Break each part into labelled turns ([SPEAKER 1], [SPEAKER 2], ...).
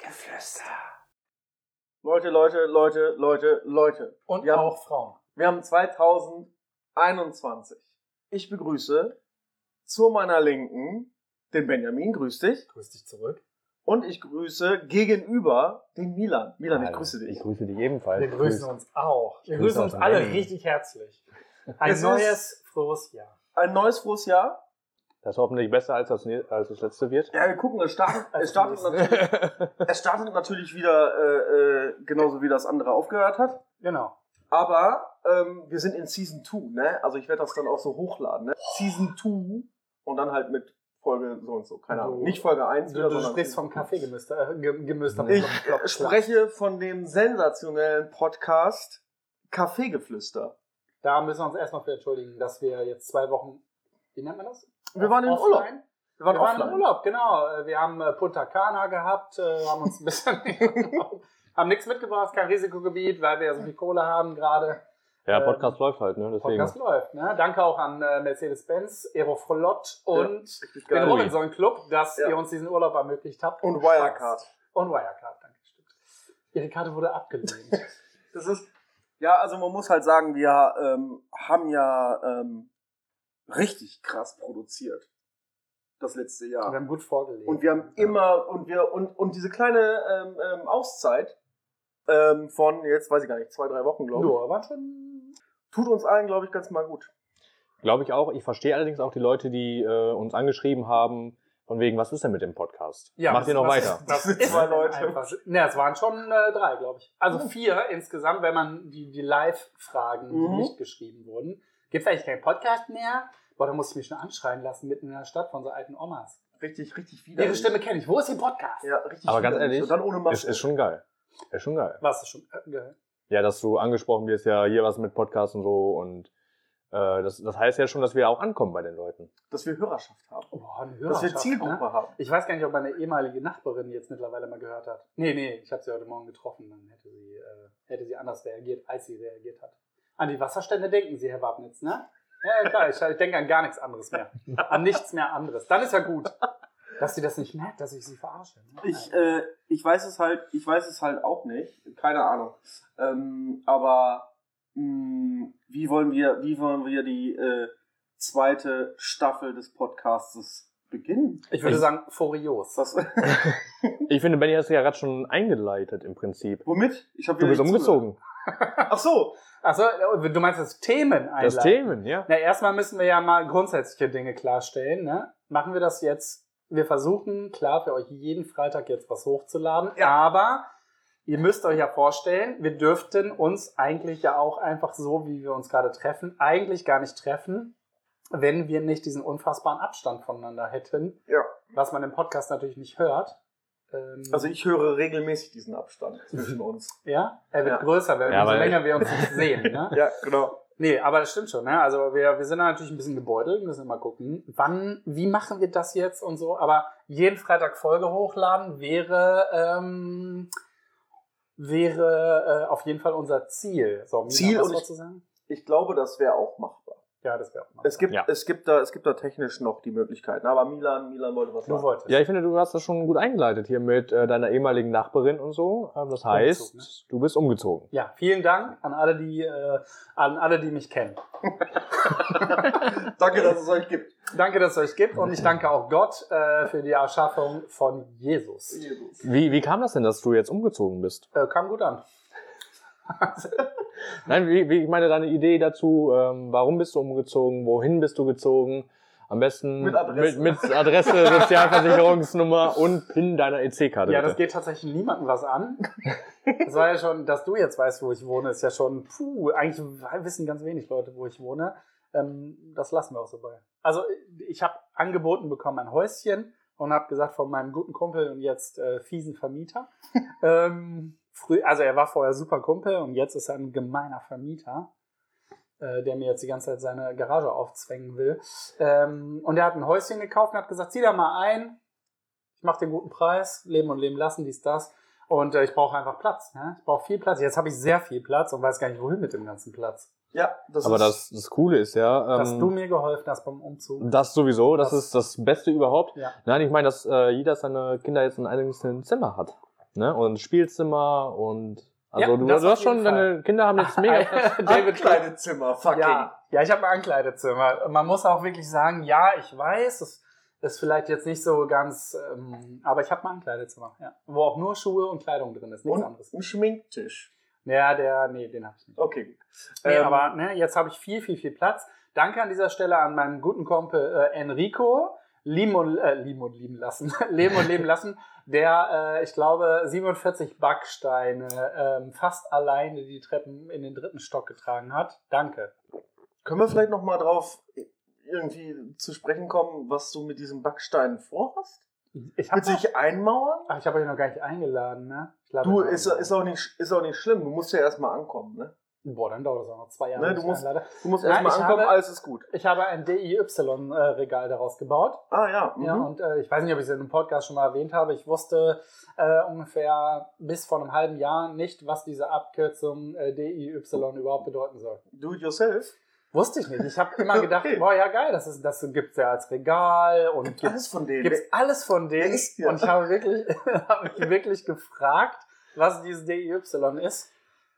[SPEAKER 1] Geflüster.
[SPEAKER 2] Leute, Leute, Leute, Leute, Leute.
[SPEAKER 1] Und
[SPEAKER 2] Ja.
[SPEAKER 1] auch Frauen.
[SPEAKER 2] Wir haben 2021. Ich begrüße zu meiner Linken den Benjamin, grüß dich.
[SPEAKER 1] Grüß dich zurück.
[SPEAKER 2] Und ich grüße gegenüber den Milan. Milan, ich
[SPEAKER 3] Hallo,
[SPEAKER 2] grüße dich.
[SPEAKER 3] Ich grüße dich ebenfalls.
[SPEAKER 1] Wir grüßen uns auch. Wir
[SPEAKER 3] grüße
[SPEAKER 1] grüßen uns
[SPEAKER 3] aus dem
[SPEAKER 1] alle
[SPEAKER 3] Berlin.
[SPEAKER 1] richtig herzlich. Ein
[SPEAKER 2] Es ist-
[SPEAKER 1] neues, frohes Jahr.
[SPEAKER 2] Ein neues frohes Jahr.
[SPEAKER 3] Das hoffentlich besser als das, ne- als das letzte wird.
[SPEAKER 2] Ja, wir gucken, es startet, es startet,
[SPEAKER 1] Als
[SPEAKER 2] natürlich, es startet natürlich wieder äh, äh, genauso wie das andere aufgehört hat.
[SPEAKER 1] Genau.
[SPEAKER 2] Aber ähm, wir sind in Season 2, ne? Also ich werde das dann auch so hochladen, ne? Season 2 und dann halt mit Folge so und so. Keine Ahnung.
[SPEAKER 1] Du-
[SPEAKER 2] Nicht Folge 1,
[SPEAKER 1] Oh. Du, du sprichst vom Kaffeegemüster. Äh, Ge- Gemüster.
[SPEAKER 3] Ich
[SPEAKER 1] Plopp, plopp, plopp.
[SPEAKER 2] spreche von dem sensationellen Podcast Kaffeegeflüster.
[SPEAKER 1] Da müssen wir uns erstmal für entschuldigen, dass wir jetzt zwei Wochen, wie nennt man das?
[SPEAKER 2] Wir waren im
[SPEAKER 1] Offline?
[SPEAKER 2] Urlaub. Wir waren,
[SPEAKER 1] Wir waren im
[SPEAKER 2] offline.
[SPEAKER 1] Urlaub, genau. Äh, Wir haben äh, Punta Cana gehabt, äh, haben uns ein bisschen, haben nichts mitgebracht, kein Risikogebiet, weil wir ja so viel Kohle haben gerade.
[SPEAKER 3] Ja,
[SPEAKER 1] Ähm,
[SPEAKER 3] Podcast läuft halt, ne? Deswegen.
[SPEAKER 1] Podcast läuft. Ne? Danke auch an äh, Mercedes-Benz, Aeroflot und
[SPEAKER 2] Richtig
[SPEAKER 1] den
[SPEAKER 2] geil.
[SPEAKER 3] Ui.
[SPEAKER 1] Robinson Club, dass
[SPEAKER 2] Ja.
[SPEAKER 1] ihr uns diesen Urlaub ermöglicht habt.
[SPEAKER 2] Und Wirecard.
[SPEAKER 1] Und Wirecard, danke. stimmt. Ihre Karte wurde abgelehnt.
[SPEAKER 2] Das ist, ja, also man muss halt sagen, wir ähm, haben ja ähm, richtig krass produziert. Das letzte
[SPEAKER 1] wir
[SPEAKER 2] Jahr.
[SPEAKER 1] haben gut vorgelegt.
[SPEAKER 2] Und wir haben immer, und wir, und, und diese kleine ähm, ähm, Auszeit ähm, von jetzt, weiß ich gar nicht, zwei, drei Wochen, glaube ich,
[SPEAKER 1] Nur, waren schon.
[SPEAKER 2] tut uns allen, glaube ich, ganz mal gut.
[SPEAKER 3] Glaube ich auch. Ich verstehe allerdings auch die Leute, die äh, uns angeschrieben haben, von wegen, was ist denn mit dem Podcast? Macht ihr noch
[SPEAKER 1] das-
[SPEAKER 3] weiter?
[SPEAKER 1] Das, das
[SPEAKER 2] Sind
[SPEAKER 1] ist
[SPEAKER 2] zwei Leute. Oh.
[SPEAKER 1] Einfach, ne, es waren schon äh, drei, glaube ich. Also vier insgesamt, wenn man die, die Live-Fragen, die
[SPEAKER 2] Mhm.
[SPEAKER 1] nicht geschrieben wurden. Gibt es eigentlich keinen Podcast mehr? Boah, da musste ich mich schon anschreien lassen, mitten in der Stadt von so alten Omas.
[SPEAKER 2] Richtig, richtig widerlich.
[SPEAKER 1] Ihre Stimme kenne ich. Wo ist ihr Podcast?
[SPEAKER 2] Ja, richtig
[SPEAKER 3] Aber ganz
[SPEAKER 2] widerlich. Und
[SPEAKER 3] ehrlich,
[SPEAKER 2] dann ohne
[SPEAKER 3] Ist,
[SPEAKER 2] Maske.
[SPEAKER 3] ist schon geil. Ist schon geil.
[SPEAKER 1] Warst du schon? äh, gehört?
[SPEAKER 3] Ja, dass du angesprochen wirst, ja, hier was mit Podcast und so und äh, das, das heißt ja schon, dass wir auch ankommen bei den Leuten.
[SPEAKER 2] dass wir Hörerschaft haben.
[SPEAKER 1] Boah, eine
[SPEAKER 2] Dass wir
[SPEAKER 1] Hörerschaft,
[SPEAKER 2] Zielgruppe
[SPEAKER 1] ne?
[SPEAKER 2] haben.
[SPEAKER 1] Ich weiß gar nicht, ob meine ehemalige Nachbarin jetzt mittlerweile mal gehört hat. Nee, nee, ich habe sie heute Morgen getroffen. Dann hätte sie, äh, hätte sie anders reagiert, als sie reagiert hat. An die Wasserstände denken Sie, Herr Wabnitz, ne? Ja, ja, klar, ich, ich denke an gar nichts anderes mehr. An nichts mehr anderes. Dann ist ja gut, dass sie das nicht merkt, dass ich sie verarsche. Ne?
[SPEAKER 2] Ich, äh, ich weiß es halt, ich weiß es halt auch nicht. Keine Ahnung. Ähm, aber mh, wie wollen wir, wie wollen wir die äh, zweite Staffel des Podcasts beginnen?
[SPEAKER 1] ich würde
[SPEAKER 3] ich-
[SPEAKER 1] sagen, furios.
[SPEAKER 2] Was,
[SPEAKER 3] Ich finde, Benny hast du ja gerade schon eingeleitet im Prinzip.
[SPEAKER 2] womit? Ich hab
[SPEAKER 3] Du
[SPEAKER 2] wieder
[SPEAKER 3] bist
[SPEAKER 2] nicht
[SPEAKER 3] umgezogen.
[SPEAKER 2] zugehört. Ach so.
[SPEAKER 1] Achso, du meinst das Themen
[SPEAKER 3] Das
[SPEAKER 1] einleiten.
[SPEAKER 3] Themen, ja.
[SPEAKER 1] Na, erstmal müssen wir ja mal grundsätzliche Dinge klarstellen. Ne? Machen wir das jetzt? Wir versuchen, klar, für euch jeden Freitag jetzt was hochzuladen.
[SPEAKER 2] Ja.
[SPEAKER 1] Aber ihr müsst euch ja vorstellen, wir dürften uns eigentlich ja auch einfach so, wie wir uns gerade treffen, eigentlich gar nicht treffen, wenn wir nicht diesen unfassbaren Abstand voneinander hätten.
[SPEAKER 2] Ja.
[SPEAKER 1] Was man im Podcast natürlich nicht hört. Ähm,
[SPEAKER 2] Also ich höre regelmäßig diesen Abstand zwischen uns.
[SPEAKER 1] ja, er wird
[SPEAKER 2] Ja.
[SPEAKER 1] größer, wenn,
[SPEAKER 3] Ja,
[SPEAKER 1] umso
[SPEAKER 3] weil-
[SPEAKER 1] länger wir uns nicht sehen. Ne?
[SPEAKER 2] Ja, genau.
[SPEAKER 1] Nee, aber das stimmt schon. Ne? Also wir, wir sind da natürlich ein bisschen gebeutelt, wir müssen mal gucken, wann, wie machen wir das jetzt und so. Aber jeden Freitag Folge hochladen wäre, ähm, wäre äh, auf jeden Fall unser Ziel. So, um Mina,
[SPEAKER 2] Ziel
[SPEAKER 1] was
[SPEAKER 2] und
[SPEAKER 1] wolltest
[SPEAKER 2] ich-
[SPEAKER 1] du sagen?
[SPEAKER 2] Ich glaube, das wäre auch machbar.
[SPEAKER 1] Ja, das wäre auch mal.
[SPEAKER 2] Es gibt,
[SPEAKER 3] Ja.
[SPEAKER 2] es gibt da, es gibt da technisch noch die Möglichkeiten. Aber Milan, Milan wollte was
[SPEAKER 1] du
[SPEAKER 2] sagen.
[SPEAKER 1] wolltest.
[SPEAKER 3] Ja, ich finde, du hast das schon gut eingeleitet hier mit äh, deiner ehemaligen Nachbarin und so. Ähm, das heißt,
[SPEAKER 1] Umzug, ne?
[SPEAKER 3] du bist umgezogen.
[SPEAKER 1] Ja, vielen Dank an alle, die, äh, an alle, die mich kennen.
[SPEAKER 2] Danke, dass es euch gibt.
[SPEAKER 1] Danke, dass es euch gibt und ich danke auch Gott äh, für die Erschaffung von Jesus.
[SPEAKER 2] Jesus.
[SPEAKER 3] Wie, wie kam das denn, dass du jetzt umgezogen bist?
[SPEAKER 1] Äh, kam gut an.
[SPEAKER 3] Nein, wie, wie, ich meine, deine Idee dazu, ähm, warum bist du umgezogen, wohin bist du gezogen? Am besten
[SPEAKER 2] Mit Adresse.
[SPEAKER 3] mit, mit Adresse, Sozialversicherungsnummer und PIN deiner EC-Karte.
[SPEAKER 1] Ja,
[SPEAKER 3] bitte.
[SPEAKER 1] das geht tatsächlich niemandem was an. Das war ja schon, dass du jetzt weißt, wo ich wohne, ist ja schon, puh, eigentlich wissen ganz wenig Leute, wo ich wohne. Ähm, das lassen wir auch so bei. Also ich habe angeboten bekommen ein Häuschen und habe gesagt von meinem guten Kumpel und jetzt äh, fiesen Vermieter. ähm, früh, also er war vorher super Kumpel und jetzt ist er ein gemeiner Vermieter, äh, der mir jetzt die ganze Zeit seine Garage aufzwängen will. Ähm, und er hat ein Häuschen gekauft und hat gesagt, zieh da mal ein, ich mache den guten Preis, leben und leben lassen, dies, das. Und äh, ich brauche einfach Platz. Ne? Ich brauche viel Platz. Jetzt habe ich sehr viel Platz und weiß gar nicht, wohin mit dem ganzen Platz.
[SPEAKER 2] Ja, das
[SPEAKER 3] Aber
[SPEAKER 2] ist
[SPEAKER 3] das, das Coole ist ja, ähm,
[SPEAKER 1] Dass du mir geholfen hast beim Umzug.
[SPEAKER 3] das sowieso, das,
[SPEAKER 1] Das-
[SPEAKER 3] ist das Beste überhaupt.
[SPEAKER 1] Ja.
[SPEAKER 3] Nein, ich meine, dass äh, jeder seine Kinder jetzt in einem einzelnen Zimmer hat. Ne? Und Spielzimmer und. Also
[SPEAKER 1] Ja,
[SPEAKER 3] du,
[SPEAKER 1] das
[SPEAKER 3] du
[SPEAKER 1] auf
[SPEAKER 3] hast schon,
[SPEAKER 1] jeden Fall.
[SPEAKER 3] deine Kinder haben jetzt mega.
[SPEAKER 2] David kleine Zimmer, fucking.
[SPEAKER 1] Ja, ja ich habe ein Ankleidezimmer. Man muss auch wirklich sagen, ja, ich weiß, es ist vielleicht jetzt nicht so ganz, ähm, aber ich habe ein Ankleidezimmer, ja. wo auch nur Schuhe und Kleidung drin ist, nichts
[SPEAKER 2] Und
[SPEAKER 1] anderes.
[SPEAKER 2] ein Schminktisch.
[SPEAKER 1] Ja, der, nee, den habe ich nicht.
[SPEAKER 2] Okay, gut.
[SPEAKER 1] Nee,
[SPEAKER 2] Ähm,
[SPEAKER 1] aber ne, jetzt habe ich viel, viel, viel Platz. Danke an dieser Stelle an meinen guten Kumpel äh, Enrico. Lieben und, äh, lieben und lieben lassen. leben und leben lassen. Der, äh, ich glaube, 47 Backsteine ähm, fast alleine die Treppen in den dritten Stock getragen hat. Danke.
[SPEAKER 2] Können wir vielleicht noch mal drauf irgendwie zu sprechen kommen, was du mit diesen Backsteinen vorhast?
[SPEAKER 1] Ich habe
[SPEAKER 2] Willst du dich einmauern?
[SPEAKER 1] Ach, ich habe euch noch gar nicht eingeladen, ne? Ich lade
[SPEAKER 2] Du,
[SPEAKER 1] euch
[SPEAKER 2] ist,
[SPEAKER 1] ein.
[SPEAKER 2] ist, auch nicht, ist auch nicht schlimm. Du musst ja erstmal ankommen, ne?
[SPEAKER 1] Boah, dann dauert es auch noch zwei Jahre.
[SPEAKER 2] Ne,
[SPEAKER 1] bis
[SPEAKER 2] du
[SPEAKER 1] ich
[SPEAKER 2] musst-
[SPEAKER 1] einlade.
[SPEAKER 2] Du musst
[SPEAKER 1] Nein,
[SPEAKER 2] erstmal
[SPEAKER 1] ich
[SPEAKER 2] ankommen,
[SPEAKER 1] habe-
[SPEAKER 2] alles ist gut.
[SPEAKER 1] Ich habe ein DIY-Regal daraus gebaut.
[SPEAKER 2] Ah ja.
[SPEAKER 1] Ja,
[SPEAKER 2] mhm.
[SPEAKER 1] und äh, ich weiß nicht, ob ich es in einem Podcast schon mal erwähnt habe. Ich wusste äh, ungefähr bis vor einem halben Jahr nicht, was diese Abkürzung äh, DIY überhaupt bedeuten soll.
[SPEAKER 2] Do it yourself.
[SPEAKER 1] Wusste ich nicht. Ich habe immer gedacht,
[SPEAKER 2] Okay.
[SPEAKER 1] boah, ja geil, das, ist- das gibt es ja als Regal und
[SPEAKER 2] Gibt
[SPEAKER 1] gibt's
[SPEAKER 2] alles von denen.
[SPEAKER 1] gibt es alles von denen.
[SPEAKER 2] Echt, ja.
[SPEAKER 1] Und ich habe wirklich, habe mich wirklich gefragt, was dieses DIY ist.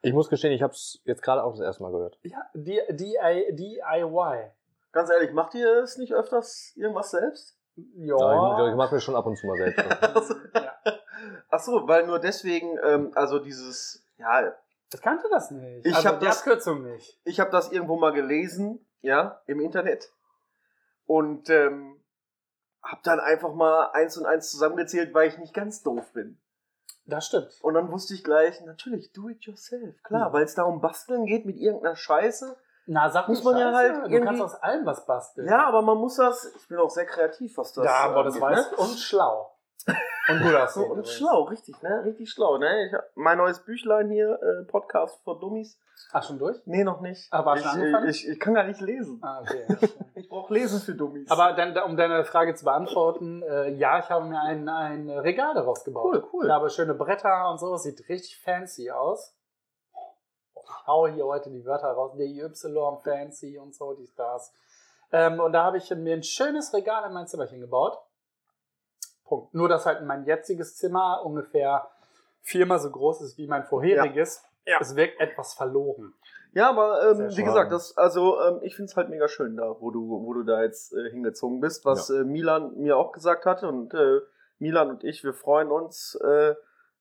[SPEAKER 3] Ich muss gestehen, ich habe es jetzt gerade auch das erste Mal gehört.
[SPEAKER 1] Ja, D D- DIY.
[SPEAKER 2] Ganz ehrlich, macht ihr es nicht öfters irgendwas selbst?
[SPEAKER 3] Aber Ich, ich
[SPEAKER 1] Ja.
[SPEAKER 3] mache mir schon ab und zu mal selbst.
[SPEAKER 1] ja.
[SPEAKER 2] Ach so, weil nur deswegen, ähm, also dieses, ja,
[SPEAKER 1] Ich kannte das nicht.
[SPEAKER 2] Ich
[SPEAKER 1] also
[SPEAKER 2] hab
[SPEAKER 1] die
[SPEAKER 2] das-
[SPEAKER 1] Abkürzung nicht.
[SPEAKER 2] ich habe das irgendwo mal gelesen, ja, im Internet. Und ähm, habe dann einfach mal eins und eins zusammengezählt, weil ich nicht ganz doof bin.
[SPEAKER 1] Das stimmt.
[SPEAKER 2] Und dann wusste ich gleich, natürlich, do it yourself. Klar,
[SPEAKER 1] Mhm.
[SPEAKER 2] weil es da um Basteln geht mit irgendeiner Scheiße.
[SPEAKER 1] Na, sag
[SPEAKER 2] Muss
[SPEAKER 1] nicht
[SPEAKER 2] man ja
[SPEAKER 1] Scheiße,
[SPEAKER 2] halt
[SPEAKER 1] Du
[SPEAKER 2] irgendwie-
[SPEAKER 1] kannst aus allem was basteln.
[SPEAKER 2] Ja, aber man muss das. Ich bin auch sehr kreativ, was das äh,
[SPEAKER 1] Das, ja, boah, das
[SPEAKER 2] angeht, ne?
[SPEAKER 1] weiß Und schlau. Und gut
[SPEAKER 2] So,
[SPEAKER 1] aussehen.
[SPEAKER 2] und
[SPEAKER 1] übrigens.
[SPEAKER 2] schlau, richtig, ne? Richtig schlau, ne? Ich hab mein neues Büchlein hier, äh, Podcast für Dummies.
[SPEAKER 1] Ach, schon durch?
[SPEAKER 2] Nee, noch nicht.
[SPEAKER 1] Aber
[SPEAKER 2] ich, äh,
[SPEAKER 1] hast du angefangen?
[SPEAKER 2] ich, ich kann gar nicht lesen.
[SPEAKER 1] Ah, okay.
[SPEAKER 2] Ich brauche Lesen für Dummies.
[SPEAKER 1] Aber dann, um deine Frage zu beantworten, äh, ja, ich habe mir ein, ein Regal daraus gebaut.
[SPEAKER 2] Cool, cool.
[SPEAKER 1] Ich habe schöne Bretter und so. Sieht richtig fancy aus. Ich haue hier heute die Wörter raus. DY, fancy und so, die Stars. Ähm, und da habe ich mir ein schönes Regal in mein Zimmerchen gebaut. Punkt. Nur, dass halt mein jetziges Zimmer ungefähr viermal so groß ist wie mein vorheriges.
[SPEAKER 2] Ja.
[SPEAKER 1] Es wirkt etwas verloren.
[SPEAKER 2] Ja, aber ähm,
[SPEAKER 1] Sehr
[SPEAKER 2] wie
[SPEAKER 3] schade.
[SPEAKER 2] gesagt, das, also ähm, ich find's halt mega schön da, wo du, wo du da jetzt äh, hingezogen bist, was äh, Milan mir auch gesagt hatte. Und äh, Milan und ich, wir freuen uns, äh,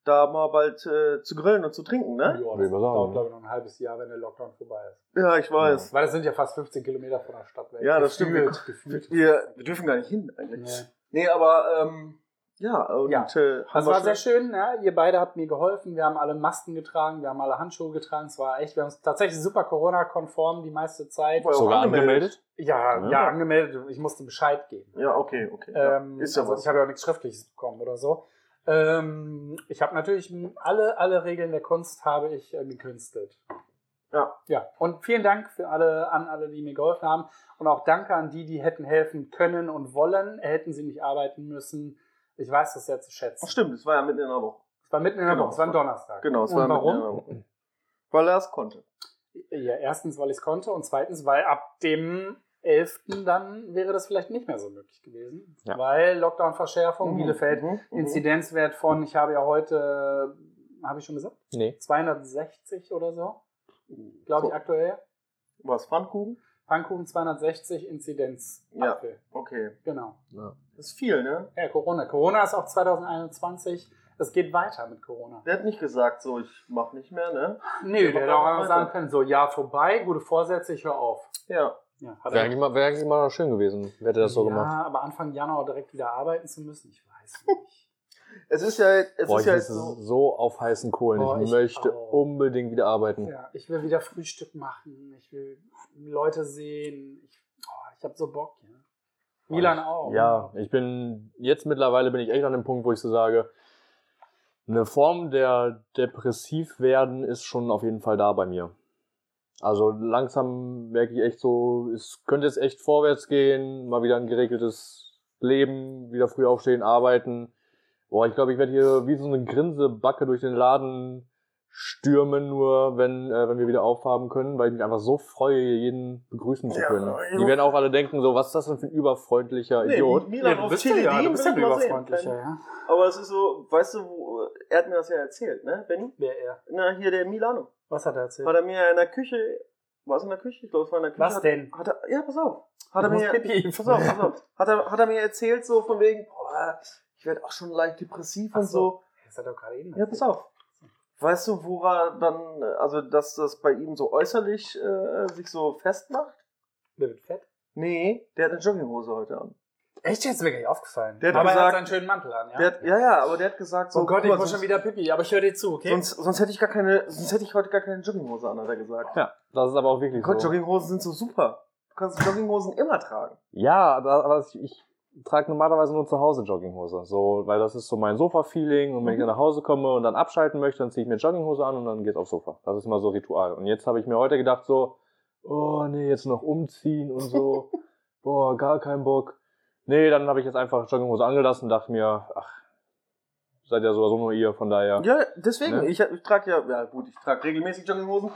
[SPEAKER 2] da mal bald äh, zu grillen und zu trinken,
[SPEAKER 1] Ja, das
[SPEAKER 2] ne?
[SPEAKER 3] ich mal sagen,
[SPEAKER 1] dauert,
[SPEAKER 3] ne?
[SPEAKER 1] glaube ich, noch ein halbes Jahr, wenn der Lockdown vorbei ist.
[SPEAKER 2] Ja, ich weiß.
[SPEAKER 1] Weil das sind ja fast 15 Kilometer von der Stadt weg.
[SPEAKER 2] Ja, das
[SPEAKER 1] Gefühlt,
[SPEAKER 2] stimmt.
[SPEAKER 1] Gefühlt.
[SPEAKER 2] Wir, wir dürfen gar nicht hin eigentlich.
[SPEAKER 1] Nee.
[SPEAKER 2] Nee, aber ähm, ja, und
[SPEAKER 1] Ja.
[SPEAKER 2] Äh, haben wir
[SPEAKER 1] Das war
[SPEAKER 2] schon-
[SPEAKER 1] sehr schön, ja. ihr beide habt mir geholfen, wir haben alle Masken getragen, wir haben alle Handschuhe getragen, es war echt, wir haben uns tatsächlich super Corona-konform die meiste Zeit.
[SPEAKER 2] Wow.
[SPEAKER 3] Sogar
[SPEAKER 2] angemeldet.
[SPEAKER 3] angemeldet?
[SPEAKER 1] Ja, ja,
[SPEAKER 3] Ja.
[SPEAKER 1] angemeldet, ich musste Bescheid geben.
[SPEAKER 2] Ja, okay, okay.
[SPEAKER 1] Ähm,
[SPEAKER 2] Ist ja
[SPEAKER 1] also
[SPEAKER 2] was.
[SPEAKER 1] ich habe ja auch nichts Schriftliches bekommen oder so. Ähm, ich habe natürlich alle, alle Regeln der Kunst habe ich äh, gekünstelt.
[SPEAKER 2] Ja.
[SPEAKER 1] Ja. Und vielen Dank für alle, an alle, die mir geholfen haben. Und auch danke an die, die hätten helfen können und wollen. Hätten sie nicht arbeiten müssen. Ich weiß das sehr zu schätzen.
[SPEAKER 2] Ach, stimmt, es war ja mitten in der Woche.
[SPEAKER 1] Es war mitten in der
[SPEAKER 2] Genau.
[SPEAKER 1] Woche, es war ein Donnerstag.
[SPEAKER 2] Genau, es
[SPEAKER 1] und
[SPEAKER 2] war
[SPEAKER 1] warum?
[SPEAKER 2] mitten in der Woche. Weil er es konnte.
[SPEAKER 1] Ja, erstens, weil ich es konnte und zweitens, weil ab dem 11. dann wäre das vielleicht nicht mehr so möglich gewesen.
[SPEAKER 3] Ja.
[SPEAKER 1] Weil Lockdown-Verschärfung, Bielefeld,
[SPEAKER 2] Mhm, mhm.
[SPEAKER 1] Inzidenzwert von, ich habe ja heute, habe ich schon gesagt,
[SPEAKER 3] Nee.
[SPEAKER 1] 260 oder so, glaube ich
[SPEAKER 2] So.
[SPEAKER 1] aktuell.
[SPEAKER 2] Was, Pfannkuchen?
[SPEAKER 1] Pfannkuchen 260 Inzidenz.
[SPEAKER 2] Ja.
[SPEAKER 1] Apfel.
[SPEAKER 2] Okay.
[SPEAKER 1] Genau.
[SPEAKER 2] Das ist viel, ne?
[SPEAKER 1] Ja, Corona. Corona ist auch 2021. Es geht weiter mit Corona.
[SPEAKER 2] Der hat nicht gesagt, so, ich mach nicht mehr, ne?
[SPEAKER 1] Nee,
[SPEAKER 2] aber
[SPEAKER 1] der hätte auch
[SPEAKER 2] weiter.
[SPEAKER 1] einfach sagen können, so, ja, vorbei, gute Vorsätze, ich höre auf.
[SPEAKER 2] Ja.
[SPEAKER 1] Ja, hat er
[SPEAKER 3] Wäre eigentlich, mal- wäre eigentlich mal schön gewesen, wer hätte das so
[SPEAKER 1] ja,
[SPEAKER 3] gemacht.
[SPEAKER 1] aber Anfang Januar direkt wieder arbeiten zu müssen, ich weiß nicht.
[SPEAKER 2] Es ist ja, es
[SPEAKER 3] Boah,
[SPEAKER 2] ist
[SPEAKER 3] ich
[SPEAKER 2] ja
[SPEAKER 3] ja
[SPEAKER 2] jetzt
[SPEAKER 3] so,
[SPEAKER 2] so.
[SPEAKER 3] so auf heißen Kohlen.
[SPEAKER 1] Boah,
[SPEAKER 3] ich,
[SPEAKER 1] ich
[SPEAKER 3] möchte
[SPEAKER 1] auch.
[SPEAKER 3] unbedingt wieder arbeiten.
[SPEAKER 1] ja, ich will wieder Frühstück machen, ich will Leute sehen, ich, oh, ich habe so Bock. Ja. Milan auch.
[SPEAKER 3] Ja, ich bin jetzt mittlerweile bin ich echt an dem Punkt, wo ich so sage, eine Form der depressiv werden ist schon auf jeden Fall da bei mir. Also langsam merke ich echt so, es könnte jetzt echt vorwärts gehen, mal wieder ein geregeltes Leben, wieder früh aufstehen, arbeiten. Boah, ich glaube, ich werde hier wie so eine Grinsebacke durch den Laden stürme nur, wenn, äh, wenn wir wieder aufhaben können, weil ich mich einfach so freue, jeden begrüßen zu
[SPEAKER 2] Ja,
[SPEAKER 3] können.
[SPEAKER 2] ja.
[SPEAKER 3] Die werden auch alle denken, so, was ist das denn für ein überfreundlicher
[SPEAKER 2] Nee,
[SPEAKER 3] Idiot?
[SPEAKER 2] Milan
[SPEAKER 1] du
[SPEAKER 2] auf
[SPEAKER 1] bist
[SPEAKER 2] Chili
[SPEAKER 1] ja, du
[SPEAKER 2] Dean
[SPEAKER 1] bist ja ein
[SPEAKER 2] werden wir sehen.
[SPEAKER 1] überfreundlicher, ja.
[SPEAKER 2] Aber es ist so, weißt du, wo, er hat mir das ja erzählt, ne, Benny?
[SPEAKER 1] Wer er?
[SPEAKER 2] Na, hier der Milano.
[SPEAKER 1] Was hat er erzählt?
[SPEAKER 2] Hat er mir in der Küche, war es in der Küche? Ich glaube, es war in der Küche.
[SPEAKER 1] Was
[SPEAKER 2] hat,
[SPEAKER 1] denn?
[SPEAKER 2] Hat er, ja, pass auf. Hat er
[SPEAKER 1] Du musst
[SPEAKER 2] mir,
[SPEAKER 1] Pipi.
[SPEAKER 2] pass auf, pass auf. Hat er, hat er mir erzählt, so von wegen, boah, ich werde auch schon leicht depressiv und
[SPEAKER 1] Ach so.
[SPEAKER 2] so.
[SPEAKER 1] Das hat er gerade eben
[SPEAKER 2] Ja, pass auf. Weißt du, wo er dann, äh, also dass das bei ihm so äußerlich äh, sich so festmacht?
[SPEAKER 1] Der wird fett.
[SPEAKER 2] Nee, der hat eine Jogginghose heute an.
[SPEAKER 1] Echt, jetzt ist mir gar nicht aufgefallen.
[SPEAKER 2] Der hat
[SPEAKER 1] aber er hat
[SPEAKER 2] gesagt-
[SPEAKER 1] seinen schönen Mantel an, ja.
[SPEAKER 2] Der hat, ja, ja, aber der hat gesagt, so,
[SPEAKER 1] oh Gott,
[SPEAKER 2] guck
[SPEAKER 1] ich
[SPEAKER 2] mal,
[SPEAKER 1] muss schon
[SPEAKER 2] sonst-
[SPEAKER 1] wieder Pipi, aber ich höre dir zu, okay? Oh,
[SPEAKER 2] Sonst, sonst hätte ich gar keine, sonst hätte ich heute gar keine Jogginghose an, hat er gesagt.
[SPEAKER 3] Ja, das ist aber auch wirklich
[SPEAKER 2] Gott,
[SPEAKER 3] so.
[SPEAKER 2] Jogginghosen sind so super. Du kannst Jogginghosen immer tragen.
[SPEAKER 3] Ja, da- aber ich, ich trage normalerweise nur zu Hause Jogginghose, so, weil das ist so mein Sofa-Feeling und wenn ich
[SPEAKER 2] Mhm.
[SPEAKER 3] dann nach Hause komme und dann abschalten möchte, dann ziehe ich mir Jogginghose an und dann geht's aufs Sofa. Das ist immer so Ritual. Und jetzt habe ich mir heute gedacht so, oh nee, jetzt noch umziehen und so, boah, gar kein Bock. Nee, dann habe ich jetzt einfach Jogginghose angelassen und dachte mir, ach, seid ja sowieso nur ihr, von daher.
[SPEAKER 2] Ja, deswegen.
[SPEAKER 3] Ne?
[SPEAKER 2] Ich, ich trage ja, ja gut, ich trage regelmäßig Jogginghosen.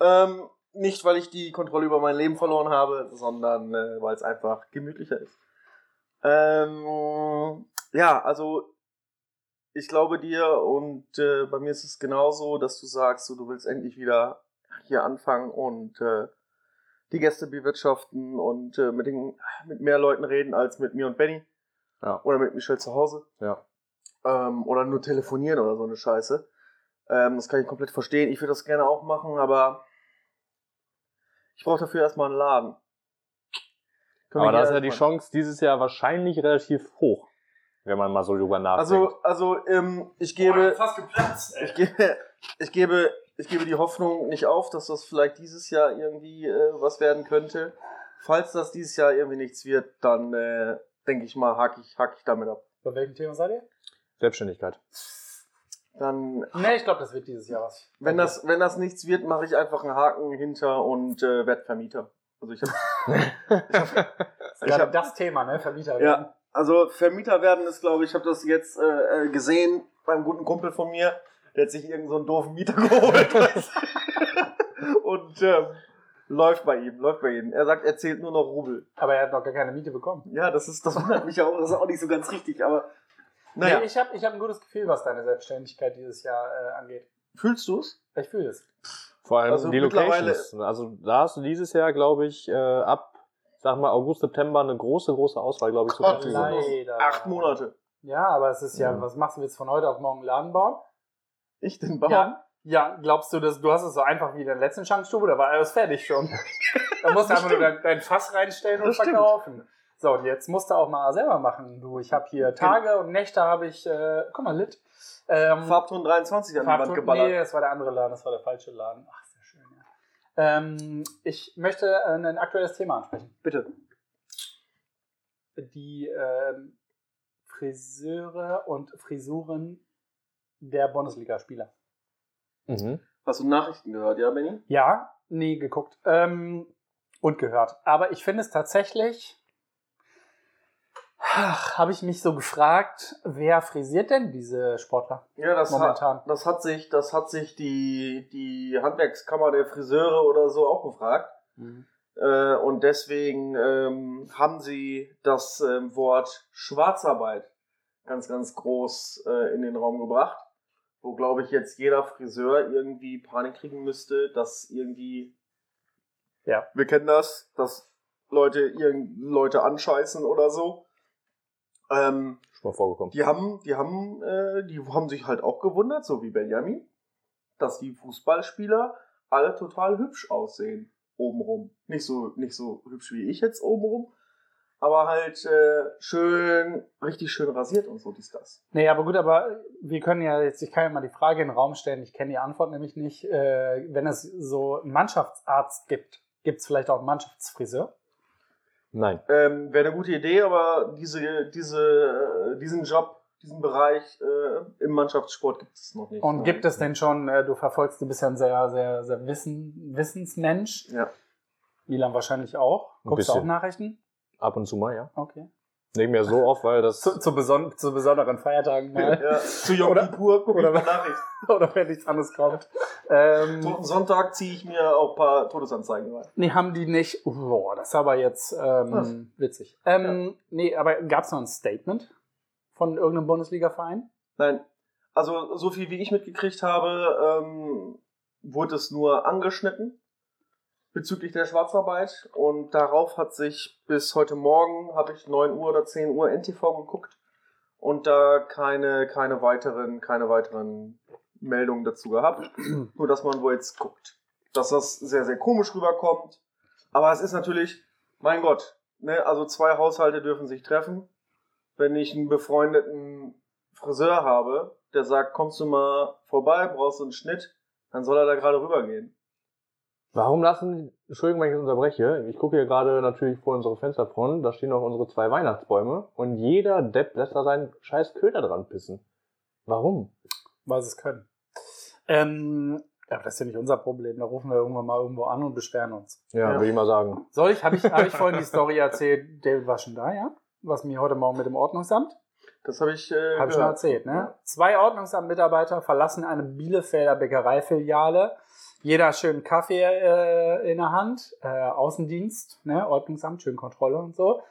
[SPEAKER 2] Ähm, nicht, weil ich die Kontrolle über mein Leben verloren habe, sondern äh, weil es einfach gemütlicher ist. Ähm, ja, also ich glaube dir und äh, bei mir ist es genauso, dass du sagst, so, du willst endlich wieder hier anfangen und äh, die Gäste bewirtschaften und äh, mit, den, mit mehr Leuten reden als mit mir und Benny
[SPEAKER 3] Ja.
[SPEAKER 2] oder mit Michelle zu Hause
[SPEAKER 3] Ja.
[SPEAKER 2] ähm, oder nur telefonieren oder so eine Scheiße. Ähm, das kann ich komplett verstehen. Ich würde das gerne auch machen, aber ich brauche dafür erstmal einen Laden. Können wir
[SPEAKER 3] Aber da
[SPEAKER 2] hier
[SPEAKER 3] ist ja die
[SPEAKER 2] erstmal-
[SPEAKER 3] Chance dieses Jahr wahrscheinlich relativ hoch, wenn man mal so drüber nachdenkt.
[SPEAKER 2] Also, also ähm, ich gebe,
[SPEAKER 1] fast geplatzt,
[SPEAKER 2] ich gebe, ich gebe, ich gebe die Hoffnung nicht auf, dass das vielleicht dieses Jahr irgendwie äh, was werden könnte. Falls das dieses Jahr irgendwie nichts wird, dann äh, denke ich mal, hake ich, hake ich damit ab.
[SPEAKER 1] Bei welchem Thema seid ihr?
[SPEAKER 3] Selbstständigkeit.
[SPEAKER 2] Dann
[SPEAKER 1] Ne, ich glaube, das wird dieses Jahr was.
[SPEAKER 2] Wenn das, wenn das nichts wird, mache ich einfach einen Haken hinter und äh, werde Vermieter. Also ich hab,
[SPEAKER 1] Das ist gerade
[SPEAKER 2] ich hab-
[SPEAKER 1] das Thema, ne? Vermieter.
[SPEAKER 2] Ja. also Vermieter werden ist, glaube ich, ich habe das jetzt äh, äh, gesehen beim guten Kumpel von mir, der hat sich irgendeinen so einen doofen Mieter geholt und ähm, läuft bei ihm, läuft bei ihm. Er sagt, er zählt nur noch Rubel.
[SPEAKER 1] Aber er hat noch gar keine Miete bekommen.
[SPEAKER 2] Ja, das ist, das wundert mich auch, das ist auch nicht so ganz richtig, aber naja,
[SPEAKER 1] Nee, ich habe ich hab ein gutes Gefühl, was deine Selbstständigkeit dieses Jahr äh, angeht.
[SPEAKER 2] fühlst du es?
[SPEAKER 1] Ich fühle es.
[SPEAKER 3] Vor allem
[SPEAKER 2] Also
[SPEAKER 3] die
[SPEAKER 2] mittlerweile-
[SPEAKER 3] Locations. Also da hast du dieses Jahr, glaube ich, äh, ab, sag mal, August, September eine große, große Auswahl, glaube ich, zur
[SPEAKER 2] Gott,
[SPEAKER 3] Verfügung.
[SPEAKER 2] nein. Acht Monate.
[SPEAKER 1] Ja, aber es ist ja,
[SPEAKER 3] Mhm.
[SPEAKER 1] was machst du jetzt von heute auf morgen einen Laden bauen?
[SPEAKER 2] Ich den Bauern.
[SPEAKER 1] Ja. ja, glaubst du, dass du hast es so einfach wie in der letzten Schankstube, da war alles fertig schon. Da musst du einfach nur dein, dein Fass reinstellen und
[SPEAKER 2] Das stimmt.
[SPEAKER 1] verkaufen. So, und jetzt musst du auch mal selber machen. Du, ich habe hier Tage und Nächte habe ich, äh, guck mal, Lit. Ähm,
[SPEAKER 2] Farbton 23 an die Wand
[SPEAKER 1] Farbton-
[SPEAKER 2] geballert.
[SPEAKER 1] Nee, das war der andere Laden, das war der falsche Laden. Ach, sehr schön, ja. Ähm, ich möchte äh, ein aktuelles Thema ansprechen.
[SPEAKER 2] Bitte.
[SPEAKER 1] Die ähm, Friseure und Frisuren der Bundesligaspieler.
[SPEAKER 3] Mhm.
[SPEAKER 2] Hast du Nachrichten gehört, ja, Benny?
[SPEAKER 1] Ja, nee, geguckt. Ähm, und gehört. Aber ich finde es tatsächlich. Ach, Habe ich mich so gefragt, wer frisiert denn diese Sportler
[SPEAKER 2] Ja, das hat,
[SPEAKER 1] momentan?
[SPEAKER 2] das hat sich, das hat sich die, die Handwerkskammer der Friseure oder so auch gefragt. Äh, und deswegen ähm, haben sie das ähm, Wort Schwarzarbeit ganz, ganz groß äh, in den Raum gebracht. Wo, glaube ich, jetzt jeder Friseur irgendwie Panik kriegen müsste, dass irgendwie.
[SPEAKER 1] Ja.
[SPEAKER 2] Wir kennen das, dass Leute irgend Leute anscheißen oder so. Ähm,
[SPEAKER 3] Schon mal vorgekommen.
[SPEAKER 2] die haben, die haben, äh, die haben sich halt auch gewundert, so wie Benjamin, dass die Fußballspieler alle total hübsch aussehen obenrum. Nicht so, nicht so hübsch wie ich jetzt obenrum, aber halt äh, schön, richtig schön rasiert und so dies das.
[SPEAKER 1] Nee, aber gut, aber wir können ja jetzt, ich kann ja mal die Frage in den Raum stellen, ich kenne die Antwort nämlich nicht. Äh, wenn es so einen Mannschaftsarzt gibt, gibt es vielleicht auch einen Mannschaftsfriseur?
[SPEAKER 3] Nein.
[SPEAKER 2] Ähm, Wäre eine gute Idee, aber diese, diese, äh, diesen Job, diesen Bereich äh, im Mannschaftssport gibt es noch nicht. ne?
[SPEAKER 1] Und gibt es denn schon, äh, du verfolgst, du bist ja ein sehr, sehr, sehr Wissen, Wissensmensch.
[SPEAKER 2] Ja.
[SPEAKER 1] Ilan wahrscheinlich auch.
[SPEAKER 3] Ein
[SPEAKER 1] Guckst du auch
[SPEAKER 3] bisschen.
[SPEAKER 1] Nachrichten?
[SPEAKER 3] Ab und zu mal, ja.
[SPEAKER 1] Okay.
[SPEAKER 3] Nicht mehr so oft, weil das.
[SPEAKER 1] Zu, zu, beson zu besonderen Feiertagen mal.
[SPEAKER 2] Ja. Zu Jom
[SPEAKER 1] Oder-
[SPEAKER 2] Kippur gucke ich
[SPEAKER 1] oder
[SPEAKER 2] mal Nachricht.
[SPEAKER 1] Oder wenn nichts anderes kommt. Ähm,
[SPEAKER 2] Toten Sonntag ziehe ich mir auch ein paar Todesanzeigen rein.
[SPEAKER 1] nee, haben die nicht. Boah, das ist aber jetzt
[SPEAKER 2] Was?
[SPEAKER 1] ähm, witzig. Ähm, Nee, aber gab es noch ein Statement von irgendeinem Bundesliga-Verein?
[SPEAKER 2] Nein, also so viel wie ich mitgekriegt habe, ähm, wurde es nur angeschnitten bezüglich der Schwarzarbeit und darauf hat sich bis heute Morgen, habe ich 9 Uhr oder 10 Uhr NTV geguckt und da keine, keine, weiteren, keine weiteren Meldungen dazu gehabt, nur dass man wo jetzt guckt. Dass das sehr, sehr komisch rüberkommt, aber es ist natürlich, mein Gott, ne, also zwei Haushalte dürfen sich treffen. Wenn ich einen befreundeten Friseur habe, der sagt, kommst du mal vorbei, brauchst du einen Schnitt, dann soll er da gerade rübergehen.
[SPEAKER 3] Warum lassen die, Entschuldigung, wenn ich das unterbreche. Ich gucke hier gerade natürlich vor unsere Fensterfront, da stehen noch unsere zwei Weihnachtsbäume und jeder Depp lässt da seinen scheiß Köder dran pissen. Warum?
[SPEAKER 1] weil sie es können. Ähm, aber das ist ja nicht unser Problem. Da rufen wir irgendwann mal irgendwo an und beschweren uns.
[SPEAKER 3] Ja,
[SPEAKER 2] Ja.
[SPEAKER 3] würde ich mal sagen.
[SPEAKER 1] Soll ich, habe ich, hab ich vorhin die Story erzählt, David war schon da, ja? Was mir heute Morgen mit dem Ordnungsamt?
[SPEAKER 2] Das habe ich, äh,
[SPEAKER 1] Habe ich schon
[SPEAKER 2] gehört.
[SPEAKER 1] erzählt, ne? Zwei Ordnungsamtmitarbeiter verlassen eine Bielefelder Bäckereifiliale. Jeder schön Kaffee äh, in der Hand, äh, Außendienst, ne? Ordnungsamt, schön Kontrolle und so.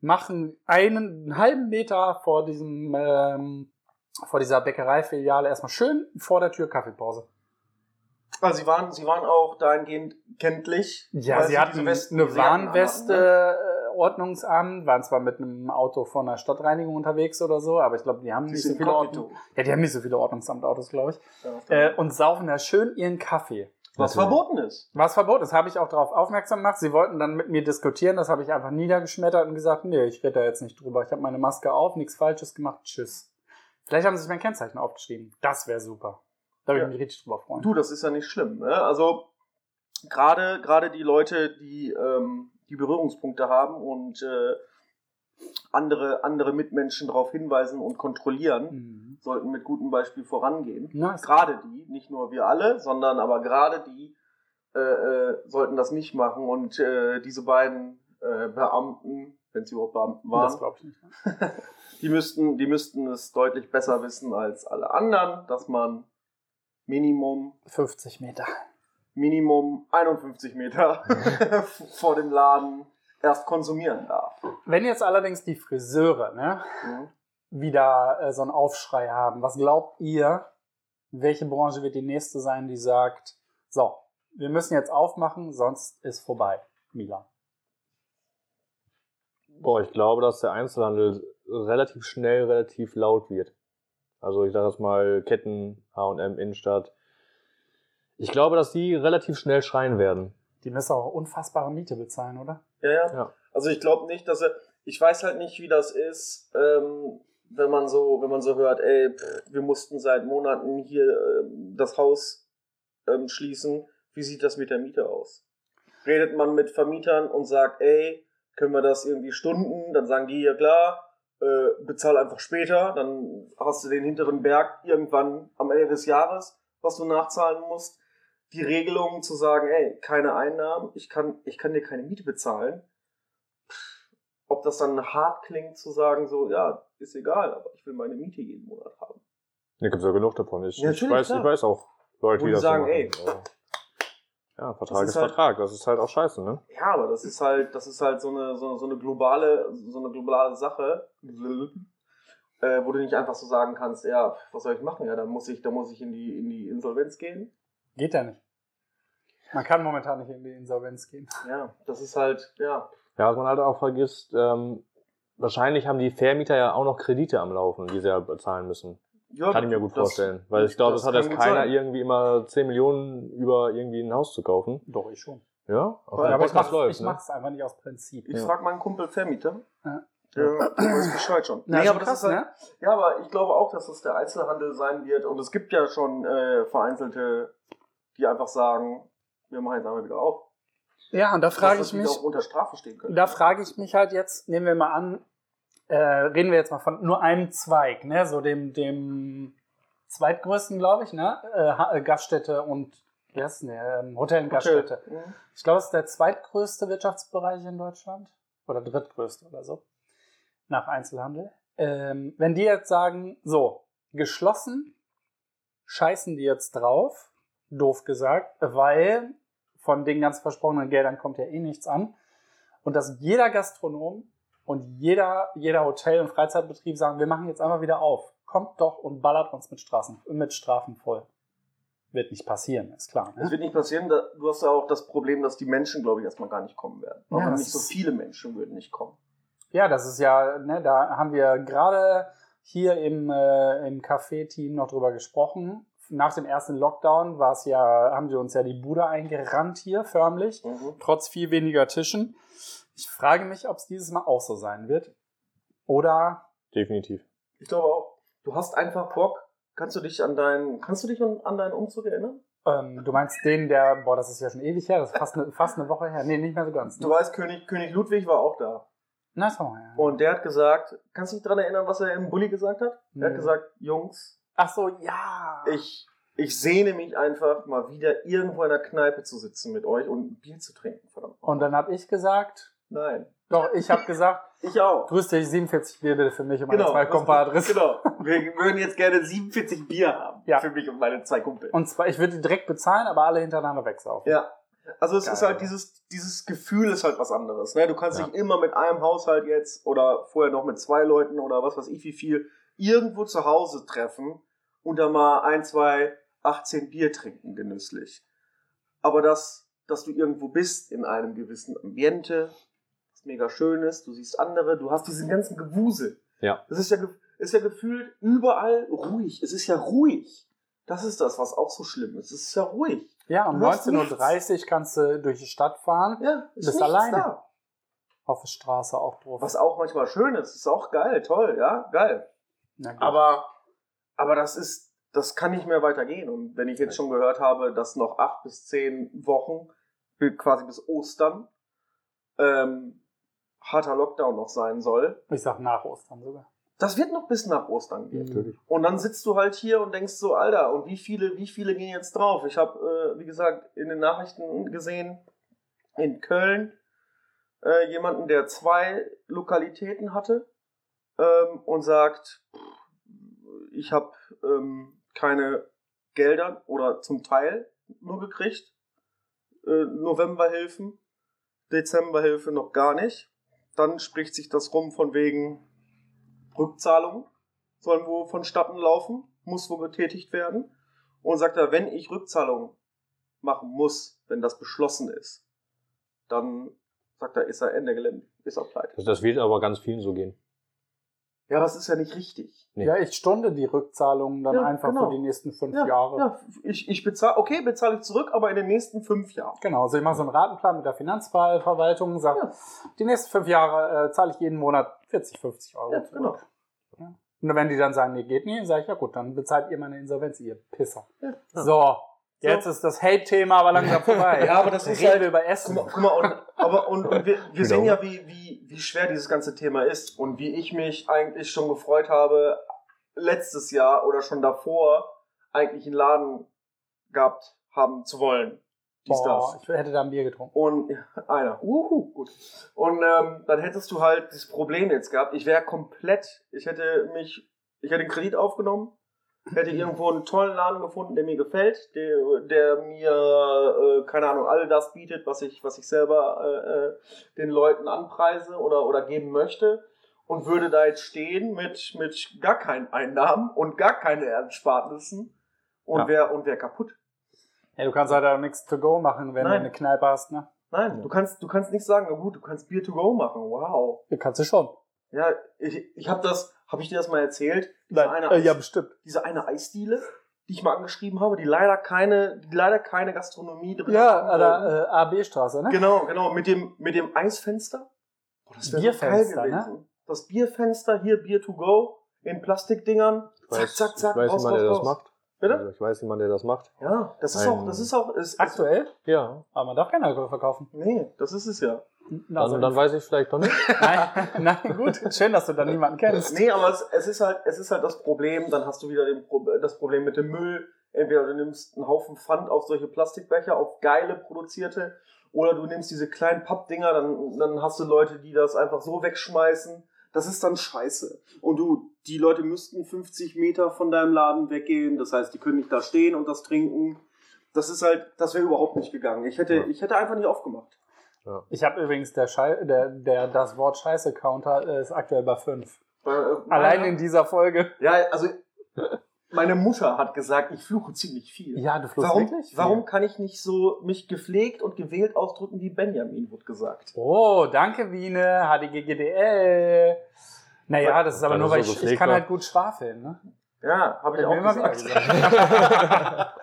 [SPEAKER 1] Machen einen, einen halben Meter vor diesem ähm, vor dieser Bäckereifiliale erstmal schön vor der Tür Kaffeepause.
[SPEAKER 2] Also sie waren, sie waren auch dahingehend kenntlich.
[SPEAKER 1] Ja,
[SPEAKER 2] weil
[SPEAKER 1] sie hatten
[SPEAKER 2] diese Westen-
[SPEAKER 1] eine
[SPEAKER 2] sie hatten
[SPEAKER 1] Warnweste,
[SPEAKER 2] anhatten, ne?
[SPEAKER 1] äh, Ordnungsamt, waren zwar mit einem Auto von der Stadtreinigung unterwegs oder so, aber ich glaube, die haben
[SPEAKER 2] Sie
[SPEAKER 1] nicht so
[SPEAKER 2] sind
[SPEAKER 1] viele Ordnung
[SPEAKER 2] Kognito.
[SPEAKER 1] ja, die haben nicht so viele Ordnungsamtautos, glaube ich.
[SPEAKER 2] Ja.
[SPEAKER 1] Äh, und saufen da schön ihren Kaffee.
[SPEAKER 2] Was
[SPEAKER 3] Natürlich.
[SPEAKER 2] verboten ist.
[SPEAKER 1] Was verboten ist, habe ich auch darauf aufmerksam gemacht. Sie wollten dann mit mir diskutieren, das habe ich einfach niedergeschmettert und gesagt, nee, ich rede da jetzt nicht drüber. Ich habe meine Maske auf, nichts Falsches gemacht, tschüss. Vielleicht haben sie sich mein Kennzeichen aufgeschrieben. Das wäre super. Da würde
[SPEAKER 2] Ja.
[SPEAKER 1] ich mich richtig drüber freuen.
[SPEAKER 2] Du, das ist ja nicht schlimm. Ne? Also gerade gerade die Leute, die ähm, die Berührungspunkte haben und äh, andere, andere Mitmenschen darauf hinweisen und kontrollieren,
[SPEAKER 1] Mhm.
[SPEAKER 2] sollten mit gutem Beispiel vorangehen.
[SPEAKER 1] Nice.
[SPEAKER 2] gerade die, nicht nur wir alle, sondern aber gerade die äh, äh, sollten das nicht machen. Und äh, diese beiden äh, Beamten, wenn sie überhaupt Beamten
[SPEAKER 1] Das
[SPEAKER 2] waren,
[SPEAKER 1] glaube ich nicht. ne?
[SPEAKER 2] die müssten, die müssten es deutlich besser wissen als alle anderen, dass man Minimum,
[SPEAKER 1] 50 Meter.
[SPEAKER 2] Minimum 51 Meter vor dem Laden erst konsumieren darf.
[SPEAKER 1] Wenn jetzt allerdings die Friseure ne,
[SPEAKER 2] Mhm.
[SPEAKER 1] wieder äh, so einen Aufschrei haben, was glaubt ihr, welche Branche wird die nächste sein, die sagt, so, wir müssen jetzt aufmachen, sonst ist vorbei, Milan.
[SPEAKER 3] Boah, ich glaube, dass der Einzelhandel relativ schnell, relativ laut wird. Also ich sage jetzt mal Ketten, H&M, Innenstadt. Ich glaube, dass die relativ schnell schreien werden.
[SPEAKER 1] Die müssen auch unfassbare Miete bezahlen, oder?
[SPEAKER 2] Ja, ja.
[SPEAKER 3] Ja.
[SPEAKER 2] Also ich glaube nicht, dass er. Ich weiß halt nicht, wie das ist, ähm, wenn man so, wenn man so hört, ey, pff, wir mussten seit Monaten hier ähm, das Haus ähm, schließen. Wie sieht das mit der Miete aus? Redet man mit Vermietern und sagt, ey, können wir das irgendwie Stunden? Dann sagen die, ja klar, äh, bezahl einfach später. Dann hast du den hinteren Berg irgendwann am Ende des Jahres, was du nachzahlen musst. Die Regelung zu sagen, ey, keine Einnahmen, ich kann, ich kann dir keine Miete bezahlen ob das dann hart klingt zu sagen, so, ja, ist egal, aber ich will meine Miete jeden Monat haben.
[SPEAKER 3] Da gibt's ja genug davon. Ich,
[SPEAKER 2] Ja,
[SPEAKER 3] ich,
[SPEAKER 2] natürlich,
[SPEAKER 3] weiß,
[SPEAKER 2] klar.
[SPEAKER 3] ich weiß auch Leute,
[SPEAKER 2] Wo
[SPEAKER 3] die
[SPEAKER 2] die
[SPEAKER 3] das
[SPEAKER 2] sagen,
[SPEAKER 3] so machen.
[SPEAKER 2] ey,
[SPEAKER 3] Aber- ja, Vertrag
[SPEAKER 2] das
[SPEAKER 3] ist,
[SPEAKER 2] ist halt-
[SPEAKER 3] Vertrag. Das ist halt auch scheiße, ne?
[SPEAKER 2] Ja, aber das ist halt, das ist halt so eine, so, so eine globale, so eine globale Sache, äh, wo du nicht einfach so sagen kannst, ja, was soll ich machen? Ja, dann muss ich, dann muss ich in die, in die Insolvenz gehen.
[SPEAKER 1] Geht ja nicht. Man kann momentan nicht in die Insolvenz gehen.
[SPEAKER 2] Ja, das ist halt, ja.
[SPEAKER 3] Ja, was man halt auch vergisst, ähm, wahrscheinlich haben die Vermieter ja auch noch Kredite am Laufen, die sie ja bezahlen müssen.
[SPEAKER 2] ja
[SPEAKER 3] Kann ich mir gut
[SPEAKER 2] das-
[SPEAKER 3] vorstellen. Weil ich glaube,
[SPEAKER 2] das
[SPEAKER 3] es hat
[SPEAKER 2] kann
[SPEAKER 3] jetzt
[SPEAKER 2] gut
[SPEAKER 3] keiner
[SPEAKER 2] sein.
[SPEAKER 3] irgendwie immer 10 Millionen über irgendwie ein Haus zu kaufen.
[SPEAKER 1] Doch, ich schon.
[SPEAKER 3] Ja,
[SPEAKER 2] Ja,
[SPEAKER 3] auch wenn
[SPEAKER 1] aber
[SPEAKER 3] der
[SPEAKER 1] ich mach's,
[SPEAKER 3] Podcast
[SPEAKER 1] läuft, ich
[SPEAKER 3] ne?
[SPEAKER 1] mach's einfach nicht aus Prinzip.
[SPEAKER 2] Ich
[SPEAKER 3] Ja.
[SPEAKER 2] frag meinen Kumpel Vermieter.
[SPEAKER 1] Ja.
[SPEAKER 2] Der weiß Bescheid schon.
[SPEAKER 1] Na,
[SPEAKER 2] nee,
[SPEAKER 1] schon
[SPEAKER 2] aber das ist halt,
[SPEAKER 1] ne?
[SPEAKER 2] Ja, aber ich glaube auch, dass das der Einzelhandel sein wird. Und es gibt ja schon äh, vereinzelte, die einfach sagen, wir machen jetzt einmal wieder auf.
[SPEAKER 1] Ja, und da frage
[SPEAKER 2] Dass das
[SPEAKER 1] ich
[SPEAKER 2] wieder
[SPEAKER 1] mich,
[SPEAKER 2] auch unter Strafe stehen können.
[SPEAKER 1] da frage ich mich halt jetzt, nehmen wir mal an, äh, reden wir jetzt mal von nur einem Zweig, ne? So dem, dem zweitgrößten, glaube ich, ne? Äh, Ha- äh, Gaststätte und wie heißt denn der? Ähm, Hotel und Gaststätte.
[SPEAKER 2] Mhm.
[SPEAKER 1] Ich glaube, es ist der zweitgrößte Wirtschaftsbereich in Deutschland. Oder drittgrößte oder so. nach Einzelhandel. Ähm, wenn die jetzt sagen, so, geschlossen, scheißen die jetzt drauf, doof gesagt, weil von den ganz versprochenen Geldern kommt ja eh nichts an. Und dass jeder Gastronom und jeder, jeder Hotel- und Freizeitbetrieb sagen, wir machen jetzt einfach wieder auf. Kommt doch und ballert uns mit, Straßen, mit Strafen voll. Wird nicht passieren, ist klar.
[SPEAKER 2] Das
[SPEAKER 1] Ne?
[SPEAKER 2] wird nicht passieren. Da- Du hast ja auch das Problem, dass die Menschen, glaube ich, erstmal gar nicht kommen werden.
[SPEAKER 1] Ja,
[SPEAKER 2] Aber
[SPEAKER 1] das
[SPEAKER 2] nicht so
[SPEAKER 1] ist-
[SPEAKER 2] viele Menschen würden nicht kommen.
[SPEAKER 1] Ja, das ist ja, ne, da haben wir gerade hier im, äh, im Café-Team noch drüber gesprochen. Nach dem ersten Lockdown war es ja, haben sie uns ja die Bude eingerannt hier förmlich, trotz viel weniger Tischen. Ich frage mich, ob es dieses Mal auch so sein wird. Oder
[SPEAKER 3] Definitiv.
[SPEAKER 2] Ich glaube auch, du hast einfach Bock. Kannst du dich an deinen, kannst du dich an, an deinen Umzug erinnern?
[SPEAKER 1] ähm, du meinst den, der, boah, das ist ja schon ewig her, das ist fast eine, fast eine Woche her. Nee, nicht mehr so ganz.
[SPEAKER 2] Du weißt, König, König Ludwig war auch da.
[SPEAKER 1] Na, sag mal, ja.
[SPEAKER 2] Und der hat gesagt, kannst du dich daran erinnern, was er im Bulli gesagt hat? Er
[SPEAKER 1] Nee.
[SPEAKER 2] hat gesagt, Jungs,
[SPEAKER 1] Ach so, ja.
[SPEAKER 2] ich, ich sehne mich einfach mal wieder irgendwo in der Kneipe zu sitzen mit euch und ein Bier zu trinken. Verdammt.
[SPEAKER 1] Und dann habe ich gesagt,
[SPEAKER 2] Nein.
[SPEAKER 1] doch, ich habe gesagt,
[SPEAKER 2] Ich auch.
[SPEAKER 1] grüß dich, 47 Bier bitte für mich und meine zwei
[SPEAKER 2] was-
[SPEAKER 1] Compadres.
[SPEAKER 2] Genau. Wir würden jetzt gerne 47 Bier haben.
[SPEAKER 1] Ja.
[SPEAKER 2] Für mich und meine zwei Kumpel.
[SPEAKER 1] Und zwar, ich würde die direkt bezahlen, aber alle hintereinander wegsaufen.
[SPEAKER 2] Ja. Also es
[SPEAKER 1] Geil.
[SPEAKER 2] ist halt dieses, dieses Gefühl ist halt was anderes. Ne? Du kannst
[SPEAKER 3] Ja.
[SPEAKER 2] dich immer mit einem Haushalt jetzt oder vorher noch mit zwei Leuten oder was weiß ich wie viel irgendwo zu Hause treffen und dann mal ein, zwei, 18 Bier trinken genüsslich. Aber das, dass du irgendwo bist in einem gewissen Ambiente, was mega schön ist, du siehst andere, du hast diesen ganzen Gewusel.
[SPEAKER 3] Ja.
[SPEAKER 2] Das ist ja, ge- ist ja gefühlt überall ruhig. Es ist ja ruhig. Das ist das, was auch so schlimm ist. Es ist ja ruhig.
[SPEAKER 1] Ja, um
[SPEAKER 2] Du hast
[SPEAKER 1] 19.30 Uhr kannst du durch die Stadt fahren,
[SPEAKER 2] Ja,
[SPEAKER 1] Bist
[SPEAKER 2] nichts
[SPEAKER 1] alleine. auf der Straße auch drauf.
[SPEAKER 2] Was auch manchmal schön ist, ist auch geil, toll, ja, geil.
[SPEAKER 1] Na gut.
[SPEAKER 2] Aber, aber das ist, das kann nicht mehr weitergehen. Und wenn ich jetzt schon gehört habe, dass noch acht bis zehn Wochen, bi- quasi bis Ostern, ähm, harter Lockdown noch sein soll,
[SPEAKER 1] ich sag nach Ostern sogar.
[SPEAKER 2] das wird noch bis nach Ostern gehen.
[SPEAKER 3] Natürlich.
[SPEAKER 2] Und dann sitzt du halt hier und denkst so, Alter, und wie viele, wie viele gehen jetzt drauf? Ich habe, äh, wie gesagt, in den Nachrichten gesehen, in Köln äh, jemanden, der zwei Lokalitäten hatte ähm, und sagt, pff, ich habe ähm, keine Gelder oder zum Teil nur gekriegt. Äh, Novemberhilfen, Dezemberhilfe noch gar nicht. Dann spricht sich das rum von wegen Rückzahlung sollen wo vonstatten laufen, muss wo getätigt werden. Und sagt er, wenn ich Rückzahlung machen muss, wenn das beschlossen ist, dann sagt er, ist er Ende Gelände, ist er pleite.
[SPEAKER 3] Das, Also das wird aber ganz vielen so gehen.
[SPEAKER 2] Ja, das ist ja nicht richtig.
[SPEAKER 3] Nee.
[SPEAKER 1] Ja, ich stunde die Rückzahlungen dann
[SPEAKER 2] Ja,
[SPEAKER 1] einfach
[SPEAKER 2] genau.
[SPEAKER 1] für die nächsten fünf
[SPEAKER 2] Ja,
[SPEAKER 1] Jahre.
[SPEAKER 2] ja ich, ich bezahle, okay, bezahle ich zurück, aber in den nächsten fünf Jahren.
[SPEAKER 1] Genau, also ich mache so einen Ratenplan mit der Finanzverwaltung und sage,
[SPEAKER 2] Ja.
[SPEAKER 1] die nächsten fünf Jahre äh, zahle ich jeden Monat 40, 50 Euro.
[SPEAKER 2] Ja,
[SPEAKER 1] zurück.
[SPEAKER 2] genau.
[SPEAKER 1] Ja. Und wenn die dann sagen, nee, geht nicht, sage ich, ja gut, dann bezahlt ihr meine Insolvenz, ihr Pisser.
[SPEAKER 2] Ja.
[SPEAKER 1] So, jetzt ist das Hate-Thema aber langsam vorbei.
[SPEAKER 2] Ja, aber das ist
[SPEAKER 1] Reden
[SPEAKER 2] halt-
[SPEAKER 1] wir über
[SPEAKER 2] Guck
[SPEAKER 1] Essen.
[SPEAKER 2] mal, guck mal und, aber, und, und wir, wir sehen ja,
[SPEAKER 3] Wiederum.
[SPEAKER 2] wie, wie, wie schwer dieses ganze Thema ist und wie ich mich eigentlich schon gefreut habe, letztes Jahr oder schon davor eigentlich einen Laden gehabt haben zu wollen. Dies, das.
[SPEAKER 1] Boah, ich hätte da ein Bier getrunken.
[SPEAKER 2] Und einer. Uhu, gut. Und ähm, dann hättest du halt das Problem jetzt gehabt. Ich wäre komplett, ich hätte mich, ich hätte einen Kredit aufgenommen, hätte irgendwo einen tollen Laden gefunden, der mir gefällt, der, der mir, äh, keine Ahnung, all das bietet, was ich, was ich selber äh, äh, den Leuten anpreise oder, oder geben möchte. Und würde da jetzt stehen mit, mit gar keinen Einnahmen und gar keine Ersparnissen und
[SPEAKER 3] Ja.
[SPEAKER 2] wär, und wär kaputt.
[SPEAKER 1] Ja, du kannst halt auch nichts to go machen, wenn
[SPEAKER 2] Nein.
[SPEAKER 1] du eine Kneipe hast, ne?
[SPEAKER 2] Nein,
[SPEAKER 3] Ja.
[SPEAKER 2] du kannst, du kannst nicht sagen, na gut, du kannst Beer to go machen. Wow.
[SPEAKER 1] Ja, kannst du schon.
[SPEAKER 2] Ja, ich, ich habe das, habe ich dir das mal erzählt? Diese eine,
[SPEAKER 1] äh, ja,
[SPEAKER 2] Eis-
[SPEAKER 1] bestimmt.
[SPEAKER 2] diese eine Eisdiele, die ich mal angeschrieben habe, die leider keine, die leider keine Gastronomie drin
[SPEAKER 1] Ja,
[SPEAKER 2] haben
[SPEAKER 1] an
[SPEAKER 2] wollten.
[SPEAKER 1] der äh, AB-Straße, ne?
[SPEAKER 2] Genau, genau, mit dem, mit dem Eisfenster. Boah, wär
[SPEAKER 1] Bierfenster, ne?
[SPEAKER 2] Das Bierfenster hier, Beer to go, in Plastikdingern.
[SPEAKER 3] Ich
[SPEAKER 2] Zack,
[SPEAKER 3] weiß,
[SPEAKER 2] zack, zack,
[SPEAKER 3] ich weiß
[SPEAKER 2] raus,
[SPEAKER 3] jemand, der
[SPEAKER 2] raus,
[SPEAKER 3] das
[SPEAKER 2] raus.
[SPEAKER 3] macht.
[SPEAKER 2] Bitte?
[SPEAKER 3] Also ich weiß jemand, der das macht.
[SPEAKER 2] Ja, das ist
[SPEAKER 3] Ein-
[SPEAKER 2] auch, das ist auch, ist, ist,
[SPEAKER 1] Aktuell?
[SPEAKER 3] Ja.
[SPEAKER 1] Aber man darf keinen Alkohol verkaufen.
[SPEAKER 2] nee, das ist es ja.
[SPEAKER 3] Dann,
[SPEAKER 1] Also,
[SPEAKER 3] dann weiß ich vielleicht doch nicht.
[SPEAKER 1] nein, nein, gut. Schön, dass du dann niemanden kennst.
[SPEAKER 2] Nee, aber es, es, ist halt, es ist halt das Problem, dann hast du wieder den, Pro- das Problem mit dem Müll. Entweder du nimmst einen Haufen Pfand auf solche Plastikbecher, auf geile produzierte, oder du nimmst diese kleinen Pappdinger, dann, dann hast du Leute, die das einfach so wegschmeißen. Das ist dann scheiße. Und du, die Leute müssten 50 Meter von deinem Laden weggehen. Das heißt, die können nicht da stehen und das trinken. Das ist halt, das wäre überhaupt nicht gegangen. Ich hätte,
[SPEAKER 3] Ja.
[SPEAKER 2] ich hätte einfach nicht aufgemacht.
[SPEAKER 1] Ich habe übrigens der, Schei der, der das Wort Scheiße-Counter äh, ist aktuell bei 5.
[SPEAKER 2] Äh, äh,
[SPEAKER 1] Allein
[SPEAKER 2] meine-
[SPEAKER 1] in dieser Folge.
[SPEAKER 2] Ja, also meine Mutter hat gesagt, ich fluche ziemlich viel.
[SPEAKER 1] Ja, du fluchst
[SPEAKER 2] Warum,
[SPEAKER 1] wirklich? viel.
[SPEAKER 2] warum kann ich nicht so mich gepflegt und gewählt ausdrücken, wie Benjamin wird gesagt?
[SPEAKER 1] Oh, danke, Wiene. HDGGDL. Naja, das ist aber
[SPEAKER 3] Dann
[SPEAKER 1] nur,
[SPEAKER 3] ist
[SPEAKER 1] weil
[SPEAKER 3] er so
[SPEAKER 1] ich, ich
[SPEAKER 3] gepflegt,
[SPEAKER 1] kann
[SPEAKER 3] ne?
[SPEAKER 1] halt gut schwafeln. Ne?
[SPEAKER 2] Ja, habe ich
[SPEAKER 1] Wird
[SPEAKER 2] auch
[SPEAKER 1] mir immer wieder
[SPEAKER 2] gesagt.
[SPEAKER 1] gesagt.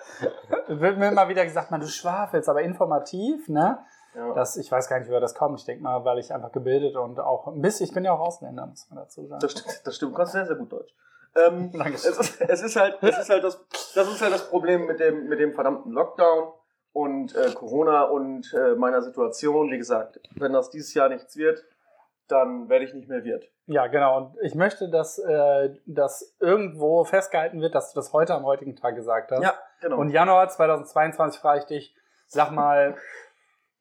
[SPEAKER 1] Wird mir immer wieder gesagt, man, du schwafelst, aber informativ, ne?
[SPEAKER 2] Ja. Das,
[SPEAKER 1] Das, ich weiß gar nicht, woher das kommt. Ich denke mal, weil ich einfach gebildet und auch ein bisschen, ich bin ja auch Ausländer, muss man dazu sagen.
[SPEAKER 2] stimmt, das stimmt, du kannst sehr, sehr gut Deutsch. Ähm, es,
[SPEAKER 1] Dankeschön.
[SPEAKER 2] ist- es ist halt, es ist halt das, das ist halt das Problem mit dem, mit dem verdammten Lockdown und äh, Corona und äh, meiner Situation. Wie gesagt, wenn das dieses Jahr nichts wird, dann werde ich nicht mehr wird.
[SPEAKER 1] Ja, genau. Und ich möchte, dass, äh, dass irgendwo festgehalten wird, dass du das heute am heutigen Tag gesagt hast.
[SPEAKER 2] genau.
[SPEAKER 1] Und Januar 2022 frage ich dich, sag mal,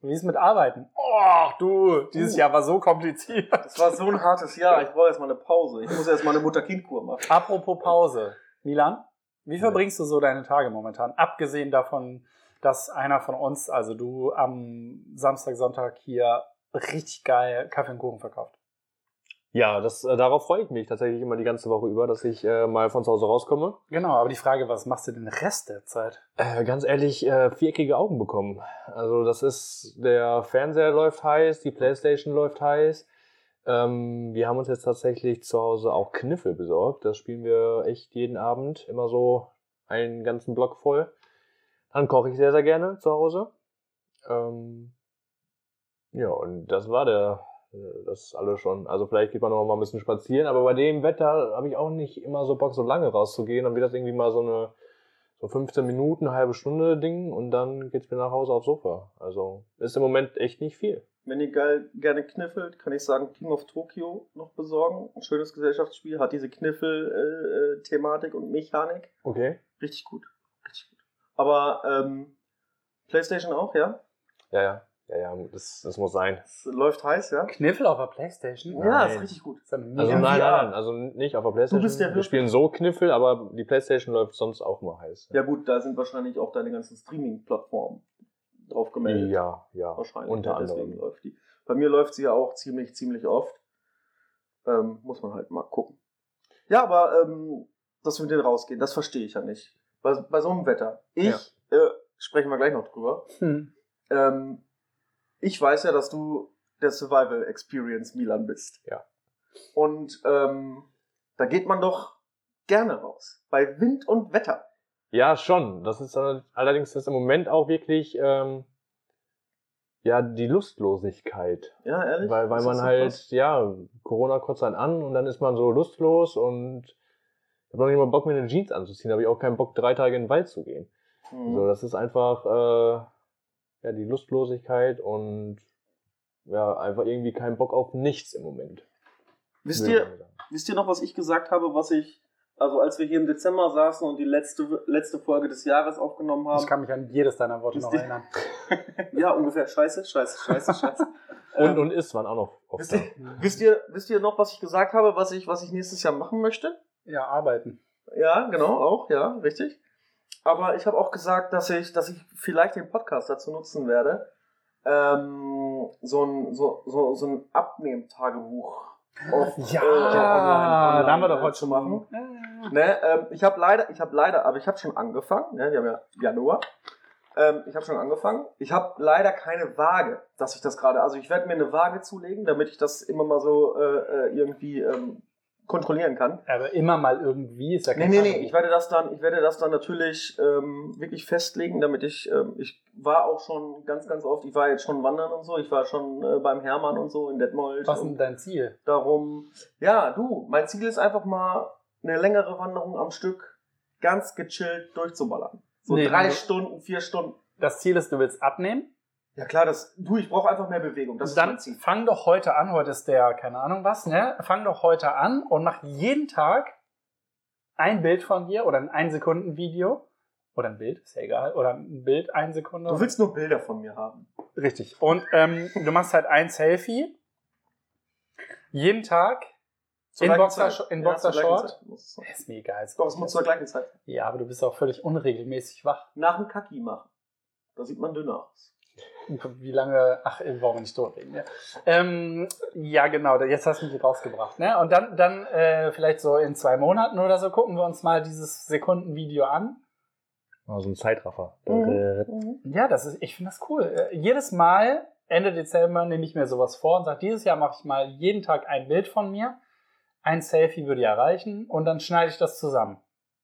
[SPEAKER 1] wie ist mit Arbeiten? Oh, du, dieses
[SPEAKER 2] Uh.
[SPEAKER 1] Jahr war so kompliziert.
[SPEAKER 2] Es war so ein hartes Jahr. Ich brauche erstmal eine Pause. Ich muss erstmal eine Mutter-Kind-Kur machen.
[SPEAKER 1] Apropos Pause. Milan, wie
[SPEAKER 3] Ja.
[SPEAKER 1] verbringst du so deine Tage momentan? Abgesehen davon, dass einer von uns, also du, am Samstag, Sonntag hier richtig geil Kaffee und Kuchen verkauft.
[SPEAKER 3] Ja, das, äh, darauf freue ich mich tatsächlich immer die ganze Woche über, dass ich äh, mal von zu Hause rauskomme.
[SPEAKER 1] Genau, aber die Frage, was machst du den Rest der Zeit?
[SPEAKER 3] Äh, ganz ehrlich, äh, viereckige Augen bekommen. Also das ist, der Fernseher läuft heiß, die Playstation läuft heiß. Ähm, wir haben uns jetzt tatsächlich zu Hause auch Kniffel besorgt. Das spielen wir echt jeden Abend, immer so einen ganzen Block voll. Dann koche ich sehr, sehr gerne zu Hause. Ähm, ja, und das war der, äh, das ist alles schon. Also vielleicht geht man noch mal ein bisschen spazieren, aber bei dem Wetter habe ich auch nicht immer so Bock, so lange rauszugehen. Dann wird das irgendwie mal so eine so 15 Minuten, eine halbe Stunde Ding und dann geht's wieder nach Hause aufs Sofa. Also ist im Moment echt nicht viel.
[SPEAKER 2] Wenn ihr geil, gerne kniffelt, kann ich sagen, Team of Tokyo noch besorgen. Ein schönes Gesellschaftsspiel, hat diese Kniffel-Thematik und Mechanik.
[SPEAKER 3] Okay.
[SPEAKER 2] Richtig gut. Richtig gut. Aber ähm, Playstation auch, ja?
[SPEAKER 3] Ja, ja. Ja, ja, das, das muss sein.
[SPEAKER 2] Es läuft heiß, ja?
[SPEAKER 1] Kniffel auf der Playstation?
[SPEAKER 3] Nein.
[SPEAKER 2] Ja, ist richtig gut.
[SPEAKER 1] Das ist eine
[SPEAKER 3] Also
[SPEAKER 1] mega-
[SPEAKER 3] nein,
[SPEAKER 2] VR.
[SPEAKER 3] nein, nein, also nicht auf der Playstation.
[SPEAKER 2] Du bist der
[SPEAKER 3] Wir
[SPEAKER 2] Wirt.
[SPEAKER 3] spielen so Kniffel, aber die Playstation läuft sonst auch mal heiß.
[SPEAKER 2] Ja gut, da sind wahrscheinlich auch deine ganzen Streaming-Plattformen drauf gemeldet.
[SPEAKER 3] ja, ja.
[SPEAKER 2] Wahrscheinlich.
[SPEAKER 3] Unter
[SPEAKER 2] ja, Deswegen
[SPEAKER 3] anderem.
[SPEAKER 2] läuft die. Bei mir läuft sie ja auch ziemlich, ziemlich oft. Ähm, muss man halt mal gucken. Ja, aber ähm, das mit den rausgehen, das verstehe ich ja nicht. Bei, bei so einem Wetter. Ich, äh, sprechen wir gleich noch drüber.
[SPEAKER 1] Hm.
[SPEAKER 2] Ähm, ich weiß ja, dass du der Survival Experience Milan bist.
[SPEAKER 3] Ja.
[SPEAKER 2] Und ähm, da geht man doch gerne raus. Bei Wind und Wetter.
[SPEAKER 3] Ja, schon. Das ist all- allerdings ist im Moment auch wirklich ähm, ja die Lustlosigkeit.
[SPEAKER 2] Ja, ehrlich?
[SPEAKER 3] Weil, weil
[SPEAKER 2] Ist
[SPEAKER 3] man
[SPEAKER 2] das so
[SPEAKER 3] halt,
[SPEAKER 2] krass?
[SPEAKER 3] ja, Corona kurz dann an und dann ist man so lustlos und ich habe noch nicht mal Bock, mir eine Jeans anzuziehen. Da habe ich auch keinen Bock, drei Tage in den Wald zu gehen.
[SPEAKER 2] Mhm.
[SPEAKER 3] So, das ist einfach äh, ja, die Lustlosigkeit und ja, einfach irgendwie keinen Bock auf nichts im Moment.
[SPEAKER 2] Wisst
[SPEAKER 3] würde
[SPEAKER 2] ihr,
[SPEAKER 3] ich mal sagen.
[SPEAKER 2] Wisst ihr noch, was ich gesagt habe, was ich, also als wir hier im Dezember saßen und die letzte, letzte Folge des Jahres aufgenommen haben?
[SPEAKER 1] Ich kann mich an jedes deiner Worte noch
[SPEAKER 2] Wisst ihr-
[SPEAKER 1] erinnern.
[SPEAKER 2] ja, ungefähr. Scheiße, scheiße, scheiße, scheiße.
[SPEAKER 3] Und, und ist man auch noch oft
[SPEAKER 2] ähm, wisst,
[SPEAKER 3] da.
[SPEAKER 2] ihr, wisst, ihr, wisst ihr noch, was ich gesagt habe, was ich, was ich nächstes Jahr machen möchte?
[SPEAKER 1] Ja, arbeiten.
[SPEAKER 2] Ja, genau, auch, ja, richtig. Aber ich habe auch gesagt, dass ich, dass ich vielleicht den Podcast dazu nutzen werde, ähm, so ein, so, so, so ein Abnehmtagebuch auf
[SPEAKER 1] Ja,
[SPEAKER 2] äh, online-
[SPEAKER 1] da haben wir doch
[SPEAKER 2] online
[SPEAKER 1] heute
[SPEAKER 2] zu
[SPEAKER 1] schon
[SPEAKER 2] machen.
[SPEAKER 1] mal.
[SPEAKER 2] Ne, ähm, ich habe leider, ich habe leider, aber ich habe schon angefangen. Ne, wir haben ja Januar. Ähm, ich habe schon angefangen. Ich habe leider keine Waage, dass ich das gerade. Also ich werde mir eine Waage zulegen, damit ich das immer mal so äh, äh, irgendwie ähm, kontrollieren kann.
[SPEAKER 1] Aber immer mal irgendwie ist ja
[SPEAKER 2] Nee,
[SPEAKER 1] kein
[SPEAKER 2] nee,
[SPEAKER 1] Tagebuch.
[SPEAKER 2] nee, ich werde das dann, ich werde das dann natürlich ähm, wirklich festlegen, damit ich, ähm, ich war auch schon ganz, ganz oft, ich war jetzt schon wandern und so, ich war schon äh, beim Hermann und so in Detmold.
[SPEAKER 1] Was ist
[SPEAKER 2] und
[SPEAKER 1] denn dein Ziel?
[SPEAKER 2] darum. Ja, du, mein Ziel ist einfach mal eine längere Wanderung am Stück ganz gechillt durchzuballern. So
[SPEAKER 1] Nee,
[SPEAKER 2] drei
[SPEAKER 1] du-
[SPEAKER 2] Stunden, vier Stunden.
[SPEAKER 1] Das Ziel ist, du willst abnehmen.
[SPEAKER 2] Ja klar, das. Du, ich brauche einfach mehr Bewegung. Das ist
[SPEAKER 1] dann
[SPEAKER 2] mein Ziel.
[SPEAKER 1] fang doch heute an. Heute ist der, keine Ahnung was, ne? Fang doch heute an und mach jeden Tag ein Bild von dir oder ein Ein-Sekunden-Video. Oder ein Bild, ist ja egal. Oder ein Bild, eine Sekunde.
[SPEAKER 2] Du willst nur Bilder von mir haben.
[SPEAKER 1] Richtig. Und ähm, du machst halt ein Selfie. Jeden Tag
[SPEAKER 2] Zur
[SPEAKER 1] In
[SPEAKER 2] gleichen
[SPEAKER 1] Boxer-
[SPEAKER 2] Zeit.
[SPEAKER 1] in
[SPEAKER 2] Ja, zur
[SPEAKER 1] Boxer
[SPEAKER 2] gleichen
[SPEAKER 1] Short?
[SPEAKER 2] Zeit muss es sein.
[SPEAKER 1] Ist mir egal.
[SPEAKER 2] Doch, es muss zur gleichen Zeit.
[SPEAKER 1] Ja, aber du bist auch völlig unregelmäßig wach.
[SPEAKER 2] Nach dem Kaki machen. Da sieht man dünner aus.
[SPEAKER 1] Wie lange, ach, äh, wollen wir nicht durchreden. Ja, ähm, ja genau, da- jetzt hast du mich rausgebracht. Ne? Und dann, dann äh, vielleicht so in zwei Monaten oder so gucken wir uns mal dieses Sekundenvideo an.
[SPEAKER 4] Also ein Zeitraffer.
[SPEAKER 2] Mhm.
[SPEAKER 1] Ja, das ist, ich finde das cool. Äh, jedes Mal, Ende Dezember, nehme ich mir sowas vor und sage, dieses Jahr mache ich mal jeden Tag ein Bild von mir. Ein Selfie würde ja reichen und dann schneide ich das zusammen.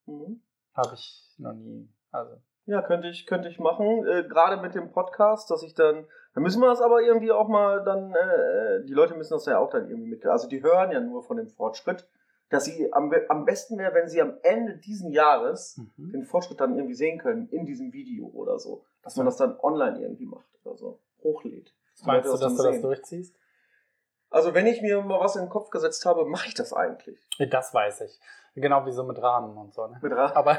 [SPEAKER 2] Mhm.
[SPEAKER 1] Habe ich noch nie. Also,
[SPEAKER 2] Ja, könnte ich, könnte ich machen. Äh, Gerade mit dem Podcast, dass ich dann. Da müssen wir das aber irgendwie auch mal dann. Äh, die Leute müssen das ja auch dann irgendwie mit. Also die hören ja nur von dem Fortschritt. Dass sie am, be- am besten wäre, wenn sie am Ende diesen
[SPEAKER 1] Hm.
[SPEAKER 2] Jahres den Fortschritt dann irgendwie sehen können in diesem Video oder so. Dass man das dann online irgendwie macht oder so. Hochlädt. die Leute
[SPEAKER 1] meinst du, dass
[SPEAKER 2] dann
[SPEAKER 1] du das
[SPEAKER 2] sehen.
[SPEAKER 1] durchziehst?
[SPEAKER 2] Also wenn ich mir mal was in den Kopf gesetzt habe, mache ich das eigentlich.
[SPEAKER 1] Das weiß ich. Genau wie so mit Rahmen und so. Ne?
[SPEAKER 2] Mit Ra
[SPEAKER 1] Aber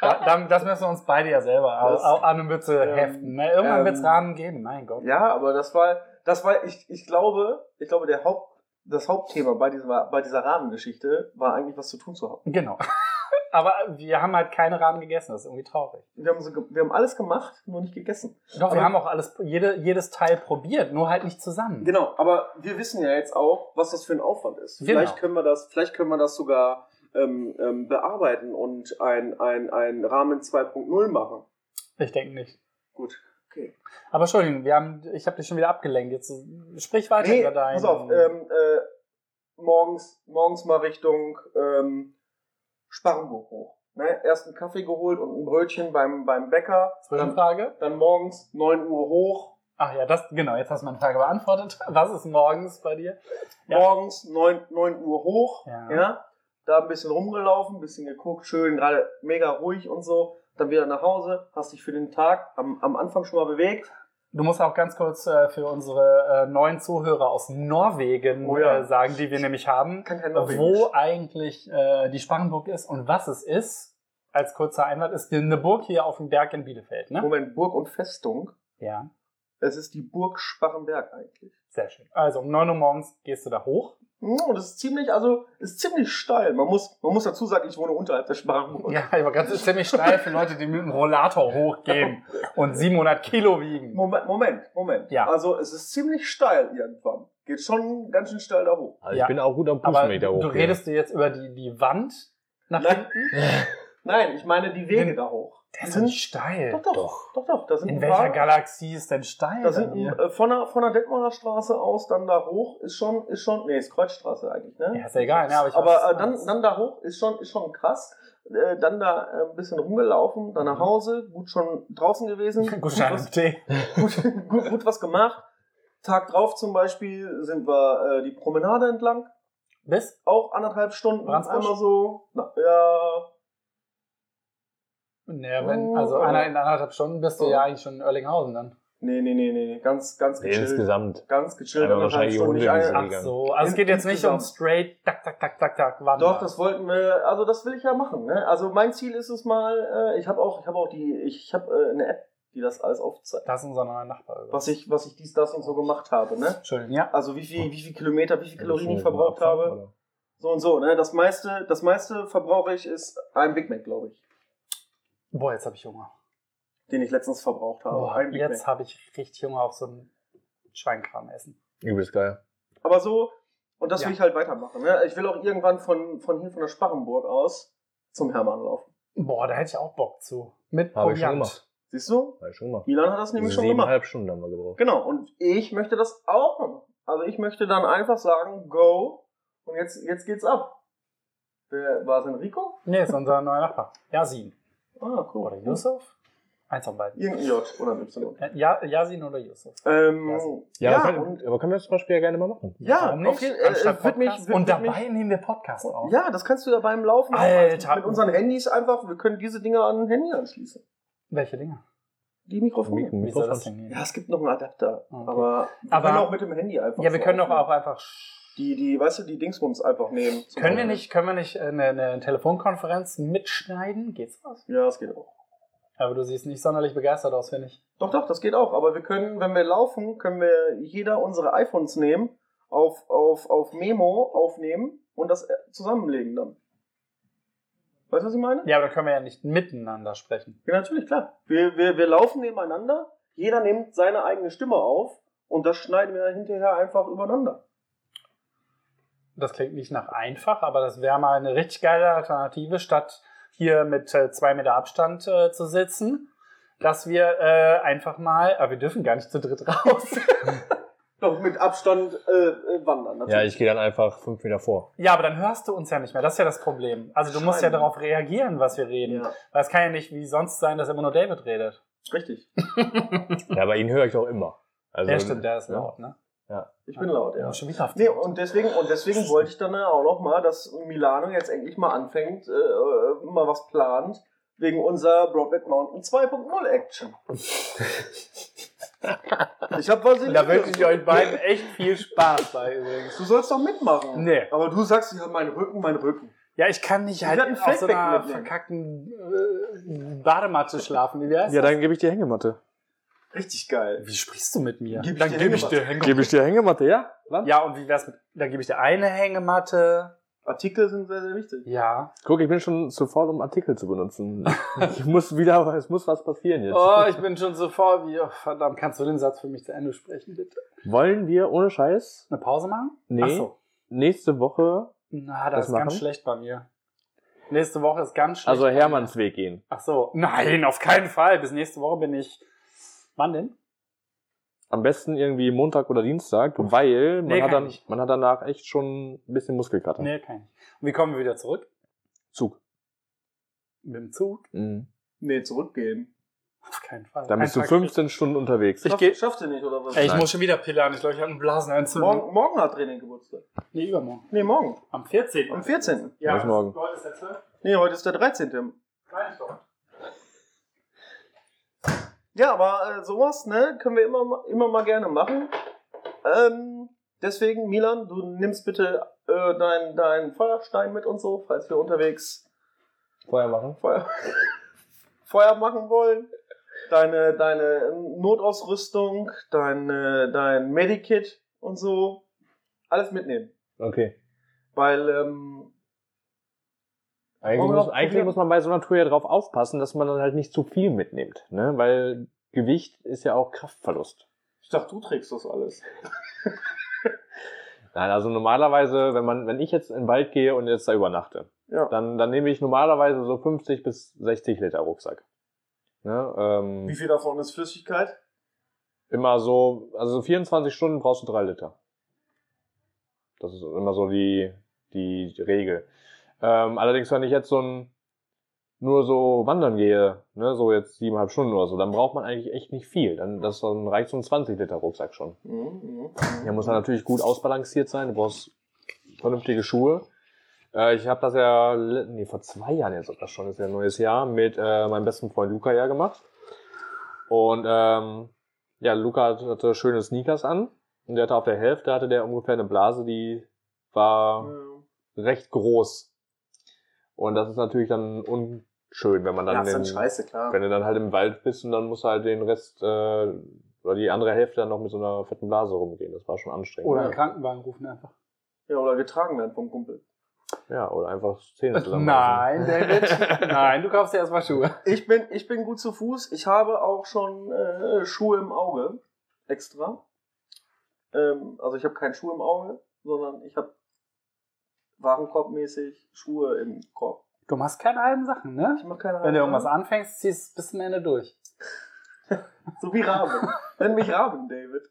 [SPEAKER 1] da- dann- das müssen wir uns beide ja selber
[SPEAKER 2] Das-
[SPEAKER 1] au- au- an eine Mütze
[SPEAKER 2] ähm,
[SPEAKER 1] heften. Ne? Irgendwann
[SPEAKER 2] ähm,
[SPEAKER 1] wird es Rahmen geben. Mein Gott.
[SPEAKER 2] Ja, aber das war, das war, ich, ich glaube, ich glaube, der Haupt, das Hauptthema bei dieser, bei dieser Rahmengeschichte war eigentlich was zu tun zu haben.
[SPEAKER 1] Genau. Aber wir haben halt keine Rahmen gegessen. Das ist irgendwie traurig.
[SPEAKER 2] Wir haben, so, ge- wir haben alles gemacht, nur nicht gegessen.
[SPEAKER 1] Doch, wir
[SPEAKER 2] Aber-
[SPEAKER 1] haben auch alles, jede, jedes Teil probiert, nur halt nicht zusammen.
[SPEAKER 2] Genau, aber wir wissen ja jetzt auch, was das für ein Aufwand ist.
[SPEAKER 1] Genau.
[SPEAKER 2] Vielleicht können wir das, vielleicht können wir das sogar ähm, ähm, bearbeiten und ein, ein, ein Rahmen 2.0 machen.
[SPEAKER 1] Ich denke nicht.
[SPEAKER 2] Gut. Okay.
[SPEAKER 1] Aber Entschuldigung, wir haben, ich habe dich schon wieder abgelenkt. Jetzt sprich weiter
[SPEAKER 2] Nee,
[SPEAKER 1] über deinen.
[SPEAKER 2] pass auf, ähm, äh, morgens, morgens mal Richtung ähm, Sparrenburg hoch. Ne? Erst einen Kaffee geholt und ein Brötchen beim, beim Bäcker. Dann,
[SPEAKER 1] Zwischenfrage.
[SPEAKER 2] dann morgens 9 Uhr hoch.
[SPEAKER 1] Ach ja, das, genau, jetzt hast du meine Frage beantwortet. Was ist morgens bei dir? Ja.
[SPEAKER 2] Morgens 9, 9 Uhr hoch.
[SPEAKER 1] Ja.
[SPEAKER 2] Ja. Da ein bisschen rumgelaufen, ein bisschen geguckt, schön, gerade mega ruhig und so. Dann wieder nach Hause, hast dich für den Tag am, am Anfang schon mal bewegt.
[SPEAKER 1] Du musst auch ganz kurz äh, für unsere äh, neuen Zuhörer aus Norwegen
[SPEAKER 2] Oh ja.
[SPEAKER 1] äh, sagen, die wir nämlich haben,
[SPEAKER 2] Kann kein Norwegisch.
[SPEAKER 1] wo eigentlich äh, die Sparrenburg ist und was es ist. Als kurzer Einwand ist eine Burg hier auf dem Berg in Bielefeld, ne?
[SPEAKER 2] Moment, Burg und Festung.
[SPEAKER 1] Ja,
[SPEAKER 2] Es ist die Burg Sparrenberg eigentlich.
[SPEAKER 1] sehr schön. Also um 9 Uhr morgens gehst du da hoch.
[SPEAKER 2] Ja, Und es ist ziemlich, also es ist ziemlich steil. Man muss, man muss dazu sagen, ich wohne unterhalb der Sparrenburg.
[SPEAKER 1] Ja, aber ganz ziemlich steil für Leute, die mit dem Rollator hochgehen und 700 Kilo wiegen.
[SPEAKER 2] Moment, Moment, Moment.
[SPEAKER 1] Ja.
[SPEAKER 2] Also es ist ziemlich steil irgendwann. Geht schon ganz schön steil da hoch.
[SPEAKER 4] Also
[SPEAKER 1] Ja.
[SPEAKER 4] ich bin auch gut am
[SPEAKER 1] Aber
[SPEAKER 4] Puffen, wenn ich da
[SPEAKER 1] du
[SPEAKER 4] hochgehe.
[SPEAKER 1] redest du jetzt über die, die Wand nach
[SPEAKER 2] Nein.
[SPEAKER 1] hinten?
[SPEAKER 2] Nein, ich meine die Wege
[SPEAKER 1] Denn-
[SPEAKER 2] da hoch.
[SPEAKER 1] Der ist
[SPEAKER 2] Die
[SPEAKER 1] doch
[SPEAKER 2] sind-
[SPEAKER 1] nicht steil.
[SPEAKER 2] doch, doch, doch, doch, Da sind
[SPEAKER 1] In
[SPEAKER 2] ein
[SPEAKER 1] welcher
[SPEAKER 2] paar,
[SPEAKER 1] Galaxie ist denn steil?
[SPEAKER 2] da sind
[SPEAKER 1] bei
[SPEAKER 2] ein,
[SPEAKER 1] dir?
[SPEAKER 2] äh, von der von der Detmolder Straße aus dann da hoch ist schon ist schon nee ist Kreuzstraße eigentlich ne.
[SPEAKER 1] Ja, ist ja egal, ne? Aber, ich weiß,
[SPEAKER 2] Aber äh,
[SPEAKER 1] was
[SPEAKER 2] dann,
[SPEAKER 1] du
[SPEAKER 2] dann da hoch ist schon, ist schon krass. Äh, dann da äh, ein bisschen rumgelaufen, dann nach Hause, gut schon draußen gewesen, gut,
[SPEAKER 1] meinst. Mhm. Gut, Schein
[SPEAKER 2] was,
[SPEAKER 1] im Tee.
[SPEAKER 2] gut, gut, gut was gemacht. Tag drauf zum Beispiel sind wir äh, die Promenade entlang,
[SPEAKER 1] Bis?
[SPEAKER 2] auch anderthalb Stunden,
[SPEAKER 1] Brandsbusch?
[SPEAKER 2] einmal so. Na, ja,
[SPEAKER 1] Naja, wenn,
[SPEAKER 2] Oh.
[SPEAKER 1] also einer in anderthalb Stunden bist du
[SPEAKER 2] Oh.
[SPEAKER 1] ja eigentlich schon in Oerlinghausen dann.
[SPEAKER 2] nee, nee, nee, nee, ganz, ganz
[SPEAKER 4] Nee,
[SPEAKER 2] gechillt.
[SPEAKER 4] Insgesamt.
[SPEAKER 2] ganz gechillt,
[SPEAKER 4] Aber
[SPEAKER 2] anderthalb
[SPEAKER 4] wahrscheinlich
[SPEAKER 2] Stunden. Nicht
[SPEAKER 4] Hunde, die
[SPEAKER 2] eine,
[SPEAKER 4] sind-
[SPEAKER 1] Ach so, also es geht jetzt nicht um
[SPEAKER 2] Insgesamt.
[SPEAKER 1] straight, tak, tak, tak, tak, tak,
[SPEAKER 2] ach,
[SPEAKER 1] wandern.
[SPEAKER 2] doch, das wollten wir, also das will ich ja machen. Ne? Also mein Ziel ist es mal, äh, ich habe auch, ich habe auch die, ich habe äh, eine App, die das alles aufzeigt.
[SPEAKER 1] das ist unser neuer Nachbar. übrigens.
[SPEAKER 2] was ich, was ich dies, das und so gemacht habe, ne?
[SPEAKER 1] Entschuldigung, ja.
[SPEAKER 2] Also wie viel, wie viel Kilometer, wie viel Kalorien ich
[SPEAKER 4] Schnell mal
[SPEAKER 2] verbraucht
[SPEAKER 4] abfahren,
[SPEAKER 2] habe.
[SPEAKER 4] halt oder?
[SPEAKER 2] So und so, ne? Das meiste, das meiste verbrauche ich ist ein Big Mac, glaube ich.
[SPEAKER 1] Boah, jetzt habe ich Hunger.
[SPEAKER 2] Den ich letztens verbraucht habe.
[SPEAKER 1] Boah,
[SPEAKER 2] Oh, ein Big
[SPEAKER 1] jetzt
[SPEAKER 2] Mac.
[SPEAKER 1] habe ich richtig Hunger auf so ein Schweinkram essen.
[SPEAKER 4] Übelst geil.
[SPEAKER 2] Aber so, und das
[SPEAKER 1] Ja.
[SPEAKER 2] will ich halt weitermachen, ne? Ich will auch irgendwann von, von hier von der Sparrenburg aus zum Hermann laufen.
[SPEAKER 1] Boah, da hätte ich auch Bock zu. Mit
[SPEAKER 4] Habe ich schon
[SPEAKER 1] Proviant.
[SPEAKER 4] gemacht.
[SPEAKER 2] Siehst du?
[SPEAKER 4] Habe ich schon gemacht.
[SPEAKER 2] Milan hat das nämlich schon gemacht.
[SPEAKER 4] Siebeneinhalb Stunden haben wir gebraucht.
[SPEAKER 2] Genau, und ich möchte das auch machen. Also ich möchte dann einfach sagen, go, und jetzt, jetzt geht's ab. Wer war es Enrico?
[SPEAKER 1] Nee, ist unser neuer Nachbar. Yasin.
[SPEAKER 2] Ah, cool.
[SPEAKER 1] Oder Yusuf? Eins von beiden.
[SPEAKER 2] Irgendein J oder ein Y.
[SPEAKER 1] Äh, Ja, Yasin oder Yusuf.
[SPEAKER 2] Ähm,
[SPEAKER 4] Ja,
[SPEAKER 2] ja,
[SPEAKER 4] aber,
[SPEAKER 2] und,
[SPEAKER 4] können, aber können wir das zum Beispiel ja gerne mal machen.
[SPEAKER 2] ja
[SPEAKER 1] Warum nicht?
[SPEAKER 2] okay,
[SPEAKER 1] Anstatt
[SPEAKER 2] äh, wird mich,
[SPEAKER 1] Podcast.
[SPEAKER 2] wird,
[SPEAKER 1] Und
[SPEAKER 2] wird
[SPEAKER 1] dabei nehmen wir Podcast auf.
[SPEAKER 2] mich, ja, das kannst du ja beim Laufen auch
[SPEAKER 1] Alter.
[SPEAKER 2] machen. mit unseren Handys einfach. Wir können diese Dinger an ein Handy anschließen.
[SPEAKER 1] Welche Dinge?
[SPEAKER 2] Die Mikrofone.
[SPEAKER 1] Wie soll das denn gehen?
[SPEAKER 2] Ja, es gibt noch einen Adapter,
[SPEAKER 1] Okay.
[SPEAKER 2] aber wir
[SPEAKER 1] Aber-
[SPEAKER 2] können auch mit dem Handy einfach.
[SPEAKER 1] Ja, wir
[SPEAKER 2] so
[SPEAKER 1] können doch
[SPEAKER 2] aufnehmen.
[SPEAKER 1] auch einfach.
[SPEAKER 2] die, die, weißt du, die Dingsbums einfach nehmen. Zum
[SPEAKER 1] Können wir
[SPEAKER 2] Beispiel.
[SPEAKER 1] nicht, können wir nicht äh, eine, eine Telefonkonferenz mitschneiden? Geht's was?
[SPEAKER 2] Ja, das geht auch.
[SPEAKER 1] Aber du siehst nicht sonderlich begeistert aus, finde ich.
[SPEAKER 2] Doch, doch, das geht auch. Aber wir können, wenn wir laufen, können wir jeder unsere iPhones nehmen, auf, auf, auf Memo aufnehmen und das äh, zusammenlegen dann. Weißt du, was ich meine?
[SPEAKER 1] Ja, aber da können wir ja nicht miteinander sprechen.
[SPEAKER 2] Ja, natürlich, klar. Wir, wir, wir laufen nebeneinander, jeder nimmt seine eigene Stimme auf und das schneiden wir dann hinterher einfach übereinander.
[SPEAKER 1] Das klingt nicht nach einfach, aber das wäre mal eine richtig geile Alternative, statt hier mit äh, zwei Meter Abstand äh, zu sitzen, dass wir äh, einfach mal, aber wir dürfen gar nicht zu dritt raus.
[SPEAKER 2] Doch mit Abstand äh, äh, wandern.
[SPEAKER 4] Ja, ich gehe dann einfach fünf Meter vor.
[SPEAKER 1] ja, aber dann hörst du uns ja nicht mehr. Das ist ja das Problem. Also du musst ja
[SPEAKER 2] Scheiße.
[SPEAKER 1] darauf reagieren, was wir reden.
[SPEAKER 2] Ja,
[SPEAKER 1] Weil es kann ja nicht wie sonst sein, dass immer nur David redet.
[SPEAKER 2] richtig.
[SPEAKER 4] Ja, bei ihnen höre ich doch immer. Also,
[SPEAKER 1] ja, stimmt, der ist laut, ne?
[SPEAKER 2] Ich bin laut, ja.
[SPEAKER 1] Ja, schon wieder auf
[SPEAKER 2] Nee, und deswegen, und deswegen wollte ich dann ja auch noch mal, dass Milano jetzt endlich mal anfängt, äh, äh, mal was plant, wegen unserer Broadback Mountain 2.0 Action. ich habe was in
[SPEAKER 1] Da wünsche ich euch beiden echt viel Spaß bei übrigens.
[SPEAKER 2] Du sollst doch mitmachen.
[SPEAKER 1] Nee.
[SPEAKER 2] Aber du sagst, ja, mein Rücken, mein Rücken.
[SPEAKER 1] Ja, ich kann nicht
[SPEAKER 2] Wir
[SPEAKER 1] halt
[SPEAKER 2] werden
[SPEAKER 1] auf so
[SPEAKER 2] Feldbecken
[SPEAKER 1] einer
[SPEAKER 2] mitnehmen.
[SPEAKER 1] verkackten äh, Badematte schlafen. Wie heißt
[SPEAKER 3] Ja, dann gebe ich dir Hängematte.
[SPEAKER 2] Richtig geil.
[SPEAKER 1] Wie sprichst du mit mir?
[SPEAKER 2] Gib ich
[SPEAKER 1] dann
[SPEAKER 2] dir
[SPEAKER 1] gebe ich dir Hängematte.
[SPEAKER 3] Gebe ich dir Hängematte, ja? Dann?
[SPEAKER 1] Ja, und wie wär's mit, dann gebe ich dir eine Hängematte.
[SPEAKER 2] Artikel sind sehr, sehr wichtig.
[SPEAKER 1] Ja.
[SPEAKER 3] Guck, ich bin schon zu faul, um Artikel zu benutzen. ich muss wieder, es muss was passieren jetzt.
[SPEAKER 1] Oh, ich bin schon so vor wie, oh, verdammt, kannst du den Satz für mich zu Ende sprechen, bitte?
[SPEAKER 3] Wollen wir ohne Scheiß
[SPEAKER 1] Eine Pause machen?
[SPEAKER 3] Nee.
[SPEAKER 1] Ach so.
[SPEAKER 3] nächste Woche,
[SPEAKER 1] Na, das,
[SPEAKER 3] Das
[SPEAKER 1] ist ganz
[SPEAKER 3] machen?
[SPEAKER 1] schlecht bei mir. Nächste Woche ist ganz schlecht.
[SPEAKER 3] also
[SPEAKER 1] bei mir.
[SPEAKER 3] Hermannsweg gehen?
[SPEAKER 1] Ach so. Nein, auf keinen Fall. Bis nächste Woche bin ich. Wann denn?
[SPEAKER 3] Am besten irgendwie Montag oder Dienstag, weil man,
[SPEAKER 1] Nee,
[SPEAKER 3] hat,
[SPEAKER 1] kann
[SPEAKER 3] dann,
[SPEAKER 1] ich.
[SPEAKER 3] man hat danach echt schon ein bisschen Muskelkater.
[SPEAKER 1] Nee, kein. Und wie kommen wir wieder zurück?
[SPEAKER 3] Zug.
[SPEAKER 1] Mit dem Zug?
[SPEAKER 3] Mhm.
[SPEAKER 2] Nee, zurückgehen.
[SPEAKER 1] Auf keinen Fall.
[SPEAKER 3] Dann bist
[SPEAKER 1] Ein
[SPEAKER 3] du
[SPEAKER 1] Tag-
[SPEAKER 3] 15 Stunden unterwegs.
[SPEAKER 1] Ich
[SPEAKER 2] Schaff-
[SPEAKER 1] geh-
[SPEAKER 2] Schaffst du nicht, oder was?
[SPEAKER 1] Ey, ich
[SPEAKER 3] Nein.
[SPEAKER 1] muss schon wieder pillern. Ich glaube, ich habe einen Blasenentzündung.
[SPEAKER 2] Morgen, morgen hat René Geburtstag.
[SPEAKER 1] Nee, übermorgen.
[SPEAKER 2] Nee, morgen.
[SPEAKER 1] Am 14.
[SPEAKER 2] Am 14.
[SPEAKER 1] Ja,
[SPEAKER 3] Bis morgen.
[SPEAKER 1] Heute ist der 12.
[SPEAKER 2] Nee, heute ist der 13.
[SPEAKER 1] Nein, ich doch.
[SPEAKER 2] Ja, aber äh, sowas, ne, können wir immer, ma- immer mal gerne machen. Ähm, deswegen, Milan, du nimmst bitte äh, deinen dein Feuerstein mit und so, falls wir unterwegs
[SPEAKER 3] Vorher machen.
[SPEAKER 2] Feuer, Feuer machen wollen. Deine, deine Notausrüstung, dein, äh, dein Medikit und so. Alles mitnehmen.
[SPEAKER 3] Okay.
[SPEAKER 2] Weil, ähm,
[SPEAKER 3] Eigentlich,
[SPEAKER 2] Wollen wir
[SPEAKER 3] muss,
[SPEAKER 2] noch
[SPEAKER 3] eigentlich
[SPEAKER 2] probieren?
[SPEAKER 3] muss man bei so einer Tour ja drauf aufpassen, dass man dann halt nicht zu viel mitnimmt. Ne? Weil Gewicht ist ja auch Kraftverlust.
[SPEAKER 2] ich dachte, du trägst das alles.
[SPEAKER 3] Nein, also normalerweise, wenn man, wenn ich jetzt in den Wald gehe und jetzt da übernachte,
[SPEAKER 2] Ja.
[SPEAKER 3] dann, dann nehme ich normalerweise so 50 bis 60 Liter Rucksack. Ne?
[SPEAKER 2] Wie
[SPEAKER 3] Ähm,
[SPEAKER 2] viel davon ist Flüssigkeit?
[SPEAKER 3] immer so, also so 24 Stunden brauchst du drei Liter. Das ist immer so die, die Regel. Ähm, allerdings, wenn ich jetzt so ein, nur so wandern gehe, ne, so jetzt siebeneinhalb Stunden oder so, dann braucht man eigentlich echt nicht viel. Dann, das dann reicht so ein 20 Liter Rucksack schon.
[SPEAKER 2] Mhm,
[SPEAKER 3] Ja, muss halt dann natürlich gut ausbalanciert sein. Du brauchst vernünftige Schuhe. Äh, ich habe das ja le- nee, vor zwei Jahren jetzt das schon, ist ja ein neues Jahr, mit äh, meinem besten Freund Luca ja gemacht. Und ähm, ja, Luca hat- hatte schöne Sneakers an. Und der hatte auf der Hälfte hatte der ungefähr eine Blase, die war
[SPEAKER 2] mhm.
[SPEAKER 3] recht groß. Und das ist natürlich dann unschön, wenn man dann
[SPEAKER 2] Ja, ist dann
[SPEAKER 3] den-
[SPEAKER 2] scheiße, klar.
[SPEAKER 3] wenn du dann halt im Wald bist und dann musst du halt den Rest äh, oder die andere Hälfte dann noch mit so einer fetten Blase rumgehen. Das war schon anstrengend.
[SPEAKER 1] Oder
[SPEAKER 2] Ja.
[SPEAKER 1] einen Krankenwagen rufen einfach.
[SPEAKER 2] Ja, oder getragen werden vom Kumpel.
[SPEAKER 3] Ja, oder einfach Zähne zusammen.
[SPEAKER 1] Nein, David. Nein, du kaufst dir erstmal Schuhe.
[SPEAKER 2] Ich bin, ich bin gut zu Fuß. Ich habe auch schon äh, Schuhe im Auge. Extra. Ähm, also ich habe keinen Schuh im Auge, sondern ich habe warenkorbmäßig Schuhe im Korb.
[SPEAKER 1] Du machst keine halben Sachen, ne?
[SPEAKER 2] Ich mache keine
[SPEAKER 1] Wenn du
[SPEAKER 2] Ahnung.
[SPEAKER 1] irgendwas anfängst, ziehst du es bis zum Ende durch.
[SPEAKER 2] So wie Raben. Nenn mich Raben, David.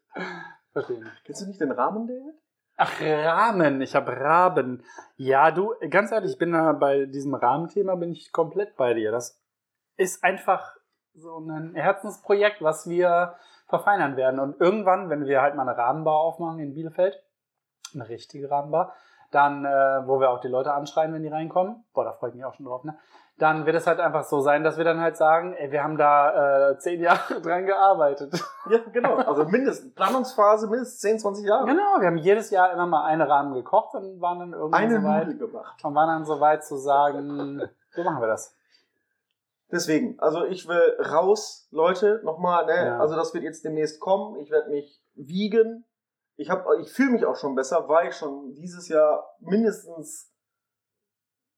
[SPEAKER 1] Verstehe nicht.
[SPEAKER 2] Kennst du nicht den Rahmen, David?
[SPEAKER 1] Ach, Rahmen. Ich habe Raben. Ja, du, ganz ehrlich, ich bin da bei diesem Rahmenthema bin ich komplett bei dir. Das ist einfach so ein Herzensprojekt, was wir verfeinern werden. Und irgendwann, wenn wir halt mal eine Rahmenbar aufmachen in Bielefeld, eine richtige Rahmenbar, dann, äh, wo wir auch die Leute anschreien, wenn die reinkommen, boah, da freue ich mich auch schon drauf, ne? Dann wird es halt einfach so sein, dass wir dann halt sagen, ey, wir haben da äh, zehn Jahre dran gearbeitet.
[SPEAKER 2] Ja, genau. Also mindestens, Planungsphase mindestens 10, 20 Jahre.
[SPEAKER 1] Genau, wir haben jedes Jahr immer mal eine Rahmen gekocht und waren dann irgendwann
[SPEAKER 2] Eine
[SPEAKER 1] so weit.
[SPEAKER 2] Nudel gemacht.
[SPEAKER 1] Und waren dann so weit zu sagen, so machen wir das.
[SPEAKER 2] Deswegen, also ich will raus, Leute, nochmal, ne?
[SPEAKER 1] Ja.
[SPEAKER 2] Also das wird jetzt demnächst kommen. Ich werde mich wiegen. Ich, hab- ich fühle mich auch schon besser, weil ich schon dieses Jahr mindestens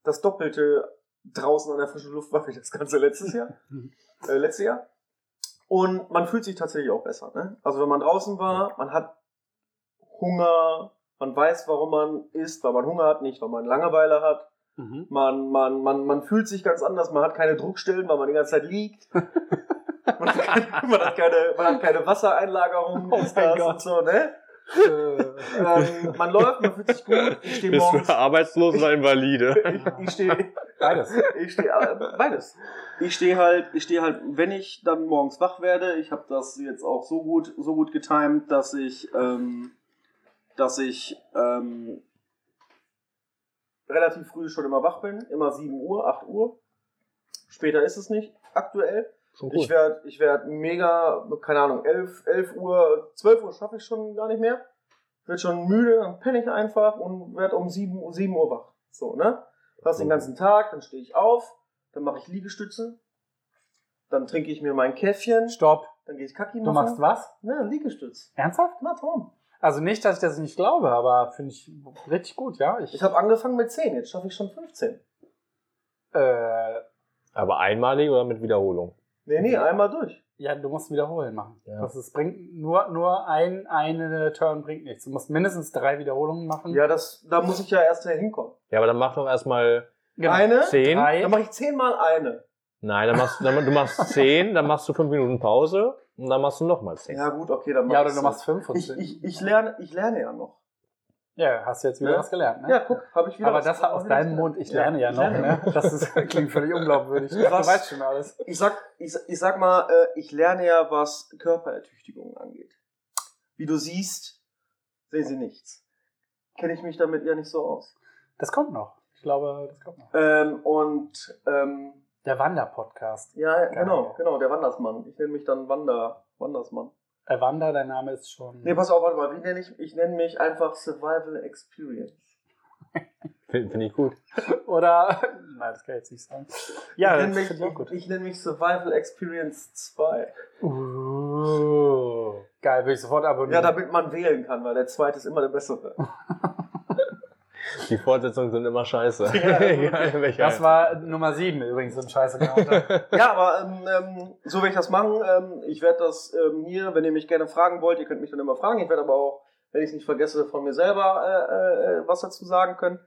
[SPEAKER 2] das Doppelte draußen an der frischen Luft war wie das ganze letztes Jahr.
[SPEAKER 1] Mhm.
[SPEAKER 2] äh, letzte Jahr. Und man fühlt sich tatsächlich auch besser. Ne? Also wenn man draußen war, man hat Hunger, man weiß, warum man isst, weil man Hunger hat, nicht, weil man Langeweile hat.
[SPEAKER 1] Mhm.
[SPEAKER 2] Man, man, man, man fühlt sich ganz anders, man hat keine Druckstellen, weil man die ganze Zeit liegt. man, hat keine, man, hat keine, man hat keine Wassereinlagerung,
[SPEAKER 1] Oh
[SPEAKER 2] dies,
[SPEAKER 1] mein
[SPEAKER 2] das
[SPEAKER 1] Gott.
[SPEAKER 2] und so, ne?
[SPEAKER 1] Äh,
[SPEAKER 2] ähm, man läuft, man fühlt sich gut. Ich stehe
[SPEAKER 4] Bist
[SPEAKER 2] morgens.
[SPEAKER 4] du arbeitslos oder Invalide?
[SPEAKER 2] Ich, ich stehe.
[SPEAKER 1] Beides.
[SPEAKER 2] Ich stehe äh, beides. Ich stehe halt, ich stehe halt, wenn ich dann morgens wach werde, ich habe das jetzt auch so gut, so gut getimt, dass ich, ähm, dass ich ähm, relativ früh schon immer wach bin, immer 7 Uhr, 8 Uhr. Später ist es nicht, aktuell.
[SPEAKER 3] Schon
[SPEAKER 2] Ich werde ich werd mega, keine Ahnung, 11, 11 Uhr, 12 Uhr schaffe ich schon gar nicht mehr. Wird schon müde, dann penne ich einfach und werde um 7, Uhr- 7 Uhr wach. So, ne? Das den ganzen Tag, dann stehe ich auf, dann mache ich Liegestütze, dann trinke ich mir mein Käffchen,
[SPEAKER 1] Stopp.
[SPEAKER 2] dann gehe ich Kacki
[SPEAKER 1] Du machst was?
[SPEAKER 2] Ne, Liegestütz.
[SPEAKER 1] Ernsthaft?
[SPEAKER 2] Na, Tom.
[SPEAKER 1] Also nicht, dass ich das nicht glaube, aber finde ich richtig gut, ja. Ich,
[SPEAKER 2] Ich habe angefangen mit 10, jetzt schaffe ich schon 15.
[SPEAKER 1] äh,
[SPEAKER 4] Aber einmalig oder mit Wiederholung?
[SPEAKER 2] Nee, nee, einmal durch.
[SPEAKER 1] ja, du musst wiederholen machen.
[SPEAKER 4] Ja.
[SPEAKER 1] Das ist, bringt nur, nur ein, eine Turn bringt nichts. Du musst mindestens drei Wiederholungen machen.
[SPEAKER 2] Ja, das, da muss ich ja erst hinkommen.
[SPEAKER 4] Ja, aber dann mach doch erstmal
[SPEAKER 1] genau.
[SPEAKER 2] Eine,
[SPEAKER 4] 10.
[SPEAKER 1] Drei.
[SPEAKER 2] dann mache ich 10 mal eine.
[SPEAKER 4] Nein, dann machst dann, du machst 10, dann machst du 5 Minuten Pause und dann machst du nochmal 10.
[SPEAKER 2] Ja, gut, okay, dann mach
[SPEAKER 1] Ja,
[SPEAKER 2] ich's
[SPEAKER 1] oder du
[SPEAKER 2] so.
[SPEAKER 1] machst fünf und
[SPEAKER 2] Ich,
[SPEAKER 1] zehn.
[SPEAKER 2] ich, ich, lerne, ich lerne ja noch.
[SPEAKER 1] Ja, hast du jetzt wieder
[SPEAKER 2] Ja.
[SPEAKER 1] was gelernt, ne?
[SPEAKER 2] Ja, guck, habe ich wieder.
[SPEAKER 1] Aber
[SPEAKER 2] was-
[SPEAKER 1] das
[SPEAKER 2] hab
[SPEAKER 1] aus
[SPEAKER 2] wieder was
[SPEAKER 1] deinem
[SPEAKER 2] gelernt.
[SPEAKER 1] Mund, ich lerne ja,
[SPEAKER 2] ich
[SPEAKER 1] noch,
[SPEAKER 2] lerne.
[SPEAKER 1] ne? Das ist, klingt völlig unglaubwürdig. Ich dachte,
[SPEAKER 2] Was?
[SPEAKER 1] Du weißt schon alles.
[SPEAKER 2] Ich sag, ich, ich sag mal, äh, ich lerne ja, was Körperertüchtigung angeht. Wie du siehst, sehen sie nichts. Kenne ich mich damit ja nicht so aus.
[SPEAKER 1] Das kommt noch. Ich glaube, das kommt noch.
[SPEAKER 2] Ähm, und ähm,
[SPEAKER 1] Der Wander-Podcast.
[SPEAKER 2] ja,
[SPEAKER 1] Geil.
[SPEAKER 2] genau, genau, der Wandersmann. Ich nenne mich dann Wander, Wandersmann.
[SPEAKER 1] Äh, Wander, dein Name ist schon.
[SPEAKER 2] Nee, pass auf, warte mal, wie nenne ich? Ich nenne mich einfach Survival Experience.
[SPEAKER 4] Finde find ich gut.
[SPEAKER 1] Oder. Nein, das kann ich jetzt nicht sagen. Ja,
[SPEAKER 2] ich
[SPEAKER 1] das
[SPEAKER 2] nenne mich,
[SPEAKER 1] finde ich auch
[SPEAKER 2] ich,
[SPEAKER 1] gut.
[SPEAKER 2] ich nenn mich Survival Experience 2.
[SPEAKER 1] Uh, geil, will ich sofort abonnieren.
[SPEAKER 2] Ja, damit man wählen kann, weil der zweite ist immer der bessere.
[SPEAKER 4] Die Fortsetzungen sind immer scheiße. Egal, in welcher.
[SPEAKER 1] das war Nummer 7 übrigens, so ein scheiße Counter.
[SPEAKER 2] Ja, aber ähm, ähm, so werde ich das machen. Ähm, ich werde das ähm, hier, wenn ihr mich gerne fragen wollt, ihr könnt mich dann immer fragen. Ich werde aber auch, wenn ich es nicht vergesse, von mir selber äh, äh, was dazu sagen können.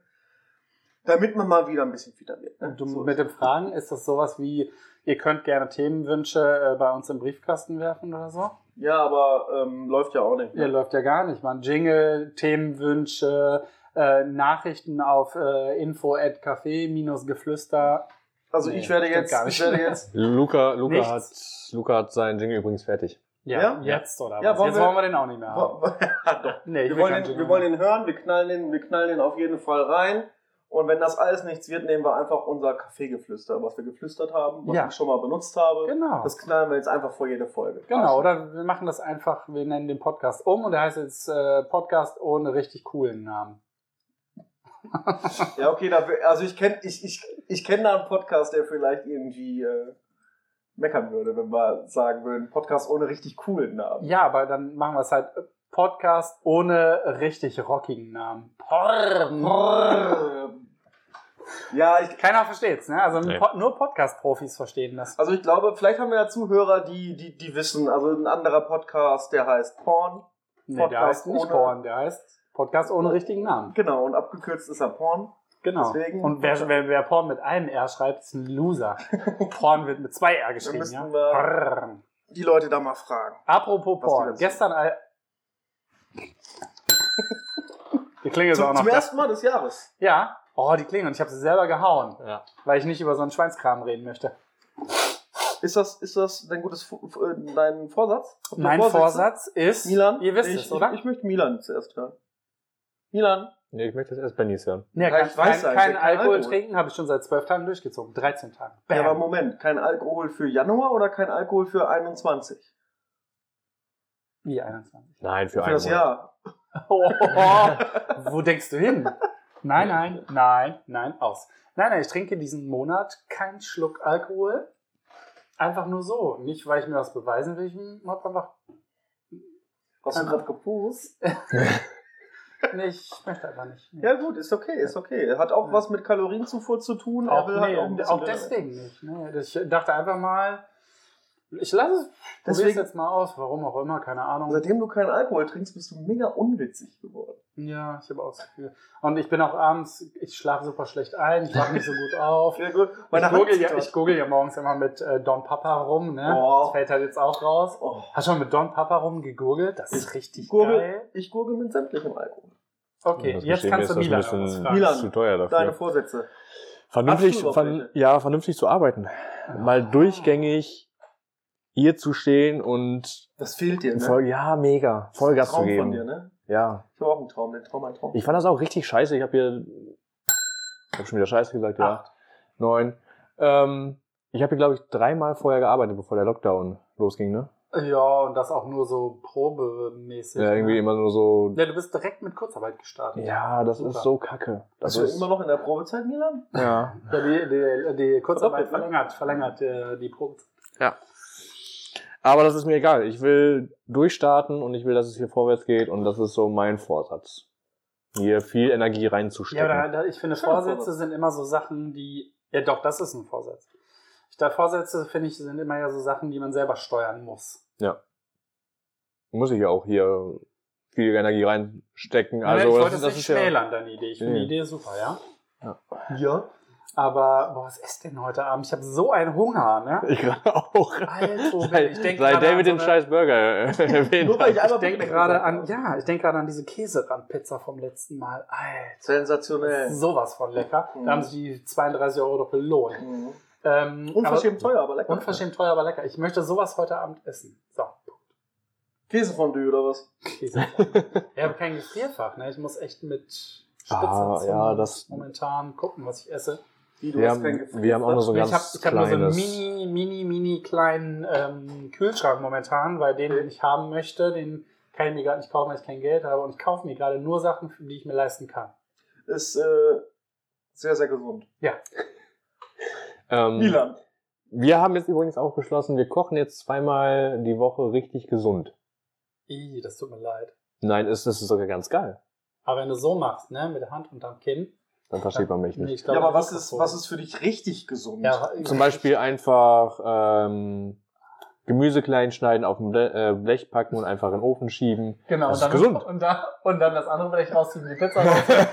[SPEAKER 2] Damit man mal wieder ein bisschen fitter wird. Ne?
[SPEAKER 1] Und du,
[SPEAKER 2] So.
[SPEAKER 1] mit den Fragen, ist das sowas wie, ihr könnt gerne Themenwünsche äh, bei uns im Briefkasten werfen oder so?
[SPEAKER 2] Ja, aber ähm, läuft ja auch nicht.
[SPEAKER 1] Ja,
[SPEAKER 2] Ne?
[SPEAKER 1] läuft ja gar nicht, man. Jingle, Themenwünsche, äh, Nachrichten auf äh, info at café-geflüster.
[SPEAKER 2] Also
[SPEAKER 1] Nee,
[SPEAKER 2] ich werde
[SPEAKER 1] stimmt
[SPEAKER 2] jetzt,
[SPEAKER 1] gar
[SPEAKER 2] ich
[SPEAKER 1] nicht.
[SPEAKER 2] werde jetzt,
[SPEAKER 4] Luca, Luca, hat,
[SPEAKER 1] Nichts.
[SPEAKER 4] Luca hat seinen Jingle übrigens fertig.
[SPEAKER 1] Ja,
[SPEAKER 2] Ja?
[SPEAKER 1] jetzt oder
[SPEAKER 2] Ja,
[SPEAKER 1] was?
[SPEAKER 2] wollen
[SPEAKER 1] Jetzt
[SPEAKER 2] wir-
[SPEAKER 1] wollen wir den auch nicht mehr haben.
[SPEAKER 2] Ja, doch.
[SPEAKER 1] Nee, ich
[SPEAKER 2] wir
[SPEAKER 1] will
[SPEAKER 2] wollen,
[SPEAKER 1] keinen
[SPEAKER 2] den,
[SPEAKER 1] Jingle
[SPEAKER 2] wir wollen den hören, wir knallen den, wir knallen den auf jeden Fall rein. Und wenn das alles nichts wird, nehmen wir einfach unser Kaffeegeflüster, was wir geflüstert haben, was
[SPEAKER 1] Ja.
[SPEAKER 2] ich schon mal benutzt habe.
[SPEAKER 1] Genau.
[SPEAKER 2] Das knallen wir jetzt einfach vor jede Folge.
[SPEAKER 1] Genau, oder wir machen das einfach, wir nennen den Podcast um und der heißt jetzt äh, Podcast ohne richtig coolen Namen.
[SPEAKER 2] Ja, okay, da, also ich kenne ich, ich, ich kenn da einen Podcast, der vielleicht irgendwie äh, meckern würde, wenn wir sagen würden, Podcast ohne richtig coolen Namen.
[SPEAKER 1] Ja, aber dann machen wir es halt Podcast ohne richtig rockigen Namen. Porn.
[SPEAKER 2] Ja, ich,
[SPEAKER 1] Keiner versteht's, ne? Also
[SPEAKER 4] Nee.
[SPEAKER 1] po nur Podcast-Profis verstehen das.
[SPEAKER 2] also ich glaube, vielleicht haben wir ja Zuhörer, die, die, die wissen, also ein anderer Podcast, der heißt Porn.
[SPEAKER 1] Nee, der
[SPEAKER 2] Podcast
[SPEAKER 1] heißt nicht
[SPEAKER 2] ohne-
[SPEAKER 1] Porn, der heißt Podcast ohne richtigen Namen.
[SPEAKER 2] Genau, und abgekürzt ist er Porn.
[SPEAKER 1] Genau.
[SPEAKER 2] Deswegen-
[SPEAKER 1] und wer, wer, wer Porn mit einem R schreibt, ist ein Loser. Porn wird mit zwei R geschrieben,
[SPEAKER 2] müssen
[SPEAKER 1] ja?
[SPEAKER 2] wir-
[SPEAKER 1] Porn.
[SPEAKER 2] Die Leute da mal fragen.
[SPEAKER 1] Apropos
[SPEAKER 2] Was die
[SPEAKER 1] Porn.
[SPEAKER 2] dazu-
[SPEAKER 1] Gestern... al- Die Klingel ist auch
[SPEAKER 2] Zum,
[SPEAKER 1] noch
[SPEAKER 2] zum
[SPEAKER 1] da.
[SPEAKER 2] ersten Mal des Jahres.
[SPEAKER 1] Ja. Oh, die Klingel. Und ich habe sie selber gehauen,
[SPEAKER 4] Ja.
[SPEAKER 1] weil ich nicht über so einen Schweinskram reden möchte.
[SPEAKER 2] Ist das, ist das dein gutes Fu- Fu- äh, dein Vorsatz? Habt ihr
[SPEAKER 1] Mein
[SPEAKER 2] Vorsätze?
[SPEAKER 1] Vorsatz ist...
[SPEAKER 2] Milan?
[SPEAKER 1] Ihr wisst
[SPEAKER 2] ich,
[SPEAKER 1] es, oder?
[SPEAKER 2] Ich, ich möchte Milan zuerst hören. Milan,
[SPEAKER 4] Nee, ich möchte das erst Bennys hören.
[SPEAKER 1] Ja,
[SPEAKER 2] Ja,
[SPEAKER 1] kein,
[SPEAKER 2] ich weiß
[SPEAKER 1] kein,
[SPEAKER 2] eigentlich,
[SPEAKER 1] kein
[SPEAKER 2] kein
[SPEAKER 1] Alkohol,
[SPEAKER 2] Alkohol.
[SPEAKER 1] trinken habe ich schon seit zwölf Tagen durchgezogen. 13 Tagen.
[SPEAKER 2] Ja, aber
[SPEAKER 1] Bam.
[SPEAKER 2] Moment, kein Alkohol für Januar oder kein Alkohol für 21?
[SPEAKER 1] Wie 21.
[SPEAKER 4] Nein, für,
[SPEAKER 2] Für
[SPEAKER 4] einen
[SPEAKER 2] das
[SPEAKER 4] Monat.
[SPEAKER 2] Jahr.
[SPEAKER 1] Oh, oh, oh. Wo denkst du hin? Nein, nein, nein, nein, aus. Nein, nein, ich trinke diesen Monat keinen Schluck Alkohol. Einfach nur so. Nicht, weil ich mir was beweisen will. Ich habe einfach
[SPEAKER 2] Hast du gerade gepust?
[SPEAKER 1] Nee, ich möchte einfach nicht. Nee.
[SPEAKER 2] Ja gut, ist okay, ist okay. Hat auch
[SPEAKER 1] Ja.
[SPEAKER 2] was mit Kalorienzufuhr zu tun.
[SPEAKER 1] auch,
[SPEAKER 2] aber
[SPEAKER 1] nee,
[SPEAKER 2] halt ein bisschen-
[SPEAKER 1] auch deswegen nicht. Nee, ich dachte einfach mal, ich lasse es, probiere es
[SPEAKER 2] Deswegen-
[SPEAKER 1] jetzt mal aus, warum auch immer, keine Ahnung.
[SPEAKER 2] Seitdem du keinen Alkohol trinkst, bist du mega unwitzig geworden.
[SPEAKER 1] Ja, ich habe auch das Gefühl. Und ich bin auch abends, ich schlafe super schlecht ein, ich wache nicht so gut auf.
[SPEAKER 2] Ja gut,
[SPEAKER 1] ich, google ja, ich google ja morgens immer mit äh, Don Papa rum, ne?
[SPEAKER 2] Oh.
[SPEAKER 1] Das fällt halt jetzt auch raus.
[SPEAKER 2] oh,
[SPEAKER 1] Hast du schon mit Don Papa rum gegoogelt? Das ist richtig
[SPEAKER 2] Gurgel-
[SPEAKER 1] geil.
[SPEAKER 2] ich gurgel mit sämtlichem Alkohol.
[SPEAKER 1] Okay,
[SPEAKER 3] Das
[SPEAKER 1] jetzt
[SPEAKER 3] Gestehen
[SPEAKER 1] kannst
[SPEAKER 3] ist
[SPEAKER 1] du
[SPEAKER 3] das
[SPEAKER 1] Milan
[SPEAKER 3] ein
[SPEAKER 1] was
[SPEAKER 3] bisschen
[SPEAKER 1] fragen.
[SPEAKER 2] Milan,
[SPEAKER 3] Zu teuer dafür.
[SPEAKER 2] deine Vorsätze.
[SPEAKER 3] Vernünftig,
[SPEAKER 2] Absolut,
[SPEAKER 3] ver
[SPEAKER 2] Leute.
[SPEAKER 3] ja, vernünftig zu arbeiten. Mal durchgängig hier zu stehen und
[SPEAKER 2] Das fehlt dir, ne?
[SPEAKER 3] voll, ja, mega, Vollgas zu
[SPEAKER 2] Traum
[SPEAKER 3] geben.
[SPEAKER 2] von dir, ne?
[SPEAKER 3] Ja.
[SPEAKER 2] Ich habe auch einen Traum, den Traum, ein Traum.
[SPEAKER 3] Ich fand das auch richtig scheiße. Ich habe hier, ich habe schon wieder scheiße gesagt, ja. Neun. Ähm, ich habe hier, glaube ich, dreimal vorher gearbeitet, bevor der Lockdown losging, ne?
[SPEAKER 1] Ja, und das auch nur so probemäßig. ne?
[SPEAKER 3] Ja, Äh, irgendwie immer nur so,
[SPEAKER 1] Ja, du bist direkt mit Kurzarbeit gestartet.
[SPEAKER 3] ja, das
[SPEAKER 1] Super.
[SPEAKER 3] ist so kacke. Das
[SPEAKER 2] Bist du
[SPEAKER 3] ist,
[SPEAKER 2] immer noch in der Probezeit, Milan?
[SPEAKER 3] ja.
[SPEAKER 1] Ja, die, die, die ne?
[SPEAKER 2] Verdoppelt,
[SPEAKER 1] Kurzarbeit verlängert, verlängert äh, die Probezeit.
[SPEAKER 3] Aber das ist mir egal. Ich will durchstarten und ich will, dass es hier vorwärts geht und das ist so mein Vorsatz. Hier viel Energie
[SPEAKER 1] Ja,
[SPEAKER 3] reinzustecken.
[SPEAKER 1] da, da, ich finde,
[SPEAKER 2] Schöner
[SPEAKER 1] Vorsätze
[SPEAKER 2] Vorsatz.
[SPEAKER 1] sind immer so Sachen, die. Ja, doch, das ist ein Vorsatz. Ich da Vorsätze, finde ich, sind immer ja so Sachen, die man selber steuern muss.
[SPEAKER 3] Muss ich ja auch hier viel Energie reinstecken. Also
[SPEAKER 1] Ne, ich
[SPEAKER 3] das
[SPEAKER 1] wollte
[SPEAKER 3] ist-
[SPEAKER 1] es
[SPEAKER 3] das
[SPEAKER 1] nicht
[SPEAKER 3] ist ja-
[SPEAKER 1] schmälern, deine Idee. Ich finde die
[SPEAKER 3] Nee.
[SPEAKER 1] Idee super, ja?
[SPEAKER 2] Ja.
[SPEAKER 1] Aber, boah, was ist denn heute Abend? Ich habe so einen Hunger, ne?
[SPEAKER 3] Ich gerade auch.
[SPEAKER 1] Alter, Vogel, ich denk
[SPEAKER 3] Seit, seit
[SPEAKER 1] gerade an
[SPEAKER 3] David
[SPEAKER 1] so
[SPEAKER 3] den
[SPEAKER 1] eine-
[SPEAKER 3] scheiß Burger äh, erwähnt
[SPEAKER 2] Nur weil
[SPEAKER 3] hat.
[SPEAKER 2] ich
[SPEAKER 1] Ich
[SPEAKER 2] einmal
[SPEAKER 1] denke
[SPEAKER 2] Big Mac
[SPEAKER 1] gerade
[SPEAKER 2] gesagt
[SPEAKER 1] an,
[SPEAKER 2] habe.
[SPEAKER 1] ja, ich denke gerade an diese Käserandpizza vom letzten Mal. Alter, das ist
[SPEAKER 2] Sensationell.
[SPEAKER 1] sowas von lecker.
[SPEAKER 2] Mhm.
[SPEAKER 1] Da haben sich die 32 Euro doch belohnt.
[SPEAKER 2] Mhm.
[SPEAKER 1] Ähm,
[SPEAKER 2] Unverschämt
[SPEAKER 1] aber,
[SPEAKER 2] teuer, aber lecker.
[SPEAKER 1] Unverschämt teuer, aber lecker. Ich möchte sowas heute Abend essen. So.
[SPEAKER 2] Käsefondue oder was?
[SPEAKER 1] Käse. ich habe kein Gefrierfach. Ne? Ich muss echt mit Spitzen
[SPEAKER 3] Ah,
[SPEAKER 1] zum
[SPEAKER 3] ja, das-
[SPEAKER 1] momentan gucken, was ich esse.
[SPEAKER 2] Wie,
[SPEAKER 3] Wir haben, wir haben auch nur so ein
[SPEAKER 1] ich
[SPEAKER 3] ganz
[SPEAKER 1] habe ich hab nur so einen
[SPEAKER 3] kleines...
[SPEAKER 1] mini, mini, mini kleinen ähm, Kühlschrank momentan, weil den, den ich haben möchte, den kann ich mir gerade nicht kaufen, weil ich kein Geld habe. Und ich kaufe mir gerade nur Sachen, für die ich mir leisten kann.
[SPEAKER 2] Ist äh, sehr, sehr gesund.
[SPEAKER 3] ähm,
[SPEAKER 2] Milan.
[SPEAKER 3] wir haben jetzt übrigens auch beschlossen, wir kochen jetzt zweimal die Woche richtig gesund.
[SPEAKER 1] Ih, das tut mir leid.
[SPEAKER 3] Nein, es es ist sogar ganz geil.
[SPEAKER 1] Aber wenn du so machst, ne, mit der Hand unterm Kinn.
[SPEAKER 3] Dann versteht man mich nicht.
[SPEAKER 1] Nee, ich
[SPEAKER 2] Ja,
[SPEAKER 1] glaube,
[SPEAKER 2] aber
[SPEAKER 1] das
[SPEAKER 2] was
[SPEAKER 1] das
[SPEAKER 2] ist,
[SPEAKER 1] so.
[SPEAKER 2] was ist für dich richtig gesund?
[SPEAKER 1] Ja,
[SPEAKER 3] Zum Beispiel einfach ähm, Gemüse klein schneiden, auf dem Ble äh, Blech packen und einfach in den Ofen schieben.
[SPEAKER 1] Genau, und
[SPEAKER 3] Das
[SPEAKER 1] dann,
[SPEAKER 3] ist gesund.
[SPEAKER 1] Und, dann, und dann das andere vielleicht rausziehen, die Pizza rausziehen.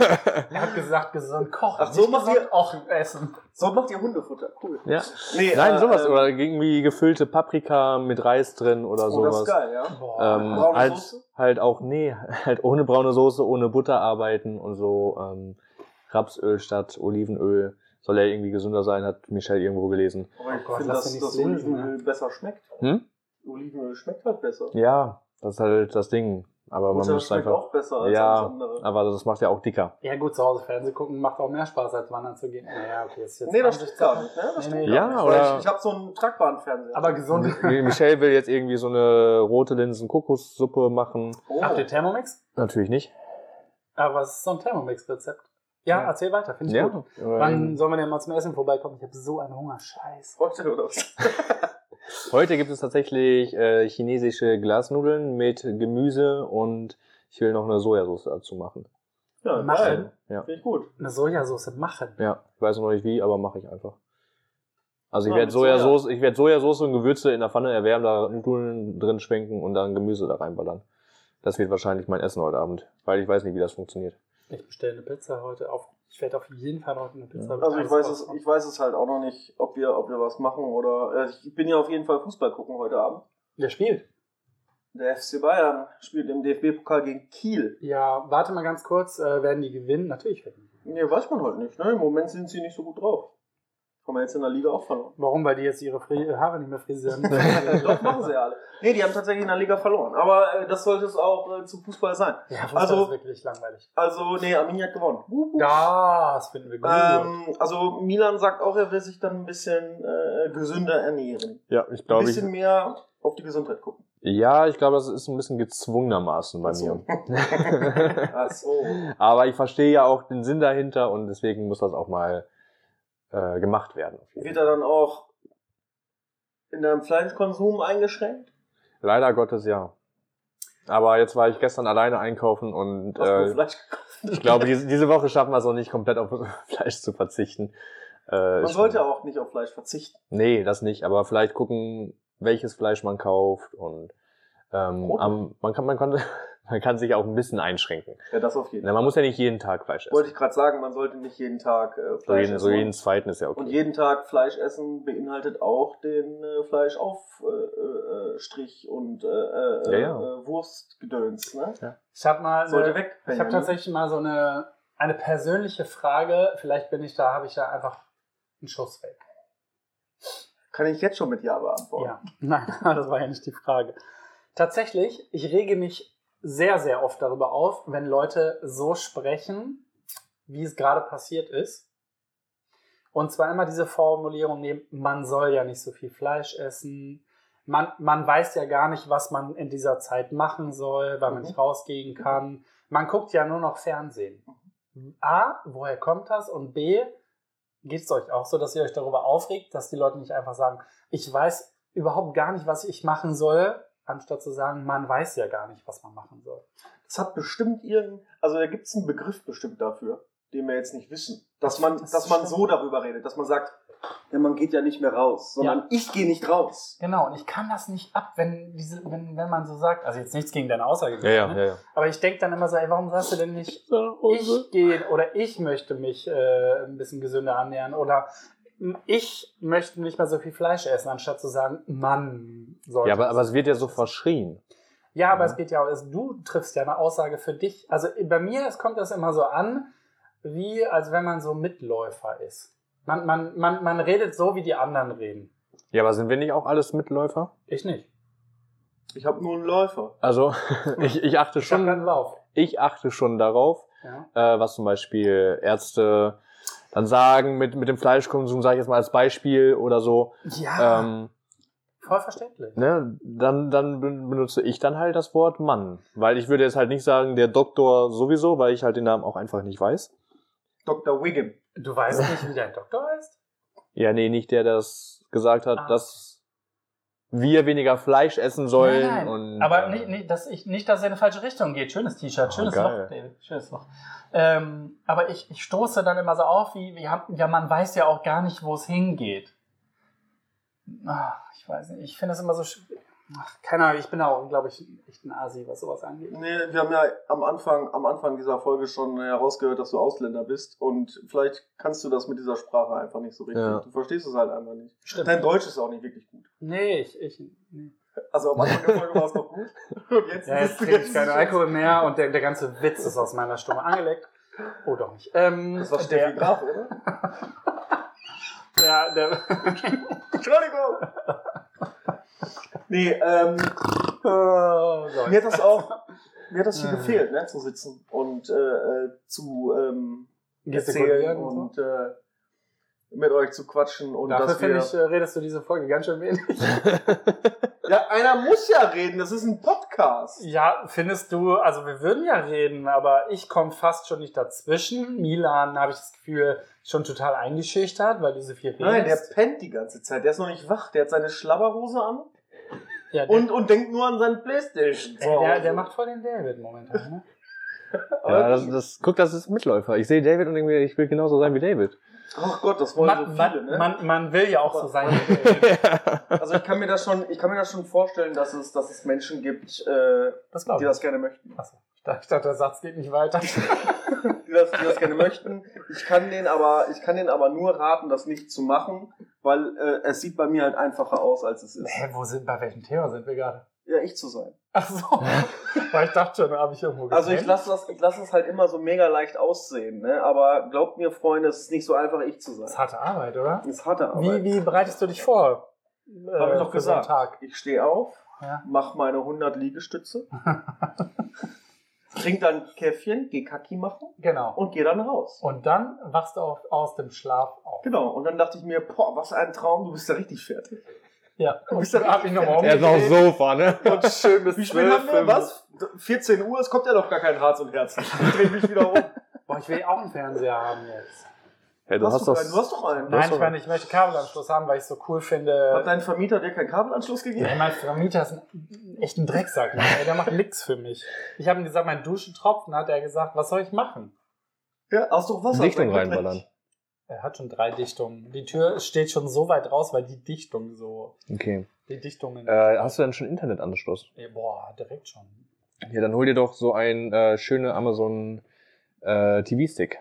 [SPEAKER 1] Er hat gesagt, gesund kochen.
[SPEAKER 2] Ach, so
[SPEAKER 1] nicht
[SPEAKER 2] macht
[SPEAKER 1] gesund
[SPEAKER 2] ihr-
[SPEAKER 1] auch essen.
[SPEAKER 2] So macht ihr Hundefutter. Cool.
[SPEAKER 3] ja.
[SPEAKER 2] Nee,
[SPEAKER 3] Nein,
[SPEAKER 2] äh,
[SPEAKER 3] sowas.
[SPEAKER 2] äh,
[SPEAKER 3] Oder irgendwie gefüllte Paprika mit Reis drin oder
[SPEAKER 2] Oh, das ist
[SPEAKER 3] sowas.
[SPEAKER 2] geil, ja.
[SPEAKER 3] Ähm,
[SPEAKER 2] Braune
[SPEAKER 3] halt,
[SPEAKER 2] Soße?
[SPEAKER 3] halt auch, nee, halt ohne braune Soße, ohne Butter arbeiten und so. Ähm, Rapsöl statt Olivenöl. Soll ja irgendwie gesünder sein, hat Michelle irgendwo gelesen.
[SPEAKER 2] Aber ich
[SPEAKER 1] Oh Gott,
[SPEAKER 2] finde,
[SPEAKER 1] lass dir
[SPEAKER 2] dass
[SPEAKER 1] nicht
[SPEAKER 2] das
[SPEAKER 1] so lesen,
[SPEAKER 2] Olivenöl besser schmeckt.
[SPEAKER 3] Hm?
[SPEAKER 2] Olivenöl schmeckt halt besser.
[SPEAKER 3] Ja, das ist halt das Ding. Aber man
[SPEAKER 2] Butter
[SPEAKER 3] muss
[SPEAKER 2] schmeckt
[SPEAKER 3] einfach.
[SPEAKER 2] auch besser als
[SPEAKER 3] Ja.
[SPEAKER 2] alles andere.
[SPEAKER 3] Aber das macht ja auch dicker.
[SPEAKER 1] Ja gut, zu Hause Fernsehen gucken macht auch mehr Spaß, als wandern zu gehen. Naja, okay, ist jetzt
[SPEAKER 2] Nee, das
[SPEAKER 1] Ansicht-
[SPEAKER 2] stimmt gar nicht. Ne? Das
[SPEAKER 1] Nee,
[SPEAKER 2] stimmt
[SPEAKER 1] nee,
[SPEAKER 2] gar
[SPEAKER 3] Ja,
[SPEAKER 2] nicht.
[SPEAKER 3] oder-
[SPEAKER 2] Weil Ich, ich habe so einen tragbaren Fernseher.
[SPEAKER 1] Aber gesund.
[SPEAKER 3] Mi- Michelle will jetzt irgendwie so eine rote Linsen-Kokossuppe machen.
[SPEAKER 2] oh.
[SPEAKER 1] Habt ihr Thermomix?
[SPEAKER 3] Natürlich nicht.
[SPEAKER 1] Aber was ist so ein Thermomix-Rezept? Ja,
[SPEAKER 3] Ja.
[SPEAKER 1] erzähl weiter, finde ich gut.
[SPEAKER 3] Ja.
[SPEAKER 1] Wann
[SPEAKER 3] Ähm,
[SPEAKER 1] soll man denn mal zum Essen vorbeikommen? Ich habe so einen Hunger, scheiße.
[SPEAKER 2] Heute oder was?
[SPEAKER 3] Heute gibt es tatsächlich äh, chinesische Glasnudeln mit Gemüse und ich will noch eine Sojasauce dazu machen. Ähm,
[SPEAKER 2] Ja,
[SPEAKER 1] Machen.
[SPEAKER 2] geil.
[SPEAKER 3] Ja.
[SPEAKER 2] Finde ich gut.
[SPEAKER 1] Eine Sojasauce machen.
[SPEAKER 3] Ja, ich weiß noch nicht wie, aber mache ich einfach. Also ich
[SPEAKER 2] Ah,
[SPEAKER 3] werde
[SPEAKER 2] mit Soja.
[SPEAKER 3] Sojasauce, ich werde Sojasauce und Gewürze in der Pfanne erwärmen, da Nudeln drin schwenken und dann Gemüse da reinballern. Das wird wahrscheinlich mein Essen heute Abend, weil ich weiß nicht, wie das funktioniert.
[SPEAKER 1] Ich bestelle eine Pizza heute auf. Ich werde auf jeden Fall heute eine Pizza mit
[SPEAKER 2] Also ich
[SPEAKER 1] Eis
[SPEAKER 2] weiß, es,
[SPEAKER 1] drauf
[SPEAKER 2] ich weiß es halt auch noch nicht, ob wir, ob wir was machen oder. Äh, ich bin ja auf jeden Fall Fußball gucken heute Abend.
[SPEAKER 1] machen. Wer spielt?
[SPEAKER 2] Der FC Bayern spielt im DFB-Pokal gegen Kiel.
[SPEAKER 1] Ja, warte mal ganz kurz. Äh, werden die gewinnen? Natürlich werden die gewinnen.
[SPEAKER 2] Nee, weiß man halt nicht. Ne? Im Moment sind sie nicht so gut drauf. Haben wir jetzt in der Liga auch verloren.
[SPEAKER 1] Warum? Weil die jetzt ihre Fri äh, Haare nicht mehr frisieren.
[SPEAKER 2] Doch, machen sie ja alle. Nee, die haben tatsächlich in der Liga verloren. Aber äh, das sollte es auch äh, zu Fußball sein.
[SPEAKER 1] Ja, Fußball
[SPEAKER 2] Also-
[SPEAKER 1] ist wirklich langweilig.
[SPEAKER 2] Also, nee, Arminia hat gewonnen. Wuhu.
[SPEAKER 1] Das finden wir gut.
[SPEAKER 2] Also, Ähm, also Milan sagt auch, er will sich dann ein bisschen äh, gesünder ernähren.
[SPEAKER 3] Ja, ich
[SPEAKER 2] Ein
[SPEAKER 3] glaube, ich,
[SPEAKER 2] bisschen mehr auf die Gesundheit gucken.
[SPEAKER 3] ja, ich glaube, das ist ein bisschen gezwungenermaßen bei
[SPEAKER 2] Ach so.
[SPEAKER 3] mir.
[SPEAKER 2] Ach so.
[SPEAKER 3] Aber ich verstehe ja auch den Sinn dahinter und deswegen muss das auch mal äh, gemacht werden. auf jeden
[SPEAKER 2] Wird
[SPEAKER 3] Fall.
[SPEAKER 2] er dann auch in deinem Fleischkonsum eingeschränkt?
[SPEAKER 3] Leider Gottes ja. Aber jetzt war ich gestern alleine einkaufen und
[SPEAKER 2] Hast du
[SPEAKER 3] äh,
[SPEAKER 2] Fleisch
[SPEAKER 3] ich glaube, diese, diese Woche schaffen wir es auch nicht komplett auf Fleisch zu verzichten. Äh,
[SPEAKER 2] Man
[SPEAKER 3] ich-
[SPEAKER 2] sollte auch nicht auf Fleisch verzichten.
[SPEAKER 3] Nee, das nicht, aber vielleicht gucken, welches Fleisch man kauft und ähm,
[SPEAKER 2] Brot?
[SPEAKER 3] am, man, kann, man, kann, man kann sich auch ein bisschen einschränken.
[SPEAKER 2] Ja, das auf jeden
[SPEAKER 3] Na, man muss ja nicht jeden Tag Fleisch
[SPEAKER 2] Wollte
[SPEAKER 3] essen.
[SPEAKER 2] ich gerade sagen, man sollte nicht jeden Tag äh,
[SPEAKER 3] So
[SPEAKER 2] Fleisch
[SPEAKER 3] jeden, so
[SPEAKER 2] essen.
[SPEAKER 3] jeden zweiten ist ja okay.
[SPEAKER 2] Und jeden Tag Fleisch essen beinhaltet auch den äh, Fleischaufstrich äh, Strich und äh, äh,
[SPEAKER 3] Ja, ja.
[SPEAKER 2] äh, Wurstgedöns. Ne?
[SPEAKER 1] Ich habe mal
[SPEAKER 2] Sollte
[SPEAKER 1] eine,
[SPEAKER 2] weg.
[SPEAKER 1] Also, ich habe tatsächlich mal so eine, eine persönliche Frage. Vielleicht bin ich da, habe ich da einfach einen Schuss weg.
[SPEAKER 2] Kann ich jetzt schon mit Ja beantworten.
[SPEAKER 1] Ja, nein, das war ja nicht die Frage. Tatsächlich, ich rege mich sehr, sehr oft darüber auf, wenn Leute so sprechen, wie es gerade passiert ist. Und zwar immer diese Formulierung nehmen, man soll ja nicht so viel Fleisch essen. Man, man weiß ja gar nicht, was man in dieser Zeit machen soll, weil man
[SPEAKER 2] Mhm. Mhm.
[SPEAKER 1] nicht rausgehen kann. Man guckt ja nur noch Fernsehen. A, woher kommt das? Und B, geht es euch auch so, dass ihr euch darüber aufregt, dass die Leute nicht einfach sagen, ich weiß überhaupt gar nicht, was ich machen soll, anstatt zu sagen, man weiß ja gar nicht, was man machen soll.
[SPEAKER 2] Das hat bestimmt irgendeinen, also da gibt es einen Begriff bestimmt dafür, den wir jetzt nicht wissen. Dass man,
[SPEAKER 1] Das
[SPEAKER 2] dass man
[SPEAKER 1] stimmt.
[SPEAKER 2] so darüber redet, dass man sagt, ja, man geht ja nicht mehr raus, sondern
[SPEAKER 1] Ja.
[SPEAKER 2] ich gehe nicht raus.
[SPEAKER 1] Genau, und ich kann das nicht ab, wenn, diese, wenn, wenn man so sagt, also jetzt nichts gegen deine Aussage,
[SPEAKER 3] ja, ja,
[SPEAKER 1] ne?
[SPEAKER 3] ja, ja.
[SPEAKER 1] aber ich denke dann immer so, ey, warum sagst du denn nicht, ich gehe oder ich möchte mich äh, ein bisschen gesünder ernähren oder ich möchte nicht mehr so viel Fleisch essen, anstatt zu sagen, man sollte.
[SPEAKER 3] Ja, aber, aber es wird ja so verschrien.
[SPEAKER 1] Ja, aber
[SPEAKER 3] Mhm.
[SPEAKER 1] es geht ja auch, es- du triffst ja eine Aussage für dich. Also bei mir es kommt das immer so an, wie als wenn man so Mitläufer ist. Man, man, man, man redet so, wie die anderen reden.
[SPEAKER 3] Ja, aber sind wir nicht auch alles Mitläufer?
[SPEAKER 1] Ich nicht.
[SPEAKER 2] Ich habe nur einen Läufer.
[SPEAKER 3] Also, ich, ich achte
[SPEAKER 1] Ich habe
[SPEAKER 3] schon,
[SPEAKER 1] keinen Lauf.
[SPEAKER 3] ich achte schon darauf,
[SPEAKER 1] Ja.
[SPEAKER 3] äh, was zum Beispiel Ärzte dann sagen, mit, mit dem Fleischkonsum, sage ich jetzt mal als Beispiel oder so.
[SPEAKER 1] ja
[SPEAKER 3] Ähm,
[SPEAKER 1] voll verständlich.
[SPEAKER 3] ne, dann, dann ben- benutze ich dann halt das Wort Mann. Weil ich würde jetzt halt nicht sagen, der Doktor sowieso, weil ich halt den Namen auch einfach nicht weiß.
[SPEAKER 2] Dr. Wiggum.
[SPEAKER 1] Du weißt nicht, wie dein Doktor heißt?
[SPEAKER 3] Ja, nee, nicht der, der das gesagt hat,
[SPEAKER 1] Ah.
[SPEAKER 3] dass wir weniger Fleisch essen sollen.
[SPEAKER 1] Nein, nein.
[SPEAKER 3] Und,
[SPEAKER 1] Aber
[SPEAKER 3] äh,
[SPEAKER 1] nicht, nicht, dass ich, nicht, dass er in die falsche Richtung geht. Schönes T-Shirt,
[SPEAKER 3] Oh,
[SPEAKER 1] schönes
[SPEAKER 3] geil.
[SPEAKER 1] Loch, David. Schönes Loch. Ähm, aber ich, ich stoße dann immer so auf, wie, wie haben, ja, man weiß ja auch gar nicht, wo es hingeht. Ah, ich weiß nicht, ich finde das immer so sch- Ach, keine Ahnung, ich bin auch, glaube ich, echt ein Asi, was sowas angeht. ne?
[SPEAKER 2] Nee, wir haben ja am Anfang, am Anfang dieser Folge schon äh, herausgehört, dass du Ausländer bist und vielleicht kannst du das mit dieser Sprache einfach nicht so richtig.
[SPEAKER 3] Ja.
[SPEAKER 2] Du verstehst es halt einfach nicht.
[SPEAKER 1] Stimmt.
[SPEAKER 2] Dein Deutsch ist auch nicht wirklich gut.
[SPEAKER 1] Nee, ich. ich nee.
[SPEAKER 2] Also am Anfang der Folge war es noch gut. Und jetzt
[SPEAKER 1] Ja, jetzt
[SPEAKER 2] bist du
[SPEAKER 1] trinke ich keinen
[SPEAKER 2] nicht-
[SPEAKER 1] Alkohol mehr und der, der ganze Witz ist aus meiner Stimme angelegt. Oh, doch nicht. Ähm,
[SPEAKER 2] Das war
[SPEAKER 1] der,
[SPEAKER 2] Steffi Graf, oder?
[SPEAKER 1] der, der,
[SPEAKER 2] Entschuldigung! Nee, ähm, äh,
[SPEAKER 1] oh, Gott.
[SPEAKER 2] mir hat das auch, mir hat das viel
[SPEAKER 1] Hm.
[SPEAKER 2] gefehlt, ne, zu sitzen und äh, äh, zu ähm, erzählen
[SPEAKER 1] Gestikulieren und so.
[SPEAKER 2] und äh, mit euch zu quatschen und
[SPEAKER 1] Dafür
[SPEAKER 2] dass wir...
[SPEAKER 1] finde ich, äh, redest du diese Folge ganz schön wenig.
[SPEAKER 2] Ja, einer muss ja reden, das ist ein Podcast.
[SPEAKER 1] Ja, findest du, also wir würden ja reden, aber ich komme fast schon nicht dazwischen. Milan habe ich das Gefühl, schon total eingeschüchtert, weil du so viel redest.
[SPEAKER 2] Nein, der pennt die ganze Zeit, der ist noch nicht wach, der hat seine Schlabberhose an
[SPEAKER 1] ja, der,
[SPEAKER 2] und, und denkt nur an seinen Playstation.
[SPEAKER 1] ey, der, der macht voll den David momentan. Ne?
[SPEAKER 3] Ja, das, das, guck, das ist Mitläufer. Ich sehe David und denke mir, ich will genauso sein wie David.
[SPEAKER 2] Ach Gott, das wollen
[SPEAKER 1] Man,
[SPEAKER 2] so viele,
[SPEAKER 1] man,
[SPEAKER 2] ne?
[SPEAKER 1] man, man will ja auch so sein. wie David.
[SPEAKER 2] Also ich kann mir das schon, ich kann mir das schon vorstellen, dass es, dass es Menschen gibt, äh,
[SPEAKER 1] Das
[SPEAKER 2] die
[SPEAKER 1] glaube ich.
[SPEAKER 2] das gerne möchten.
[SPEAKER 1] Achso, ich dachte, ich dachte, der Satz geht nicht weiter.
[SPEAKER 2] Die das, die das gerne möchten. Ich kann denen aber, ich kann denen aber nur raten, das nicht zu machen, weil äh, es sieht bei mir halt einfacher aus, als es ist.
[SPEAKER 1] Hä, wo sind, bei welchem Thema sind wir gerade?
[SPEAKER 2] Ja, ich zu sein.
[SPEAKER 1] Achso, weil ich dachte schon, da habe ich irgendwo
[SPEAKER 2] Also ich
[SPEAKER 1] gepennt.
[SPEAKER 2] lasse das, ich lasse es halt immer so mega leicht aussehen, ne? Aber glaubt mir, Freunde, es ist nicht so einfach, ich zu sein.
[SPEAKER 1] Das ist harte Arbeit, oder?
[SPEAKER 2] Es ist harte
[SPEAKER 1] Wie,
[SPEAKER 2] Arbeit.
[SPEAKER 1] wie bereitest du dich vor? äh,
[SPEAKER 2] Hab ich doch
[SPEAKER 1] für so einen
[SPEAKER 2] gesagt.
[SPEAKER 1] Tag.
[SPEAKER 2] Ich stehe auf,
[SPEAKER 1] Ja.
[SPEAKER 2] mach meine 100 Liegestütze, trink dann ein Käffchen, geh Kaki machen
[SPEAKER 1] Genau.
[SPEAKER 2] und geh dann raus.
[SPEAKER 1] Und dann wachst du auf, aus dem Schlaf auf.
[SPEAKER 2] Genau, und dann dachte ich mir, boah, was ein Traum, du bist ja richtig fertig.
[SPEAKER 1] Ja,
[SPEAKER 2] Du
[SPEAKER 1] und
[SPEAKER 2] bist ja
[SPEAKER 1] dann hab ich nochmal
[SPEAKER 4] Er ist auf dem
[SPEAKER 1] umgedreht.
[SPEAKER 4] Sofa, ne?
[SPEAKER 1] Und schön bis
[SPEAKER 2] Wie spät haben wir?
[SPEAKER 1] 12,
[SPEAKER 2] Was? 14 Uhr, es kommt ja doch gar kein Harz und Herz. Ich dreh mich wieder um.
[SPEAKER 1] Boah, ich will auch einen Fernseher haben jetzt.
[SPEAKER 5] Hey, du hast
[SPEAKER 2] doch
[SPEAKER 5] das.
[SPEAKER 2] einen, du hast doch einen.
[SPEAKER 1] Nein, ich meine, ich möchte Kabelanschluss haben, weil ich es so cool
[SPEAKER 2] Hat
[SPEAKER 1] finde.
[SPEAKER 2] dein Vermieter dir keinen Kabelanschluss gegeben?
[SPEAKER 1] Ja, mein Vermieter ist ein, echt ein Drecksack. Mann, ey, Der macht nix für mich. Ich habe ihm gesagt, mein Duschen tropft. Und hat er gesagt, was soll ich machen?
[SPEAKER 2] Ja, hast doch Wasser.
[SPEAKER 3] Dichtung
[SPEAKER 2] Dann-
[SPEAKER 3] reinballern.
[SPEAKER 1] Er hat schon drei Dichtungen. Die Tür steht schon so weit raus, weil die Dichtung so.
[SPEAKER 3] Okay.
[SPEAKER 1] Die Dichtungen.
[SPEAKER 3] Äh, hast du denn schon Internetanschluss?
[SPEAKER 1] Ey, boah, direkt schon.
[SPEAKER 3] Ja, dann hol dir doch so einen äh, schönen Amazon äh, TV-Stick.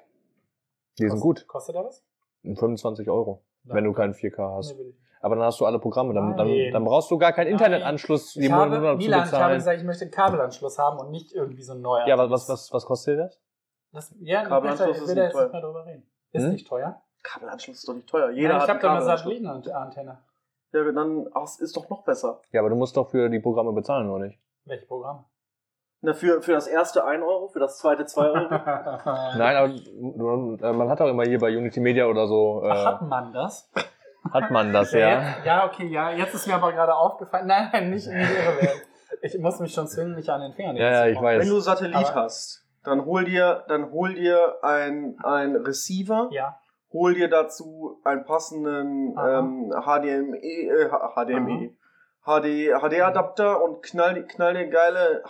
[SPEAKER 3] Die sind
[SPEAKER 1] Kost-
[SPEAKER 3] gut.
[SPEAKER 1] Kostet er was?
[SPEAKER 3] 25 Euro, wenn du keinen 4K hast.
[SPEAKER 1] Nee, will ich nicht.
[SPEAKER 3] Aber dann hast du alle Programme. Dann,
[SPEAKER 1] Nein.
[SPEAKER 3] dann, dann brauchst du gar keinen
[SPEAKER 1] Nein.
[SPEAKER 3] Internetanschluss
[SPEAKER 1] Ich
[SPEAKER 3] jeden
[SPEAKER 1] habe,
[SPEAKER 3] Monat
[SPEAKER 1] Milan,
[SPEAKER 3] zu
[SPEAKER 1] ich habe
[SPEAKER 3] bezahlen.
[SPEAKER 1] gesagt, ich möchte einen Kabelanschluss haben und nicht irgendwie so einen neuer.
[SPEAKER 3] Ja, was, was, was, was kostet dir das?
[SPEAKER 1] Das, ja,
[SPEAKER 2] Kabelanschluss
[SPEAKER 1] ich
[SPEAKER 2] ist
[SPEAKER 1] will
[SPEAKER 2] nicht
[SPEAKER 1] da jetzt
[SPEAKER 2] teuer.
[SPEAKER 1] nicht mehr drüber reden. Ist
[SPEAKER 3] Hm?
[SPEAKER 1] nicht teuer.
[SPEAKER 2] Kabelanschluss ist doch nicht teuer. Jeder
[SPEAKER 1] Nein, ich
[SPEAKER 2] hat
[SPEAKER 1] habe
[SPEAKER 2] einen
[SPEAKER 1] da eine
[SPEAKER 2] Kabelanschluss.
[SPEAKER 1] Satellitenantenne.
[SPEAKER 2] Ja, dann ach, ist doch noch besser.
[SPEAKER 3] Ja, aber du musst doch für die Programme bezahlen, oder nicht?
[SPEAKER 1] Welche Programme?
[SPEAKER 2] Na, für, für das erste 1 Euro, für das zweite 2 Euro.
[SPEAKER 1] Nein.
[SPEAKER 3] Nein, aber du- äh, man hat auch immer hier bei Unity Media oder so, äh,
[SPEAKER 1] Ach, hat man das?
[SPEAKER 3] hat man das, ja.
[SPEAKER 1] jetzt, ja, okay, ja. Jetzt ist mir aber gerade aufgefallen. Nein, nein, nicht in die Irre werden. Ich muss mich schon zwingen, mich an den Fingern
[SPEAKER 3] Ja, ja,
[SPEAKER 1] zu
[SPEAKER 3] ich
[SPEAKER 1] kommen.
[SPEAKER 3] weiß.
[SPEAKER 2] Wenn du Satellit
[SPEAKER 1] Aber-
[SPEAKER 2] hast, dann hol dir, dann hol dir ein, ein Receiver,
[SPEAKER 1] Ja,
[SPEAKER 2] hol dir dazu einen passenden
[SPEAKER 1] Aha.
[SPEAKER 2] ähm, HDMI, äh, H- HDMI, HD, HD-Adapter und knall, die- knall dir geile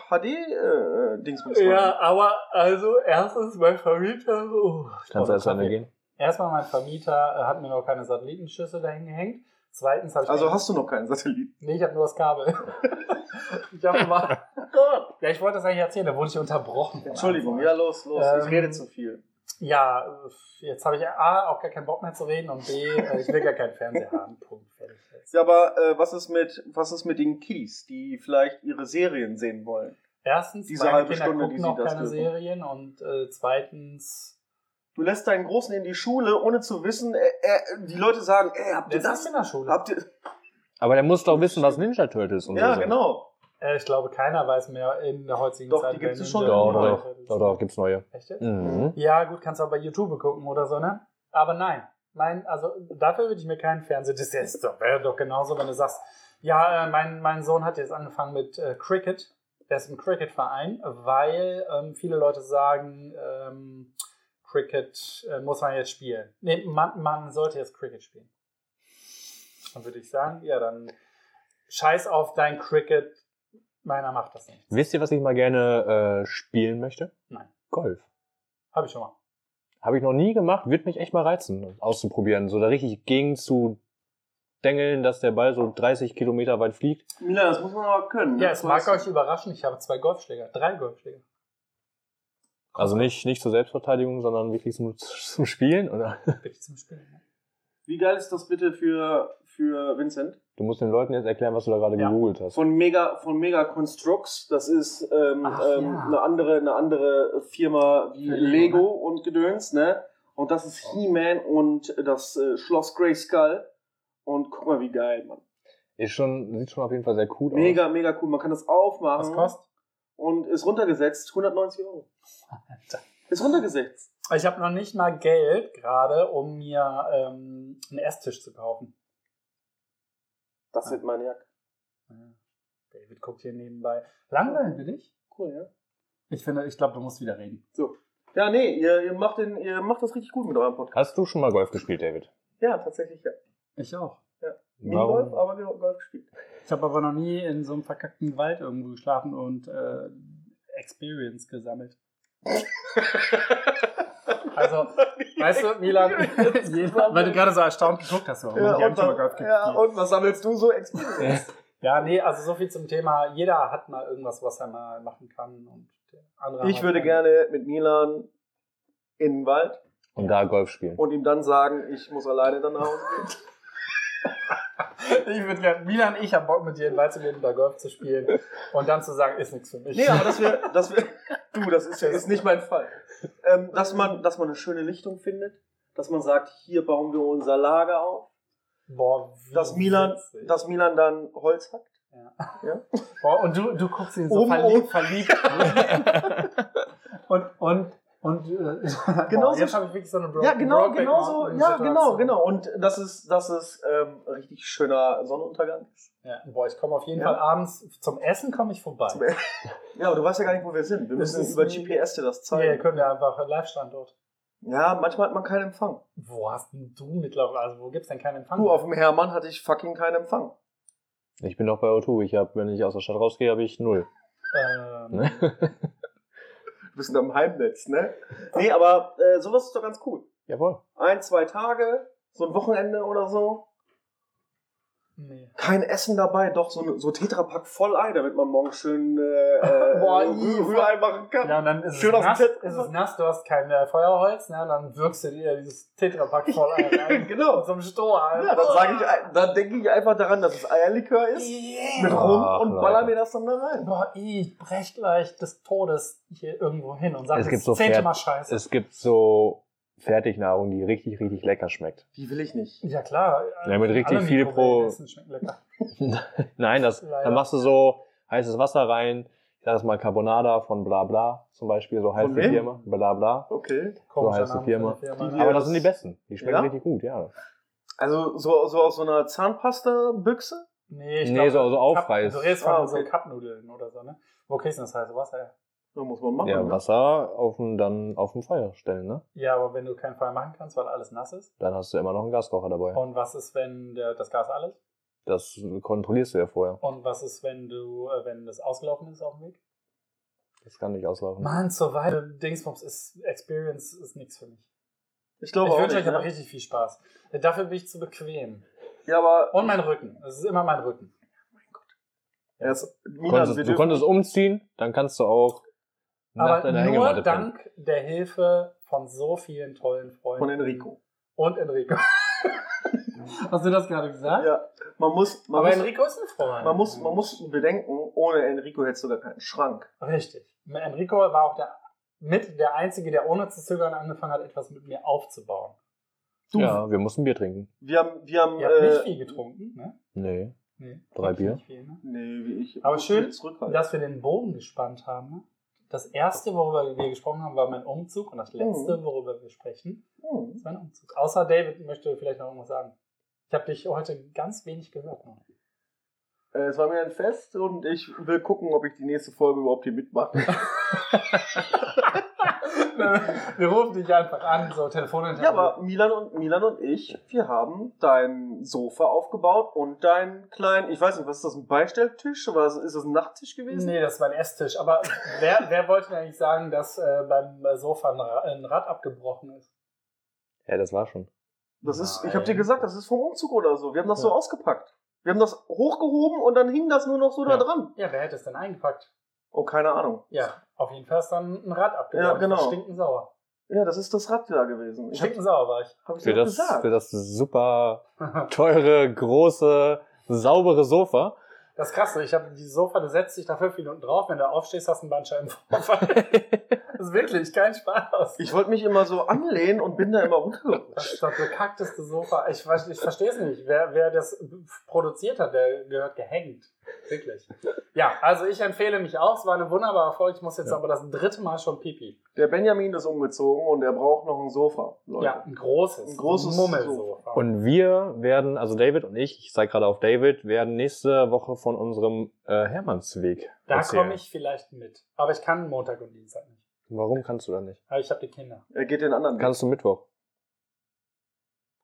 [SPEAKER 2] HD-Dingsbums äh, rein.
[SPEAKER 1] ja, aber also erstens mein Vermieter. Oh,
[SPEAKER 3] Kannst du erst
[SPEAKER 1] Kaffee.
[SPEAKER 3] eine gehen?
[SPEAKER 1] Erstmal mein Vermieter äh, hat mir noch keine Satellitenschüssel dahin gehängt. Zweitens habe ich
[SPEAKER 2] Also hast du noch keinen Satelliten.
[SPEAKER 1] Nee, ich habe nur das Kabel. ich habe mal. ja, ich wollte das eigentlich erzählen, da wurde ich unterbrochen.
[SPEAKER 2] Entschuldigung, ja, los, los,
[SPEAKER 1] Ähm,
[SPEAKER 2] ich rede zu viel.
[SPEAKER 1] Ja, äh, jetzt habe ich A, auch gar keinen Bock mehr zu reden und B, äh, ich will gar keinen Fernseher haben. Punkt. Fertig. jetzt.
[SPEAKER 2] Ja, aber äh, was, ist mit, was ist mit den Kiddies, die vielleicht ihre Serien sehen wollen?
[SPEAKER 1] Erstens,
[SPEAKER 2] diese
[SPEAKER 1] meine
[SPEAKER 2] halbe
[SPEAKER 1] Kinder
[SPEAKER 2] Stunde,
[SPEAKER 1] gucken
[SPEAKER 2] die sie
[SPEAKER 1] noch
[SPEAKER 2] das
[SPEAKER 1] keine
[SPEAKER 2] dürfen.
[SPEAKER 1] Serien und äh, zweitens.
[SPEAKER 2] Du lässt deinen Großen in die Schule, ohne zu wissen, äh, äh, die Leute sagen, ey, habt ihr
[SPEAKER 1] Der ist
[SPEAKER 2] das?
[SPEAKER 1] in der Schule.
[SPEAKER 2] Habt ihr.
[SPEAKER 3] Aber der muss doch wissen, was Ninja Turtles und
[SPEAKER 2] Ja,
[SPEAKER 3] so sind.
[SPEAKER 2] genau.
[SPEAKER 1] Äh, ich glaube, keiner weiß mehr in der heutigen
[SPEAKER 2] Doch,
[SPEAKER 1] Zeit.
[SPEAKER 2] die
[SPEAKER 1] wer
[SPEAKER 2] gibt es
[SPEAKER 1] Ninja
[SPEAKER 2] schon.
[SPEAKER 3] Doch,
[SPEAKER 1] Turtles
[SPEAKER 3] doch,
[SPEAKER 1] ist.
[SPEAKER 3] doch, doch, gibt's neue.
[SPEAKER 1] Echt jetzt?
[SPEAKER 3] Mhm.
[SPEAKER 1] Ja, gut, kannst du auch bei YouTube gucken oder so, ne? Aber nein. Mein, also dafür würde ich mir keinen Fernseher. Das ist doch, wäre doch genauso, wenn du sagst, ja, äh, mein, mein Sohn hat jetzt angefangen mit äh, Cricket. Der ist im Cricket-Verein, weil ähm, viele Leute sagen, ähm, Cricket äh, muss man jetzt spielen. Nee, man, man sollte jetzt Cricket spielen. Dann würde ich sagen, ja, dann scheiß auf dein Cricket. Meiner macht das nicht.
[SPEAKER 3] Wisst ihr, was ich mal gerne äh, spielen möchte?
[SPEAKER 1] Nein.
[SPEAKER 3] Golf.
[SPEAKER 1] Habe ich schon mal.
[SPEAKER 3] Habe ich noch nie gemacht, wird mich echt mal reizen, auszuprobieren. So da richtig gegen zu dengeln, dass der Ball so 30 Kilometer weit fliegt.
[SPEAKER 2] Mila, das muss man aber können. ne?
[SPEAKER 1] Ja, es
[SPEAKER 2] Du
[SPEAKER 1] mag
[SPEAKER 2] hast-
[SPEAKER 1] euch überraschen, ich habe zwei Golfschläger, drei Golfschläger.
[SPEAKER 3] Also nicht, nicht zur Selbstverteidigung, sondern wirklich zum, zum Spielen. Oder?
[SPEAKER 1] Bitte zum Spielen. ne?
[SPEAKER 2] Wie geil ist das bitte für, für Vincent?
[SPEAKER 3] Du musst den Leuten jetzt erklären, was du da gerade
[SPEAKER 1] Ja.
[SPEAKER 3] gegoogelt hast.
[SPEAKER 2] Von Mega, von Mega Constructs, das ist ähm,
[SPEAKER 1] Ach,
[SPEAKER 2] ähm,
[SPEAKER 1] ja.
[SPEAKER 2] eine, andere, eine andere Firma wie
[SPEAKER 1] Für Lego,
[SPEAKER 2] Lego und Gedöns, ne? Und das ist He-Man und das äh, Schloss Grayskull. Und guck mal, wie geil, Mann.
[SPEAKER 3] Ist schon, sieht schon auf jeden Fall sehr cool aus.
[SPEAKER 2] Mega, mega cool. Man kann das aufmachen.
[SPEAKER 1] Was kostet?
[SPEAKER 2] Und ist runtergesetzt, 190 Euro. Ist runtergesetzt.
[SPEAKER 1] Also Ich habe noch nicht mal Geld gerade, um mir ähm, einen Esstisch zu kaufen.
[SPEAKER 2] Das wird meine Jacke.
[SPEAKER 1] David guckt hier nebenbei. Langweilen will ich?
[SPEAKER 2] Cool, ja?
[SPEAKER 1] Ich finde, ich glaube, du musst wieder reden.
[SPEAKER 2] Ja, nee, ihr, ihr, macht den, ihr macht das richtig gut mit eurem Podcast.
[SPEAKER 3] Hast du schon mal Golf gespielt, David?
[SPEAKER 2] Ja, tatsächlich, ja.
[SPEAKER 1] Ich auch.
[SPEAKER 2] Minigolf, aber wir haben Golf gespielt.
[SPEAKER 1] Ich habe aber noch nie in so einem verkackten Wald irgendwo geschlafen und äh, Experience gesammelt. also, weißt du, Milan, jeder, weil du gerade so erstaunt geguckt hast, warum
[SPEAKER 2] Ja,
[SPEAKER 1] ich hab
[SPEAKER 2] und,
[SPEAKER 1] schon mal Golf
[SPEAKER 2] dann, ja,
[SPEAKER 1] gespielt.
[SPEAKER 2] und was sammelst du so Experience?
[SPEAKER 1] Ja, nee, also so viel zum Thema. Jeder hat mal irgendwas, was er mal machen kann und der andere.
[SPEAKER 2] ich
[SPEAKER 1] hat
[SPEAKER 2] würde
[SPEAKER 1] mal-
[SPEAKER 2] gerne mit Milan in den Wald
[SPEAKER 3] Und da Golf spielen.
[SPEAKER 2] und ihm dann sagen, ich muss alleine dann nach Hause gehen.
[SPEAKER 1] Ich würde gerne. Milan, ich hab Bock mit dir in den Wald zu gehen und da Golf zu spielen und dann zu sagen, ist nichts für mich.
[SPEAKER 2] Nee, aber dass wir, dass wir du, das ist, ja- ist nicht mein Fall. Ähm, dass, man, dass man eine schöne Lichtung findet, dass man sagt, hier bauen wir unser Lager auf,
[SPEAKER 1] Boah, wie
[SPEAKER 2] dass Milan,
[SPEAKER 1] witzig.
[SPEAKER 2] dass Milan dann Holz hackt.
[SPEAKER 1] Boah, und du, du guckst ihn so
[SPEAKER 2] Oben
[SPEAKER 1] verliebt, verliebt. und, und, und. Äh,
[SPEAKER 2] Genau
[SPEAKER 1] boah, jetzt
[SPEAKER 2] so-
[SPEAKER 1] habe ich wirklich so eine Bro
[SPEAKER 2] Ja, genau,
[SPEAKER 1] Brokeback
[SPEAKER 2] genau so.
[SPEAKER 1] Mountain
[SPEAKER 2] Ja,
[SPEAKER 1] Situation.
[SPEAKER 2] genau, genau. Und das ist, das ist ähm, ein richtig schöner Sonnenuntergang.
[SPEAKER 1] Ja, boah, ich komme auf jeden
[SPEAKER 2] Ja.
[SPEAKER 1] Fall abends zum Essen komme ich vorbei.
[SPEAKER 2] Zum Ja, aber du weißt ja gar nicht, wo wir sind. Wir
[SPEAKER 1] Das
[SPEAKER 2] müssen
[SPEAKER 1] ist
[SPEAKER 2] über
[SPEAKER 1] nie-
[SPEAKER 2] GPS dir das
[SPEAKER 1] Hier
[SPEAKER 2] zeigen.
[SPEAKER 1] können wir einfach Live-Standort.
[SPEAKER 2] Ja, manchmal hat man keinen Empfang.
[SPEAKER 1] Wo hast denn du mittlerweile, also wo gibt's denn keinen Empfang?
[SPEAKER 2] Du, auf dem Hermann hatte ich fucking keinen Empfang.
[SPEAKER 3] Ich bin auch bei O2. Ich habe, wenn ich aus der Stadt rausgehe, habe ich null.
[SPEAKER 1] ähm,
[SPEAKER 3] Ne?
[SPEAKER 2] Du bist am Heimnetz, ne? Nee, aber äh, sowas ist doch ganz cool.
[SPEAKER 3] Jawohl.
[SPEAKER 2] Ein, zwei Tage, so ein Wochenende oder so.
[SPEAKER 1] nee.
[SPEAKER 2] Kein Essen dabei, doch so, ne- so Tetrapack voll Ei, damit man morgen schön äh, äh,
[SPEAKER 1] Boah,
[SPEAKER 2] Rü-
[SPEAKER 1] i-
[SPEAKER 2] Rührei machen kann.
[SPEAKER 1] Ja, und dann ist
[SPEAKER 2] Schön
[SPEAKER 1] es
[SPEAKER 2] auf den
[SPEAKER 1] nass,
[SPEAKER 2] Tisch.
[SPEAKER 1] ist es nass, du hast kein äh, Feuerholz, ne? dann wirkst du dir dieses Tetrapack voll ein, rein.
[SPEAKER 2] genau.
[SPEAKER 1] Mit so einem Strohhalm.
[SPEAKER 2] Ja, dann sage
[SPEAKER 1] Ah.
[SPEAKER 2] ich, ein- dann denke ich einfach daran, dass es Eierlikör ist. Mit
[SPEAKER 1] Yeah.
[SPEAKER 2] rum
[SPEAKER 3] Ach,
[SPEAKER 2] und baller
[SPEAKER 3] Leute.
[SPEAKER 2] mir das dann da rein.
[SPEAKER 1] Boah, ich brech gleich des Todes hier irgendwo hin und sag,
[SPEAKER 3] Es
[SPEAKER 1] das
[SPEAKER 3] gibt so
[SPEAKER 1] zehnte
[SPEAKER 3] Pferd-
[SPEAKER 1] Mal Scheiße.
[SPEAKER 3] Es gibt so Fertignahrung, die richtig, richtig lecker schmeckt.
[SPEAKER 2] Die will ich nicht.
[SPEAKER 1] Ja, klar.
[SPEAKER 3] Ja, mit richtig
[SPEAKER 1] Alle
[SPEAKER 3] viel
[SPEAKER 1] Mikrowellen
[SPEAKER 3] pro-
[SPEAKER 1] essen schmeckt lecker.
[SPEAKER 3] Nein, das,
[SPEAKER 1] Leider.
[SPEAKER 3] dann machst du so heißes Wasser rein. Ich sag das mal Carbonada von bla bla zum Beispiel, so heißt
[SPEAKER 2] Von
[SPEAKER 3] die
[SPEAKER 2] wem?
[SPEAKER 3] Firma. Bla bla.
[SPEAKER 2] Okay.
[SPEAKER 1] Komischer
[SPEAKER 3] heißt die
[SPEAKER 1] Name
[SPEAKER 3] Firma.
[SPEAKER 1] für eine Firma.
[SPEAKER 2] Die
[SPEAKER 1] ne?
[SPEAKER 2] hier-
[SPEAKER 3] Aber das sind die besten. Die schmecken
[SPEAKER 2] Ja?
[SPEAKER 3] richtig gut, ja.
[SPEAKER 2] Also so, so aus so einer Zahnpasta-Büchse?
[SPEAKER 1] Nee, ich
[SPEAKER 3] Nee,
[SPEAKER 1] glaub,
[SPEAKER 3] so- also so
[SPEAKER 1] Cup-
[SPEAKER 3] Aufreiß.
[SPEAKER 1] Du redest von
[SPEAKER 2] Ah, okay.
[SPEAKER 1] so Cupnudeln oder so, ne? Wo kriegst du denn das heiße Wasser her?
[SPEAKER 2] So muss man machen.
[SPEAKER 3] Ja,
[SPEAKER 2] ne?
[SPEAKER 3] Wasser auf den, dann auf den Feuer stellen, ne?
[SPEAKER 1] Ja, aber wenn du keinen Feuer machen kannst, weil alles nass ist.
[SPEAKER 3] Dann hast du immer noch einen Gaskocher
[SPEAKER 2] Oh,
[SPEAKER 3] dabei.
[SPEAKER 1] Und was ist, wenn der, das Gas alles?
[SPEAKER 3] Das kontrollierst du ja vorher.
[SPEAKER 1] Und was ist, wenn du, äh, wenn das ausgelaufen ist auf dem Weg?
[SPEAKER 3] Das kann nicht auslaufen.
[SPEAKER 1] Mann, so weit. Dingsbums ist Experience ist nichts für mich.
[SPEAKER 2] Ich
[SPEAKER 1] Ich
[SPEAKER 2] glaube auch
[SPEAKER 1] wünsche
[SPEAKER 2] nicht.
[SPEAKER 1] euch aber
[SPEAKER 2] Ne?
[SPEAKER 1] richtig viel Spaß. Dafür bin ich zu bequem.
[SPEAKER 2] Ja, aber
[SPEAKER 1] Und mein Rücken. Das ist immer mein Rücken.
[SPEAKER 2] erst,
[SPEAKER 3] Du
[SPEAKER 2] Milan, wir
[SPEAKER 3] konntest, du
[SPEAKER 2] dürfen-
[SPEAKER 3] konntest umziehen, dann kannst du auch nach
[SPEAKER 1] Aber
[SPEAKER 3] deiner
[SPEAKER 1] nur
[SPEAKER 3] Hängematte pennen.
[SPEAKER 1] dank der Hilfe von so vielen tollen Freunden.
[SPEAKER 2] von Enrico.
[SPEAKER 1] Und Enrico. Hast du das gerade gesagt?
[SPEAKER 2] Ja, man muss, man,
[SPEAKER 1] Aber
[SPEAKER 2] muss,
[SPEAKER 1] Enrico ist ein Freund.
[SPEAKER 2] man, muss, man muss bedenken, ohne Enrico hättest du gar keinen Schrank.
[SPEAKER 1] Richtig. Enrico war auch der, mit der Einzige, der ohne zu zögern angefangen hat, etwas mit mir aufzubauen.
[SPEAKER 2] Du,
[SPEAKER 3] Ja, wir mussten Bier trinken.
[SPEAKER 2] wir haben, wir haben,
[SPEAKER 1] Ihr habt nicht
[SPEAKER 2] äh,
[SPEAKER 1] viel getrunken, ne?
[SPEAKER 3] Nee.
[SPEAKER 1] Nee,
[SPEAKER 3] Drei
[SPEAKER 1] nicht
[SPEAKER 3] Bier.
[SPEAKER 1] viel, ne?
[SPEAKER 2] nee, wie ich,
[SPEAKER 1] Aber
[SPEAKER 2] muss
[SPEAKER 1] schön,
[SPEAKER 2] mich zurückhalten.
[SPEAKER 1] Dass wir den Bogen gespannt haben. ne? Das erste, worüber wir gesprochen haben, war mein Umzug. Und das
[SPEAKER 2] Mhm.
[SPEAKER 1] letzte, worüber wir sprechen,
[SPEAKER 2] Hm.
[SPEAKER 1] ist mein Umzug. Außer David möchte vielleicht noch irgendwas sagen. Ich habe dich heute ganz wenig gehört. ne? noch.
[SPEAKER 2] Äh, es war mir ein Fest und ich will gucken, ob ich die nächste Folge überhaupt hier mitmache.
[SPEAKER 1] wir rufen dich einfach an, so Telefoninterview.
[SPEAKER 2] ja, aber Milan und, Milan und ich, wir haben dein Sofa aufgebaut und deinen kleinen, ich weiß nicht, was ist das, ein Beistelltisch oder ist ist das ein Nachttisch gewesen?
[SPEAKER 1] Nee, das war ein Esstisch. Aber wer, wer wollte denn eigentlich sagen, dass äh, beim Sofa ein, Ra ein Rad abgebrochen ist?
[SPEAKER 3] Ja, das war schon.
[SPEAKER 2] Das ist, ich habe dir
[SPEAKER 1] Nein.
[SPEAKER 2] gesagt, das ist vom Umzug oder so. Wir haben das so
[SPEAKER 1] Ja.
[SPEAKER 2] ausgepackt. Wir haben das hochgehoben und dann hing das nur noch so
[SPEAKER 3] Ja.
[SPEAKER 2] da dran.
[SPEAKER 1] Ja, wer hätte es denn eingepackt?
[SPEAKER 2] Oh, keine Ahnung.
[SPEAKER 1] Ja, auf jeden Fall ist dann ein Rad abgebrochen.
[SPEAKER 2] Ja, genau.
[SPEAKER 1] Das Stinken sauer.
[SPEAKER 2] Ja, das ist das Rad da gewesen. Ich hab,
[SPEAKER 1] Stinken sauer war ich.
[SPEAKER 2] hab ich
[SPEAKER 3] Für
[SPEAKER 2] dir
[SPEAKER 3] das,
[SPEAKER 2] gesagt.
[SPEAKER 3] für das super teure, große, saubere Sofa.
[SPEAKER 1] Das krasse, ne? ich habe dieses Sofa, du setzt dich da fünf Minuten drauf, wenn du aufstehst, hast du einen Bandscheibenvorfall. das ist wirklich kein Spaß.
[SPEAKER 2] Ich wollte mich immer so anlehnen und bin da immer
[SPEAKER 1] Das
[SPEAKER 2] runtergerutscht.
[SPEAKER 1] ist das bekackteste Sofa. Ich, weiß- ich verstehe es nicht. Wer, wer das produziert hat, der gehört gehängt. Wirklich. Ja, also ich empfehle mich auch. Es war eine wunderbare Folge. Ich muss jetzt
[SPEAKER 3] Ja.
[SPEAKER 1] aber das dritte Mal schon pipi.
[SPEAKER 2] Der Benjamin ist umgezogen und er braucht noch ein Sofa, Leute.
[SPEAKER 1] Ja, ein großes.
[SPEAKER 2] Ein großes
[SPEAKER 1] Mummelsofa.
[SPEAKER 3] Und wir werden, also David und ich, ich zeige gerade auf David, werden nächste Woche von unserem äh, Hermannsweg
[SPEAKER 1] da
[SPEAKER 3] erzählen.
[SPEAKER 1] komme ich vielleicht mit. Aber ich kann Montag und Dienstag nicht.
[SPEAKER 3] Warum kannst du da nicht?
[SPEAKER 1] Aber ich habe die Kinder.
[SPEAKER 2] Er geht den anderen Weg.
[SPEAKER 3] Kannst du Mittwoch?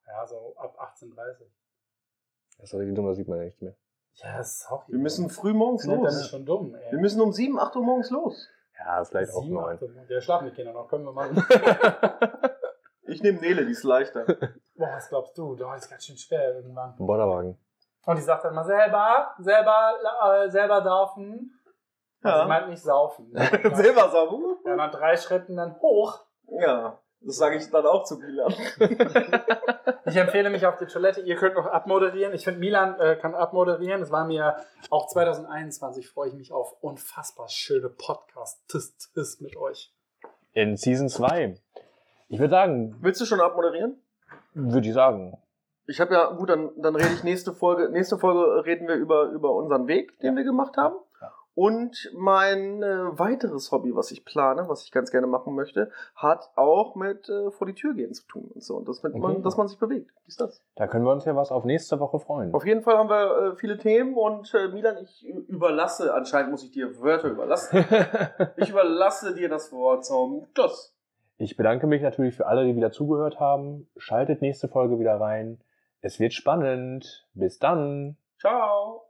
[SPEAKER 1] Ja, so ab 18.30 Uhr.
[SPEAKER 3] Das ist richtig dumm, das sieht man ja nicht mehr.
[SPEAKER 1] Ja, sorry.
[SPEAKER 2] Wir müssen früh morgens
[SPEAKER 1] Sind das nicht
[SPEAKER 2] los.
[SPEAKER 1] halt schon dumm, ey?
[SPEAKER 2] Wir müssen um 7, 8 Uhr morgens los.
[SPEAKER 3] Ja, vielleicht auch
[SPEAKER 1] Sieben,
[SPEAKER 3] neun.
[SPEAKER 1] acht Uhr morgens. Ja, schlafen die Kinder noch. Können wir machen.
[SPEAKER 2] Ich nehme Nele, die ist leichter.
[SPEAKER 1] Boah, was glaubst du? Das ist ganz schön schwer irgendwann.
[SPEAKER 3] Bollerwagen.
[SPEAKER 1] Und die sagt dann mal selber, selber, äh, selber saufen. Also sie
[SPEAKER 2] Ja.
[SPEAKER 1] meint nicht saufen. ja,
[SPEAKER 2] Selber Sabu?
[SPEAKER 1] nach drei Schritten dann hoch.
[SPEAKER 2] Ja. Das sage ich dann auch zu Milan.
[SPEAKER 1] Ich empfehle mich auf die Toilette. Ihr könnt noch abmoderieren. Ich finde, Milan äh, kann abmoderieren. Es war mir auch 2021 freue ich mich auf unfassbar schöne Podcast-Tis-Tis mit euch.
[SPEAKER 3] In Season 2. Ich würde sagen,
[SPEAKER 2] Willst du schon abmoderieren?
[SPEAKER 3] würde ich sagen,
[SPEAKER 2] Ich habe ja, gut, dann, dann rede ich nächste Folge. Nächste Folge reden wir über, über unseren Weg, den wir gemacht haben.
[SPEAKER 3] Ja.
[SPEAKER 2] Und mein äh, weiteres Hobby, was ich plane, was ich ganz gerne machen möchte, hat auch mit äh, vor die Tür gehen zu tun und so. Und das mit
[SPEAKER 3] Okay.
[SPEAKER 2] man, dass man sich bewegt. Wie ist das?
[SPEAKER 3] da können wir uns ja was auf nächste Woche freuen.
[SPEAKER 2] Auf jeden Fall haben wir äh, viele Themen und äh, Milan, ich überlasse, anscheinend muss ich dir Wörter überlassen. ich überlasse dir das Wort zum Schluss.
[SPEAKER 3] Ich bedanke mich natürlich für alle, die wieder zugehört haben. Schaltet nächste Folge wieder rein. Es wird spannend. Bis dann.
[SPEAKER 2] Ciao.